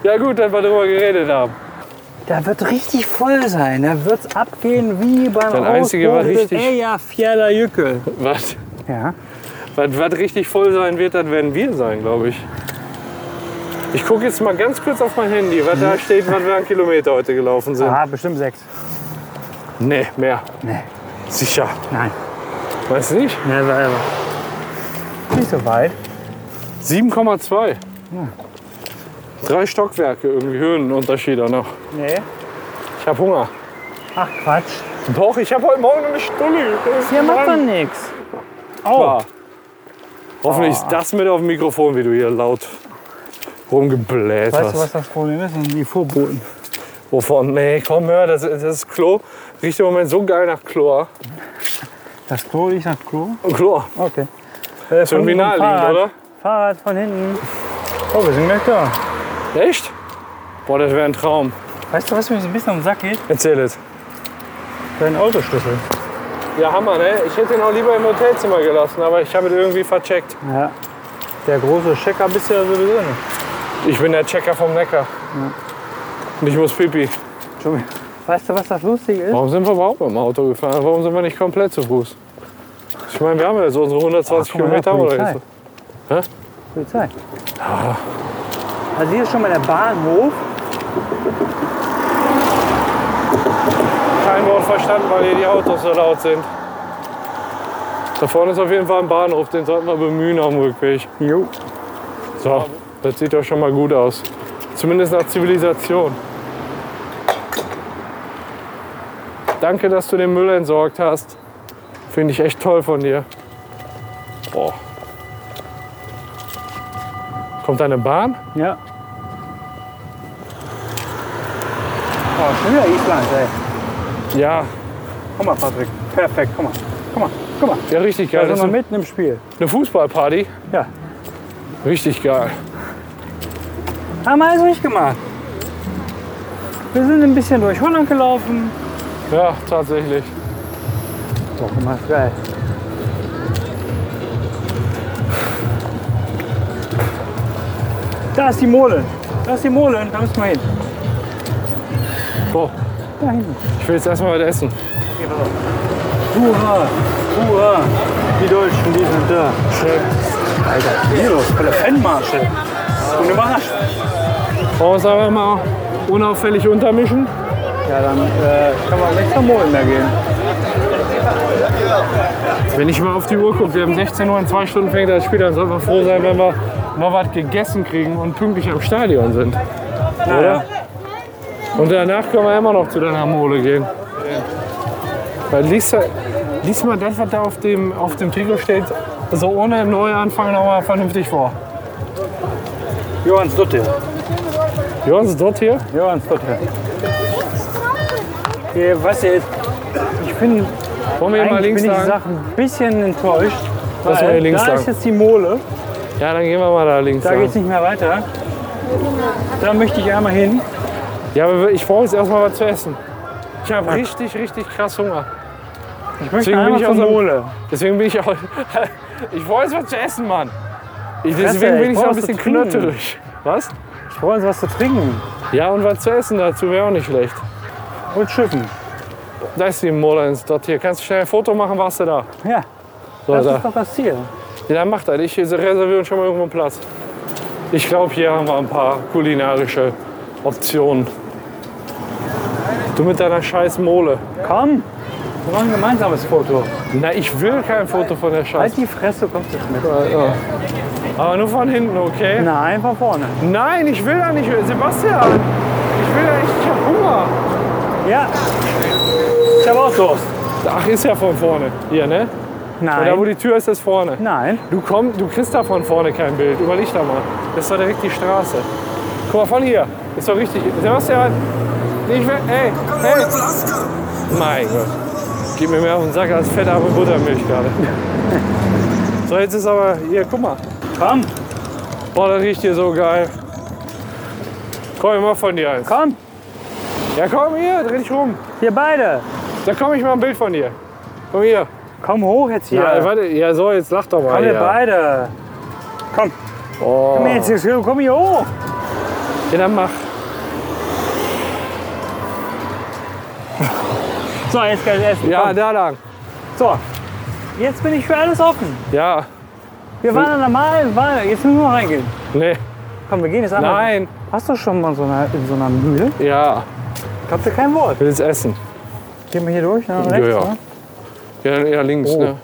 [SPEAKER 2] Ja gut, dass wir darüber geredet haben.
[SPEAKER 3] Da wird richtig voll sein. Da wird's abgehen wie beim
[SPEAKER 2] Das Einzige, was
[SPEAKER 3] Ausbruch des
[SPEAKER 2] richtig-
[SPEAKER 3] Eja Fjaller Jücke.
[SPEAKER 2] Was,
[SPEAKER 3] Ja.
[SPEAKER 2] was, was richtig voll sein wird, das werden wir sein, glaube ich. Ich gucke jetzt mal ganz kurz auf mein Handy, was
[SPEAKER 3] Hm?
[SPEAKER 2] da steht, was wir an Kilometer heute gelaufen sind.
[SPEAKER 3] Ah, bestimmt sechs.
[SPEAKER 2] Nee, mehr.
[SPEAKER 3] Nee.
[SPEAKER 2] Sicher.
[SPEAKER 3] Nein.
[SPEAKER 2] Weißt du nicht?
[SPEAKER 3] Never ever. Nicht so weit.
[SPEAKER 2] 7,2. Drei Stockwerke, irgendwie Höhenunterschied auch noch.
[SPEAKER 3] Nee.
[SPEAKER 2] Ich habe Hunger.
[SPEAKER 3] Ach Quatsch.
[SPEAKER 2] Doch, ich habe heute Morgen eine Stulle. gegessen,
[SPEAKER 3] Hier macht man
[SPEAKER 2] Mann.
[SPEAKER 3] nichts.
[SPEAKER 2] War. Hoffentlich ist das mit auf dem Mikrofon, wie du hier laut rumgebläht
[SPEAKER 3] Weißt du, was
[SPEAKER 2] hast.
[SPEAKER 3] das Problem ist? Das sind die Vorboten.
[SPEAKER 2] Wovon? Nee, komm, hör, das, das Klo riecht im Moment so geil nach Chlor.
[SPEAKER 3] Das Klo riecht nach Klo.
[SPEAKER 2] Chlor.
[SPEAKER 3] Okay. Äh, von
[SPEAKER 2] Irgendwie
[SPEAKER 3] hinten Fahrrad.
[SPEAKER 2] naheliegend,
[SPEAKER 3] Fahrrad von hinten. Oh, wir sind gleich da.
[SPEAKER 2] oder? Echt? Boah, das wäre ein Traum.
[SPEAKER 3] Weißt du, was mir so ein bisschen am Sack geht?
[SPEAKER 2] Erzähl es.
[SPEAKER 3] Dein Autoschlüssel.
[SPEAKER 2] Ja, Hammer, ne? Ich hätte ihn auch lieber im Hotelzimmer gelassen, aber ich habe ihn irgendwie vercheckt.
[SPEAKER 3] Ja. Der große Checker bist du ja sowieso nicht.
[SPEAKER 2] Ich bin der Checker vom Neckar. Und ich muss pipi.
[SPEAKER 3] Schon wieder. Weißt du, was das Lustige ist?
[SPEAKER 2] Warum sind wir überhaupt mit dem Auto gefahren? Warum sind wir nicht komplett zu Fuß? Ich meine, wir haben ja so unsere
[SPEAKER 3] Ach,
[SPEAKER 2] 120
[SPEAKER 3] guck mal,
[SPEAKER 2] Kilometer
[SPEAKER 3] da,
[SPEAKER 2] oder so. Hä?
[SPEAKER 3] Polizei.
[SPEAKER 2] Ah.
[SPEAKER 3] Also hier ist schon mal der Bahnhof.
[SPEAKER 2] kein Wort verstanden, weil hier die Autos so laut sind. Da vorne ist auf jeden Fall ein Bahnhof, den sollten wir bemühen auf dem Rückweg.
[SPEAKER 3] Jo.
[SPEAKER 2] So, das sieht doch schon mal gut aus. Zumindest nach Zivilisation. Danke, dass du den Müll entsorgt hast. Finde ich echt toll von dir.
[SPEAKER 7] Boah. Kommt da eine Bahn?
[SPEAKER 1] Ja. Oh, schon wieder Island, ey.
[SPEAKER 7] Ja,
[SPEAKER 1] Guck mal, Patrick. Perfekt, guck mal. Guck mal, guck mal.
[SPEAKER 7] ja richtig
[SPEAKER 1] Da
[SPEAKER 7] geil.
[SPEAKER 1] sind
[SPEAKER 7] Das
[SPEAKER 1] wir
[SPEAKER 7] ist
[SPEAKER 1] mitten im Spiel.
[SPEAKER 7] eine Fußballparty.
[SPEAKER 1] Ja.
[SPEAKER 7] Richtig geil.
[SPEAKER 1] Haben wir alles richtig gemacht. Wir sind ein bisschen durch Holland gelaufen.
[SPEAKER 7] Ja, tatsächlich.
[SPEAKER 1] Doch, guck mal, ist geil. Da ist die Molen. Da ist die Molen, da müssen wir hin.
[SPEAKER 7] So,
[SPEAKER 1] Da hinten.
[SPEAKER 7] ich will jetzt erstmal was essen.
[SPEAKER 1] Hurra, hurra, die Deutschen, die sind da. Schön. Alter, hier los, voller Fanmarsche. Und überrascht.
[SPEAKER 7] Wollen wir es einfach Oh, mal unauffällig untermischen?
[SPEAKER 1] Ja, dann äh, können wir auch nicht zur Molen mehr gehen.
[SPEAKER 7] Wenn ich mal auf die Uhr gucke, wir haben 16 Uhr, in zwei Stunden fängt das Spiel an. Sollten wir froh sein, wenn wir mal was gegessen kriegen und pünktlich am Stadion sind. Oder? Und danach können wir immer noch zu deiner Mole gehen. Weil liest, da- liest mal das, was da auf dem, auf dem Trikot steht, so ohne Neuanfang nochmal vernünftig vor.
[SPEAKER 1] Johannes Dutte.
[SPEAKER 7] Johannes dort hier?
[SPEAKER 1] Johannes Dutte. Ihr, was ihr, ich bin,
[SPEAKER 7] Wollen wir hier mal
[SPEAKER 1] eigentlich
[SPEAKER 7] links
[SPEAKER 1] bin ich
[SPEAKER 7] sagen?
[SPEAKER 1] Sachen ein bisschen enttäuscht.
[SPEAKER 7] Lass mal
[SPEAKER 1] weil
[SPEAKER 7] hier links
[SPEAKER 1] da
[SPEAKER 7] lang.
[SPEAKER 1] ist jetzt die Mole,
[SPEAKER 7] Ja, dann gehen wir mal da links
[SPEAKER 1] da
[SPEAKER 7] lang.
[SPEAKER 1] geht es nicht mehr weiter. Da möchte ich einmal hin.
[SPEAKER 7] Ja, aber ich brauche jetzt erstmal was zu essen. Ich habe richtig, richtig krass Hunger.
[SPEAKER 1] Ich möchte
[SPEAKER 7] Deswegen bin
[SPEAKER 1] einmal
[SPEAKER 7] ich
[SPEAKER 1] zur
[SPEAKER 7] aus dem-
[SPEAKER 1] Mole.
[SPEAKER 7] Deswegen bin ich auch. ich brauche jetzt was zu essen, Mann. Ich,
[SPEAKER 1] Fresse,
[SPEAKER 7] deswegen
[SPEAKER 1] ich
[SPEAKER 7] bin ich
[SPEAKER 1] brauch
[SPEAKER 7] auch ein
[SPEAKER 1] was
[SPEAKER 7] bisschen
[SPEAKER 1] zu trinken.
[SPEAKER 7] knötterig. Was?
[SPEAKER 1] Ich brauche jetzt was zu trinken
[SPEAKER 7] Ja, und was zu essen dazu wäre auch nicht schlecht.
[SPEAKER 1] und schiffen.
[SPEAKER 7] Da ist die Mola ins Dot hier. Kannst du schnell ein Foto machen, warst du da?
[SPEAKER 1] Ja,
[SPEAKER 7] So,
[SPEAKER 1] das
[SPEAKER 7] da.
[SPEAKER 1] ist doch das Ziel.
[SPEAKER 7] Ja, dann macht das. Ich reserviere schon mal irgendwo einen Platz. Ich glaube, hier haben wir ein paar kulinarische Optionen. Du mit deiner scheiß Mole.
[SPEAKER 1] Komm, wir machen ein gemeinsames Foto.
[SPEAKER 7] Na, ich will kein Foto von der scheiß
[SPEAKER 1] Halt die Fresse, kommst du mit.
[SPEAKER 7] Aber nur von hinten, okay?
[SPEAKER 1] Nein, von vorne.
[SPEAKER 7] Nein, ich will da nicht. Sebastian, ich will da nicht. Ich hab Hunger.
[SPEAKER 1] Ja. Ich habe auch Durst.
[SPEAKER 7] Ach, ist ja von vorne. Hier, ne?
[SPEAKER 1] Nein.
[SPEAKER 7] Weil Da, wo die Tür ist, ist vorne.
[SPEAKER 1] Nein.
[SPEAKER 7] Du, komm, du kriegst da von vorne kein Bild. Überleg da mal. Das ist doch direkt die Straße. Guck mal, von hier. Ist doch richtig. Sebastian, ich will. Ey, ey. Mein Gott. Gib mir mehr auf den Sack als fettarme Buttermilch gerade. so, jetzt ist aber. Hier, guck mal.
[SPEAKER 1] Komm,
[SPEAKER 7] Boah, das riecht hier so geil. Komm, ich mach von dir eins.
[SPEAKER 1] komm.
[SPEAKER 7] Ja, komm hier, dreh dich rum.
[SPEAKER 1] Ihr beide.
[SPEAKER 7] Da komm ich mal ein Bild von dir. Komm hier.
[SPEAKER 1] Komm hoch jetzt hier.
[SPEAKER 7] Ja, warte, ja so, jetzt lach doch mal.
[SPEAKER 1] Alle
[SPEAKER 7] hier. Oh.
[SPEAKER 1] beide. Komm. Komm jetzt, jetzt, komm hier hoch.
[SPEAKER 7] Ja, dann mach.
[SPEAKER 1] So, jetzt kann ich essen.
[SPEAKER 7] Ja,
[SPEAKER 1] komm.
[SPEAKER 7] da lang.
[SPEAKER 1] So. Jetzt bin ich für alles offen.
[SPEAKER 7] Ja,
[SPEAKER 1] Wir waren an der Mal, war- jetzt müssen wir noch reingehen.
[SPEAKER 7] nee,
[SPEAKER 1] Komm, wir gehen jetzt einmal.
[SPEAKER 7] nein.
[SPEAKER 1] Hast du schon mal so eine, in so einer Mühle?
[SPEAKER 7] Ja,
[SPEAKER 1] Habt ihr kein Wort?
[SPEAKER 7] will jetzt essen.
[SPEAKER 1] Gehen wir hier durch, dann
[SPEAKER 7] Ja,
[SPEAKER 1] rechts,
[SPEAKER 7] ja.
[SPEAKER 1] ne? Oh.
[SPEAKER 7] Ja, dann eher links, ne?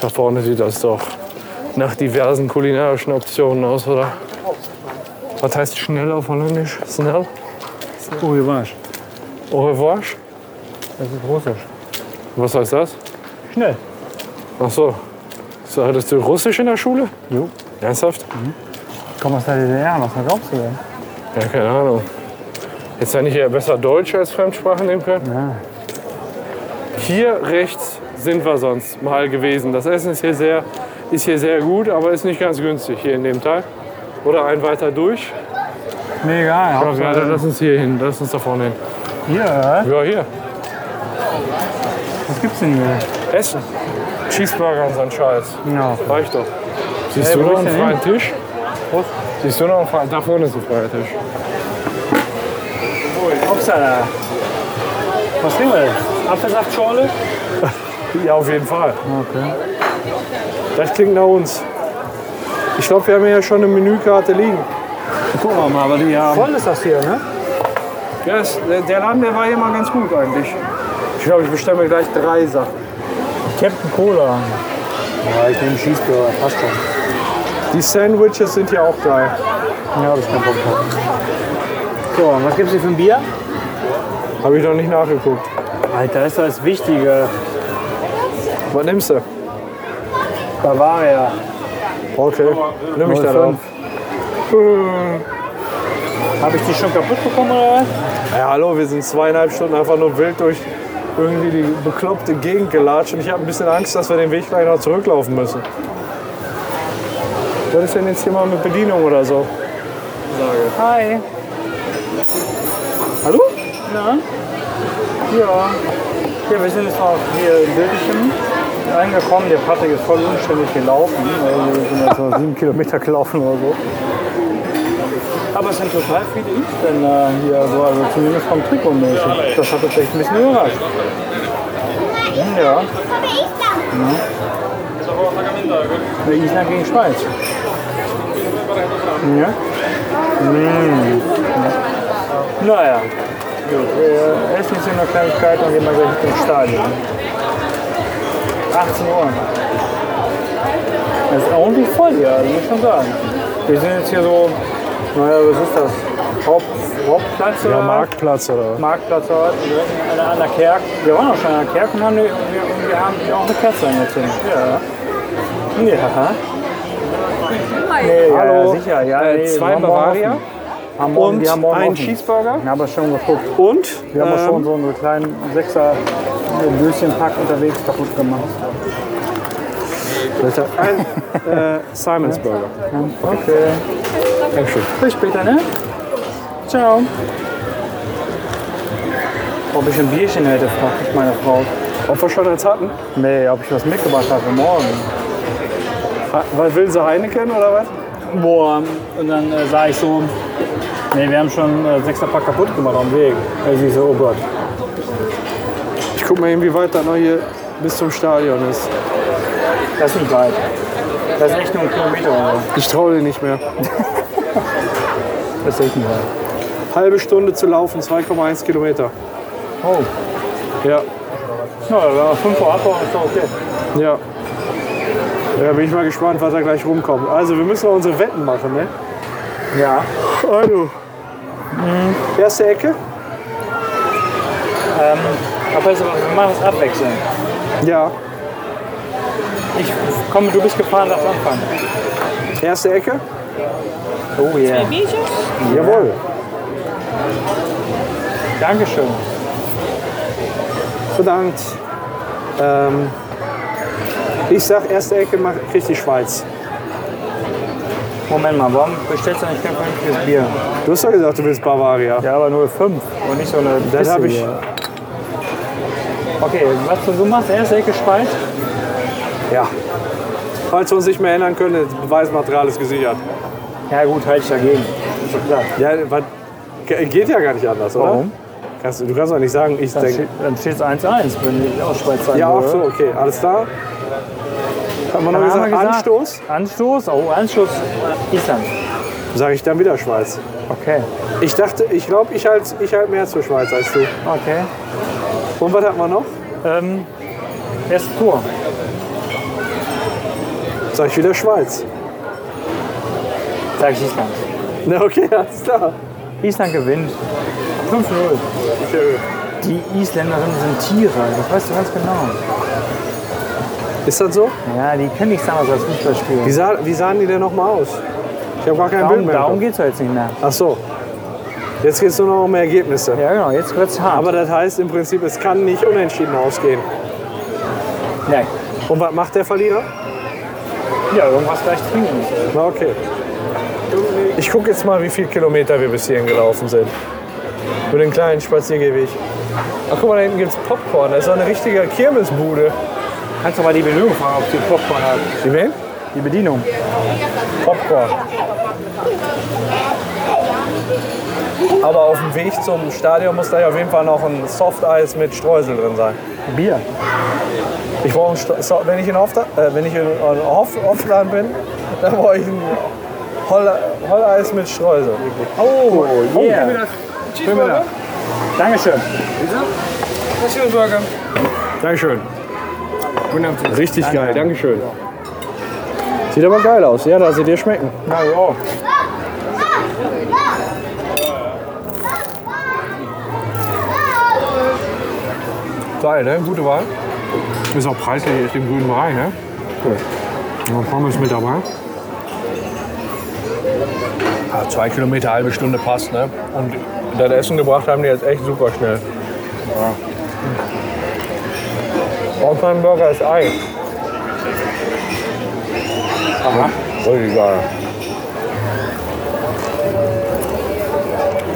[SPEAKER 7] Da vorne sieht das doch nach diversen kulinarischen Optionen aus, oder? Was heißt schnell auf Holländisch? Snell?
[SPEAKER 1] Oh, hier war's.
[SPEAKER 7] Au revoir?
[SPEAKER 1] Das ist russisch.
[SPEAKER 7] Was heißt das?
[SPEAKER 1] Schnell.
[SPEAKER 7] Ach so. So, Hattest du Russisch in der Schule?
[SPEAKER 1] Jo.
[SPEAKER 7] Ernsthaft?
[SPEAKER 1] Komm aus der DDR, was glaubst du denn?
[SPEAKER 7] Ja, keine Ahnung. Jetzt hätte ich ja besser Deutsch als Fremdsprache nehmen können. Hier rechts sind wir sonst mal gewesen. Das Essen ist hier sehr, ist hier sehr gut, aber ist nicht ganz günstig hier in dem Teil. Oder ein weiter durch.
[SPEAKER 1] Mir egal.
[SPEAKER 7] Ach, ja, dann
[SPEAKER 1] Hauptsache-
[SPEAKER 7] lass uns hier hin, lass uns da vorne hin.
[SPEAKER 1] Hier,
[SPEAKER 7] Ja, hier.
[SPEAKER 1] was gibt's denn hier?
[SPEAKER 7] Essen. Cheeseburger und so ein Scheiß.
[SPEAKER 1] Ja.
[SPEAKER 7] Reicht doch. Siehst
[SPEAKER 1] Hey,
[SPEAKER 7] du
[SPEAKER 1] wo
[SPEAKER 7] noch
[SPEAKER 1] ist der
[SPEAKER 7] einen Äh, freien Tisch? Siehst du noch einen freien Da vorne ist ein freier Tisch.
[SPEAKER 1] Upsala. Was kriegen wir denn? Apfelsaftschorle?
[SPEAKER 7] Ja, auf jeden Fall. Das klingt nach uns. Ich glaube, wir haben ja schon eine Menükarte liegen.
[SPEAKER 1] Gucken wir mal, aber die haben. Voll ist das hier, ne?
[SPEAKER 7] Ja, es- der- der Laden der war hier mal ganz gut eigentlich. Ich glaube, ich bestelle mir gleich drei Sachen.
[SPEAKER 1] Captain Cola. Ja, ich nehme Cheeseburger, passt schon.
[SPEAKER 7] Die Sandwiches sind ja auch geil.
[SPEAKER 1] Ja, hab ich keinen Bock drauf. So, und was gibt's hier für ein Bier?
[SPEAKER 7] Habe ich noch nicht nachgeguckt.
[SPEAKER 1] Alter, ist das Wichtige.
[SPEAKER 7] Was nimmst du?
[SPEAKER 3] Bavaria.
[SPEAKER 7] Okay, nimm mich da auf.
[SPEAKER 3] 05. Habe ich die schon kaputt bekommen oder was?
[SPEAKER 7] Ja, hallo, wir sind zweieinhalb Stunden einfach nur wild durch irgendwie die bekloppte Gegend gelatscht und ich habe ein bisschen Angst, dass wir den Weg gleich noch zurücklaufen müssen. Was ist denn jetzt hier mal mit Bedienung oder so?
[SPEAKER 8] Hi.
[SPEAKER 7] Hallo?
[SPEAKER 8] Na? Ja.
[SPEAKER 3] Hier, wir sind jetzt noch hier in Bildchen reingekommen. Der Patrick ist voll unständig gelaufen. Also wir sind jetzt noch sieben Kilometer gelaufen oder so. Aber es sind total viele Isländer hier, also, also zumindest vom Trikot mäßig. Das hat uns echt ein bisschen überrascht. Hm, Ja. Mhm. Ja, Island gegen Schweiz. Ja. Mhm. Naja. Gut, wir essen jetzt hier noch Kleinigkeit und gehen mal gleich ins Stadion. 18 Uhr. Das ist ordentlich voll hier, das muss ich schon sagen. Wir sind jetzt hier so, naja, was ist das? Haupt, Hauptplatz oder
[SPEAKER 7] Ja,
[SPEAKER 3] was?
[SPEAKER 7] Marktplatz oder?
[SPEAKER 3] Marktplatz heute. Wir sind an der- an der Kerk. Wir waren auch schon an der Kerk und haben, die, und wir, und wir haben hier auch eine Kerze angezündet. Ja. Ja. Nee,
[SPEAKER 7] Hallo.
[SPEAKER 3] Ja, sicher. Ja,
[SPEAKER 7] Äh,
[SPEAKER 3] nee,
[SPEAKER 7] zwei
[SPEAKER 3] wir haben morgen
[SPEAKER 7] Bavaria
[SPEAKER 3] offen. Haben morgen,
[SPEAKER 7] und
[SPEAKER 3] wir haben morgen
[SPEAKER 7] einen
[SPEAKER 3] offen.
[SPEAKER 7] Cheeseburger.
[SPEAKER 3] Wir haben aber schon geguckt.
[SPEAKER 7] Und
[SPEAKER 3] Wir haben ähm,
[SPEAKER 7] ähm,
[SPEAKER 3] schon so einen kleinen sechser Döschenpack unterwegs kaputt gemacht.
[SPEAKER 7] ein äh, Simons Burger.
[SPEAKER 3] Okay.
[SPEAKER 7] Dankeschön.
[SPEAKER 3] Bis später, ne? Ciao. Ob ich ein Bierchen hätte, fragt mich meine Frau.
[SPEAKER 7] Ob wir schon eins hatten?
[SPEAKER 3] Nee, ob ich was mitgebracht habe für morgen.
[SPEAKER 7] Ha- Was will sie Heineken oder was?
[SPEAKER 3] Boah, und dann äh, sah ich so, nee, wir haben schon äh, Sechserpack kaputt gemacht am Weg. Also ich so, oh Gott.
[SPEAKER 7] Ich guck mal, wie weit da noch hier bis zum Stadion ist.
[SPEAKER 3] Das ist nicht weit. Das ist echt nur ein Kilometer oder so.
[SPEAKER 7] Ich traue dir nicht mehr.
[SPEAKER 3] Das ist echt nicht weit.
[SPEAKER 7] Halbe Stunde zu laufen, 2,1 Kilometer.
[SPEAKER 3] Oh.
[SPEAKER 7] Ja,
[SPEAKER 3] Ja, wenn wir 5 Uhr abbauen, ist doch okay.
[SPEAKER 7] ja. Ja, bin ich mal gespannt, was da gleich rumkommt. Also, wir müssen noch unsere Wetten machen, ne?
[SPEAKER 3] Ja.
[SPEAKER 7] Also. Erste Ecke?
[SPEAKER 3] Aber also, wir machen es abwechselnd.
[SPEAKER 7] Ja.
[SPEAKER 3] Ich komm, du bist gefahren, darfst anfangen.
[SPEAKER 7] Erste Ecke?
[SPEAKER 3] Oh yeah.
[SPEAKER 7] Jawohl.
[SPEAKER 3] Dankeschön.
[SPEAKER 7] Bedankt. Ähm, ich sag, erste Ecke mach, kriegt die Schweiz.
[SPEAKER 3] Moment mal, warum bestellst du nicht kein vernünftiges Bier?
[SPEAKER 7] Du hast doch gesagt, du willst Bavaria.
[SPEAKER 3] Ja, aber nur 5 und nicht so eine
[SPEAKER 7] Dann
[SPEAKER 3] Pisse
[SPEAKER 7] hab ich-
[SPEAKER 3] hier. Okay, was du so machst, erste Ecke Schweiz.
[SPEAKER 7] Ja. Falls wir uns nicht mehr ändern können, das Beweismaterial ist gesichert.
[SPEAKER 3] Ja gut, halte ich dagegen. Ist doch klar.
[SPEAKER 7] Ja, was, ge- geht ja gar nicht anders, oder?
[SPEAKER 3] Warum?
[SPEAKER 7] Kannst, du- du kannst doch nicht sagen, ich
[SPEAKER 3] Dann
[SPEAKER 7] denke.
[SPEAKER 3] steht- Dann steht es 1-1, wenn ich aus Schweiz sein
[SPEAKER 7] Ja, ach
[SPEAKER 3] würde.
[SPEAKER 7] so, okay, alles klar. Haben wir noch
[SPEAKER 3] Dann
[SPEAKER 7] gesagt,
[SPEAKER 3] haben wir gesagt-
[SPEAKER 7] Anstoß?
[SPEAKER 3] Anstoß? Oh, Anstoß Island.
[SPEAKER 7] Sage ich dann wieder Schweiz.
[SPEAKER 3] Okay,
[SPEAKER 7] Ich dachte, ich glaube, ich halt, ich halt mehr zur Schweiz als du.
[SPEAKER 3] okay.
[SPEAKER 7] Und was hat man noch?
[SPEAKER 3] Ähm, erste Tour.
[SPEAKER 7] Sag ich wieder Schweiz.
[SPEAKER 3] Sag ich Island.
[SPEAKER 7] Na, okay, alles klar.
[SPEAKER 3] Island gewinnt. 5-0. Die Isländerinnen sind Tiere, das weißt du ganz genau.
[SPEAKER 7] Ist das so?
[SPEAKER 3] Ja, die können nichts anderes als Fußball
[SPEAKER 7] Wie,
[SPEAKER 3] spielen.
[SPEAKER 7] sah, wie sahen die denn nochmal aus? Ich habe gar kein Bild
[SPEAKER 3] Darum,
[SPEAKER 7] mehr. im
[SPEAKER 3] darum
[SPEAKER 7] Kopf.
[SPEAKER 3] geht es jetzt nicht mehr.
[SPEAKER 7] Ach so. Jetzt geht es nur noch um Ergebnisse.
[SPEAKER 3] Ja genau, jetzt wird's hart.
[SPEAKER 7] Aber das heißt im Prinzip, es kann nicht unentschieden ausgehen.
[SPEAKER 3] Nein.
[SPEAKER 7] Und was macht der Verlierer?
[SPEAKER 3] Ja, irgendwas gleich trinken. müssen.
[SPEAKER 7] Na okay. Ich gucke jetzt mal, wie viele Kilometer wir bis hierhin gelaufen sind. Mit den kleinen Spaziergehweg. Ach guck mal, da hinten gibt's Popcorn. Das ist doch eine richtige Kirmesbude.
[SPEAKER 3] Kannst du mal die Bedienung fragen, ob sie Popcorn hat?
[SPEAKER 7] Die wen?
[SPEAKER 3] Die Bedienung. Popcorn.
[SPEAKER 7] Aber auf dem Weg zum Stadion muss da auf jeden Fall noch ein Softeis mit Streusel drin sein.
[SPEAKER 3] Bier.
[SPEAKER 7] Ich brauche ein Stre so, wenn ich in Hofda äh, wenn ich in, in Hof Hofland bin, dann brauche ich ein Holle- Holleis mit Streusel.
[SPEAKER 3] Oh, yeah.
[SPEAKER 7] Cheeseburger.
[SPEAKER 3] Dankeschön.
[SPEAKER 7] Dankeschön. Richtig geil, Dankeschön. Sieht aber geil aus, ja, dass sie dir schmecken.
[SPEAKER 3] Na ja.
[SPEAKER 7] Geil, ne? Gute Wahl. Ist auch preislich echt im grünen Bereich, ne?
[SPEAKER 3] Noch Pommes mit dabei.
[SPEAKER 2] Ja, Ah, zwei Kilometer, halbe Stunde passt, ne? Und das Essen gebracht haben die jetzt echt super schnell. Ja. Auf meinem Burger ist Ei. Aha. Richtig geil.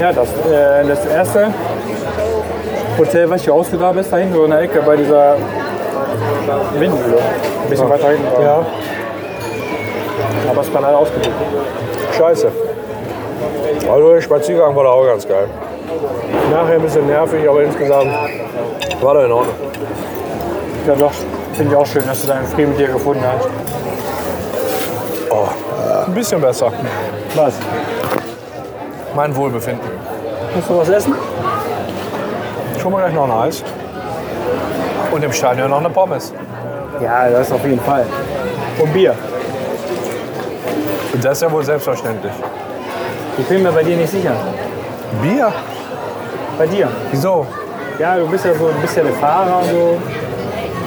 [SPEAKER 1] Ja, das, äh, das erste Hotel, was ich ausgegraben habe, ist da hinten so in der Ecke bei dieser Windmühle. Ein bisschen weiter hinten. war.
[SPEAKER 2] Ja.
[SPEAKER 1] Aber es kann alle ausgedrückt.
[SPEAKER 2] Scheiße. Also der Spaziergang war da auch ganz geil. Nachher ein bisschen nervig, aber insgesamt war da in Ordnung.
[SPEAKER 1] Ja doch, finde ich auch schön, dass du deinen Frieden mit dir gefunden hast.
[SPEAKER 2] Oh, ein bisschen besser.
[SPEAKER 1] Was?
[SPEAKER 2] Mein Wohlbefinden.
[SPEAKER 1] Musst du was essen?
[SPEAKER 2] Schon mal gleich noch ein Eis. Und im Stadion noch eine Pommes.
[SPEAKER 1] Ja, das auf jeden Fall. Und Bier.
[SPEAKER 2] Und das ist ja wohl selbstverständlich.
[SPEAKER 1] Ich bin mir bei dir nicht sicher.
[SPEAKER 2] Bier?
[SPEAKER 1] Bei dir.
[SPEAKER 2] Wieso?
[SPEAKER 1] Ja, du bist ja so ein bisschen der Fahrer und so.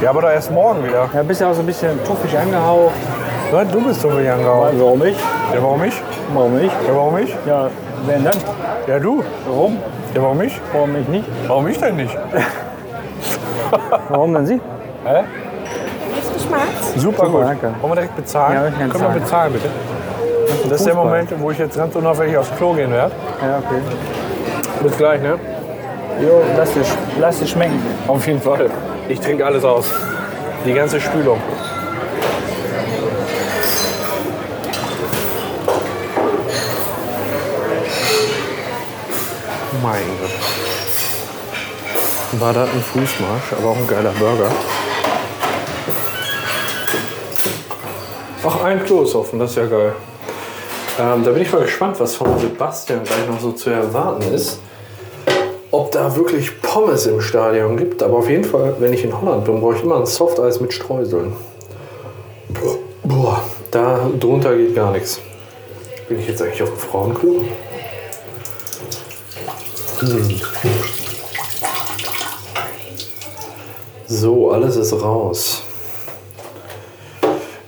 [SPEAKER 2] Ja, aber da erst morgen wieder.
[SPEAKER 1] Ja, bist ja auch so ein bisschen tuffig angehaucht.
[SPEAKER 2] Na, du bist so gegangen.
[SPEAKER 1] Warum nicht?
[SPEAKER 2] Ja, warum ich?
[SPEAKER 1] Warum nicht?
[SPEAKER 2] Ja, warum ich?
[SPEAKER 1] Ja, wenn dann.
[SPEAKER 2] Ja, du.
[SPEAKER 1] Warum?
[SPEAKER 2] Ja, warum ich?
[SPEAKER 1] Warum ich nicht?
[SPEAKER 2] Warum ich denn nicht?
[SPEAKER 1] Warum dann sie?
[SPEAKER 2] Hä?
[SPEAKER 6] Geschmacks.
[SPEAKER 2] Super, gut.
[SPEAKER 1] danke.
[SPEAKER 2] Wollen wir direkt bezahlen?
[SPEAKER 1] Ja, ich kann
[SPEAKER 2] Können wir bezahlen, bitte? Das ist der
[SPEAKER 1] Fußball.
[SPEAKER 2] Moment, wo ich jetzt ganz unauffällig aufs Klo gehen werde.
[SPEAKER 1] Ja, okay.
[SPEAKER 2] Bis gleich, ne?
[SPEAKER 1] Jo, lass dir, sch- lass dir schmecken.
[SPEAKER 2] Auf jeden Fall. Ich trinke alles aus. Die ganze Spülung. Mein Gott. War das ein Fußmarsch, aber auch ein geiler Burger. Ach, ein Klo ist offen, das ist ja geil. Ähm, da bin ich mal gespannt, was von Sebastian gleich noch so zu erwarten ist ob da wirklich Pommes im Stadion gibt. Aber auf jeden Fall, wenn ich in Holland bin, brauche ich immer ein Softeis mit Streuseln. Boah, Boah, da drunter geht gar nichts. Bin ich jetzt eigentlich auf dem Frauenklo? Hm. So, alles ist raus.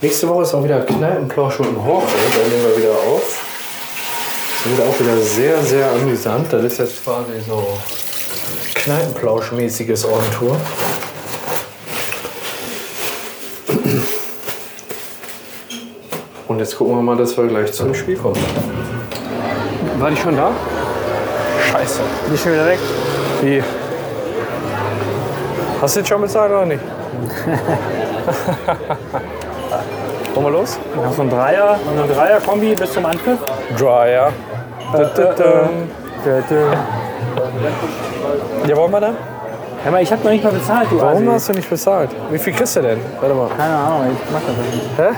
[SPEAKER 2] Nächste Woche ist auch wieder Kneipenplausch und ein Horror. Da nehmen wir wieder auf. Das wird auch wieder sehr, sehr amüsant. Das ist jetzt quasi so Kneipenplauschmäßiges on Tour. Und jetzt gucken wir mal, dass wir gleich zum Spiel kommen. War die schon da? Scheiße.
[SPEAKER 1] Die schon wieder weg.
[SPEAKER 2] Wie? Hast du jetzt schon bezahlt oder nicht? Wollen wir los?
[SPEAKER 1] Noch so ein Dreier, so ein Dreier-Kombi bis zum Angriff.
[SPEAKER 2] Dryer. Ja, wollen wir dann?
[SPEAKER 1] Hör mal, ich hab noch nicht mal bezahlt, du
[SPEAKER 2] Warum
[SPEAKER 1] Assi.
[SPEAKER 2] hast du nicht bezahlt? Wie viel kriegst du denn? Warte mal.
[SPEAKER 1] Keine Ahnung, ich mach das nicht. Hä?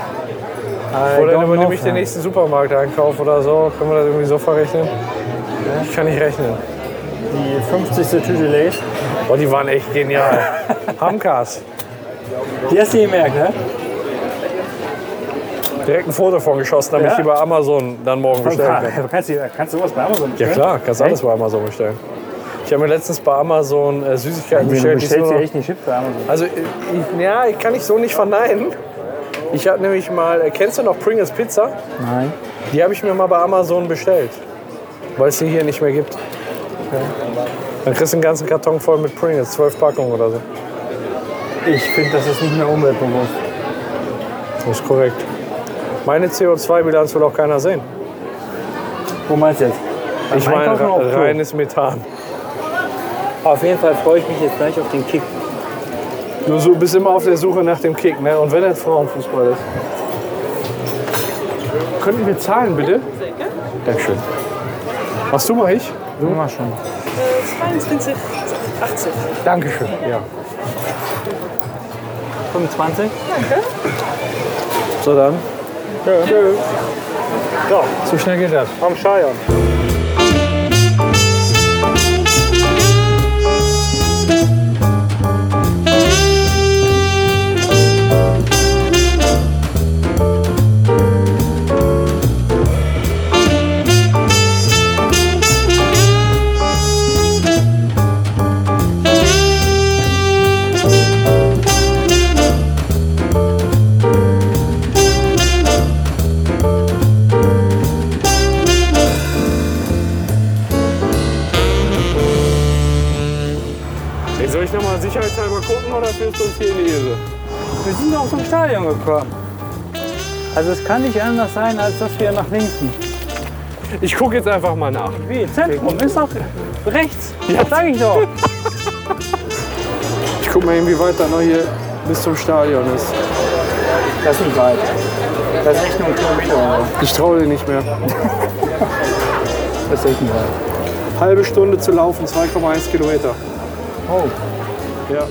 [SPEAKER 2] Oder übernehme ich den nächsten Supermarkteinkauf oder so? Können wir das irgendwie so verrechnen? Ich kann nicht rechnen.
[SPEAKER 1] Die 50. Tüte Lays.
[SPEAKER 2] Boah, die waren echt genial. Hamkas.
[SPEAKER 1] Die hast du gemerkt, ne?
[SPEAKER 2] Direkt ein Foto von geschossen, damit
[SPEAKER 1] Ja.
[SPEAKER 2] ich die bei Amazon dann morgen bestellen kann.
[SPEAKER 1] Kannst du, kannst du sowas bei Amazon
[SPEAKER 2] Ja
[SPEAKER 1] bestellen?
[SPEAKER 2] klar, kannst alles bei Amazon bestellen. Ich habe mir letztens bei Amazon äh, Süßigkeiten
[SPEAKER 1] Du
[SPEAKER 2] bestellt. die sind
[SPEAKER 1] bestellst
[SPEAKER 2] nur
[SPEAKER 1] dir
[SPEAKER 2] noch-
[SPEAKER 1] echt nicht Chips bei Amazon.
[SPEAKER 2] Also, ich, ich- ja, ich kann ich so nicht verneinen. Ich habe nämlich mal, äh, kennst du noch Pringles Pizza?
[SPEAKER 1] Nein.
[SPEAKER 2] Die habe ich mir mal bei Amazon bestellt, weil es die hier nicht mehr gibt. Dann kriegst du einen ganzen Karton voll mit Pringles, zwölf Packungen oder so.
[SPEAKER 1] Ich finde, das ist nicht mehr umweltbewusst.
[SPEAKER 2] Das ist korrekt. Meine CO2-Bilanz will auch keiner sehen.
[SPEAKER 1] Wo meinst du jetzt? Beim
[SPEAKER 2] Ich meine,
[SPEAKER 1] Einkaufen oder auf
[SPEAKER 2] re-
[SPEAKER 1] Klo?
[SPEAKER 2] reines Methan.
[SPEAKER 1] Auf jeden Fall freue ich mich jetzt gleich auf den Kick.
[SPEAKER 2] Du so- bist immer auf der Suche nach dem Kick, ne? Und wenn das Frauenfußball ist. Könnten wir zahlen, bitte? Dankeschön. Was du, mach ich?
[SPEAKER 1] Du machst schon.
[SPEAKER 9] 22, 80.
[SPEAKER 2] Dankeschön. Ja.
[SPEAKER 1] 25?
[SPEAKER 2] So dann. Ja. So schnell geht das.
[SPEAKER 1] Am Scheiern.
[SPEAKER 2] Thank ich nochmal sicherheitshalber gucken oder führst du uns hier in die Irre?
[SPEAKER 3] Wir sind doch zum Stadion gekommen. Also es kann nicht anders sein, als dass wir nach links müssen.
[SPEAKER 2] Ich gucke jetzt einfach mal nach.
[SPEAKER 3] Wie, Zentrum ist doch rechts. Das sag ich doch.
[SPEAKER 2] Ich guck mal, wie weit da noch hier bis zum Stadion ist.
[SPEAKER 3] Das ist nicht weit. Das ist echt nur ein Kilometer. oder so.
[SPEAKER 2] Ich traue dir nicht mehr.
[SPEAKER 3] Das ist echt nicht weit.
[SPEAKER 2] Halbe Stunde zu laufen, 2,1 Kilometer.
[SPEAKER 3] Oh.
[SPEAKER 2] Ja.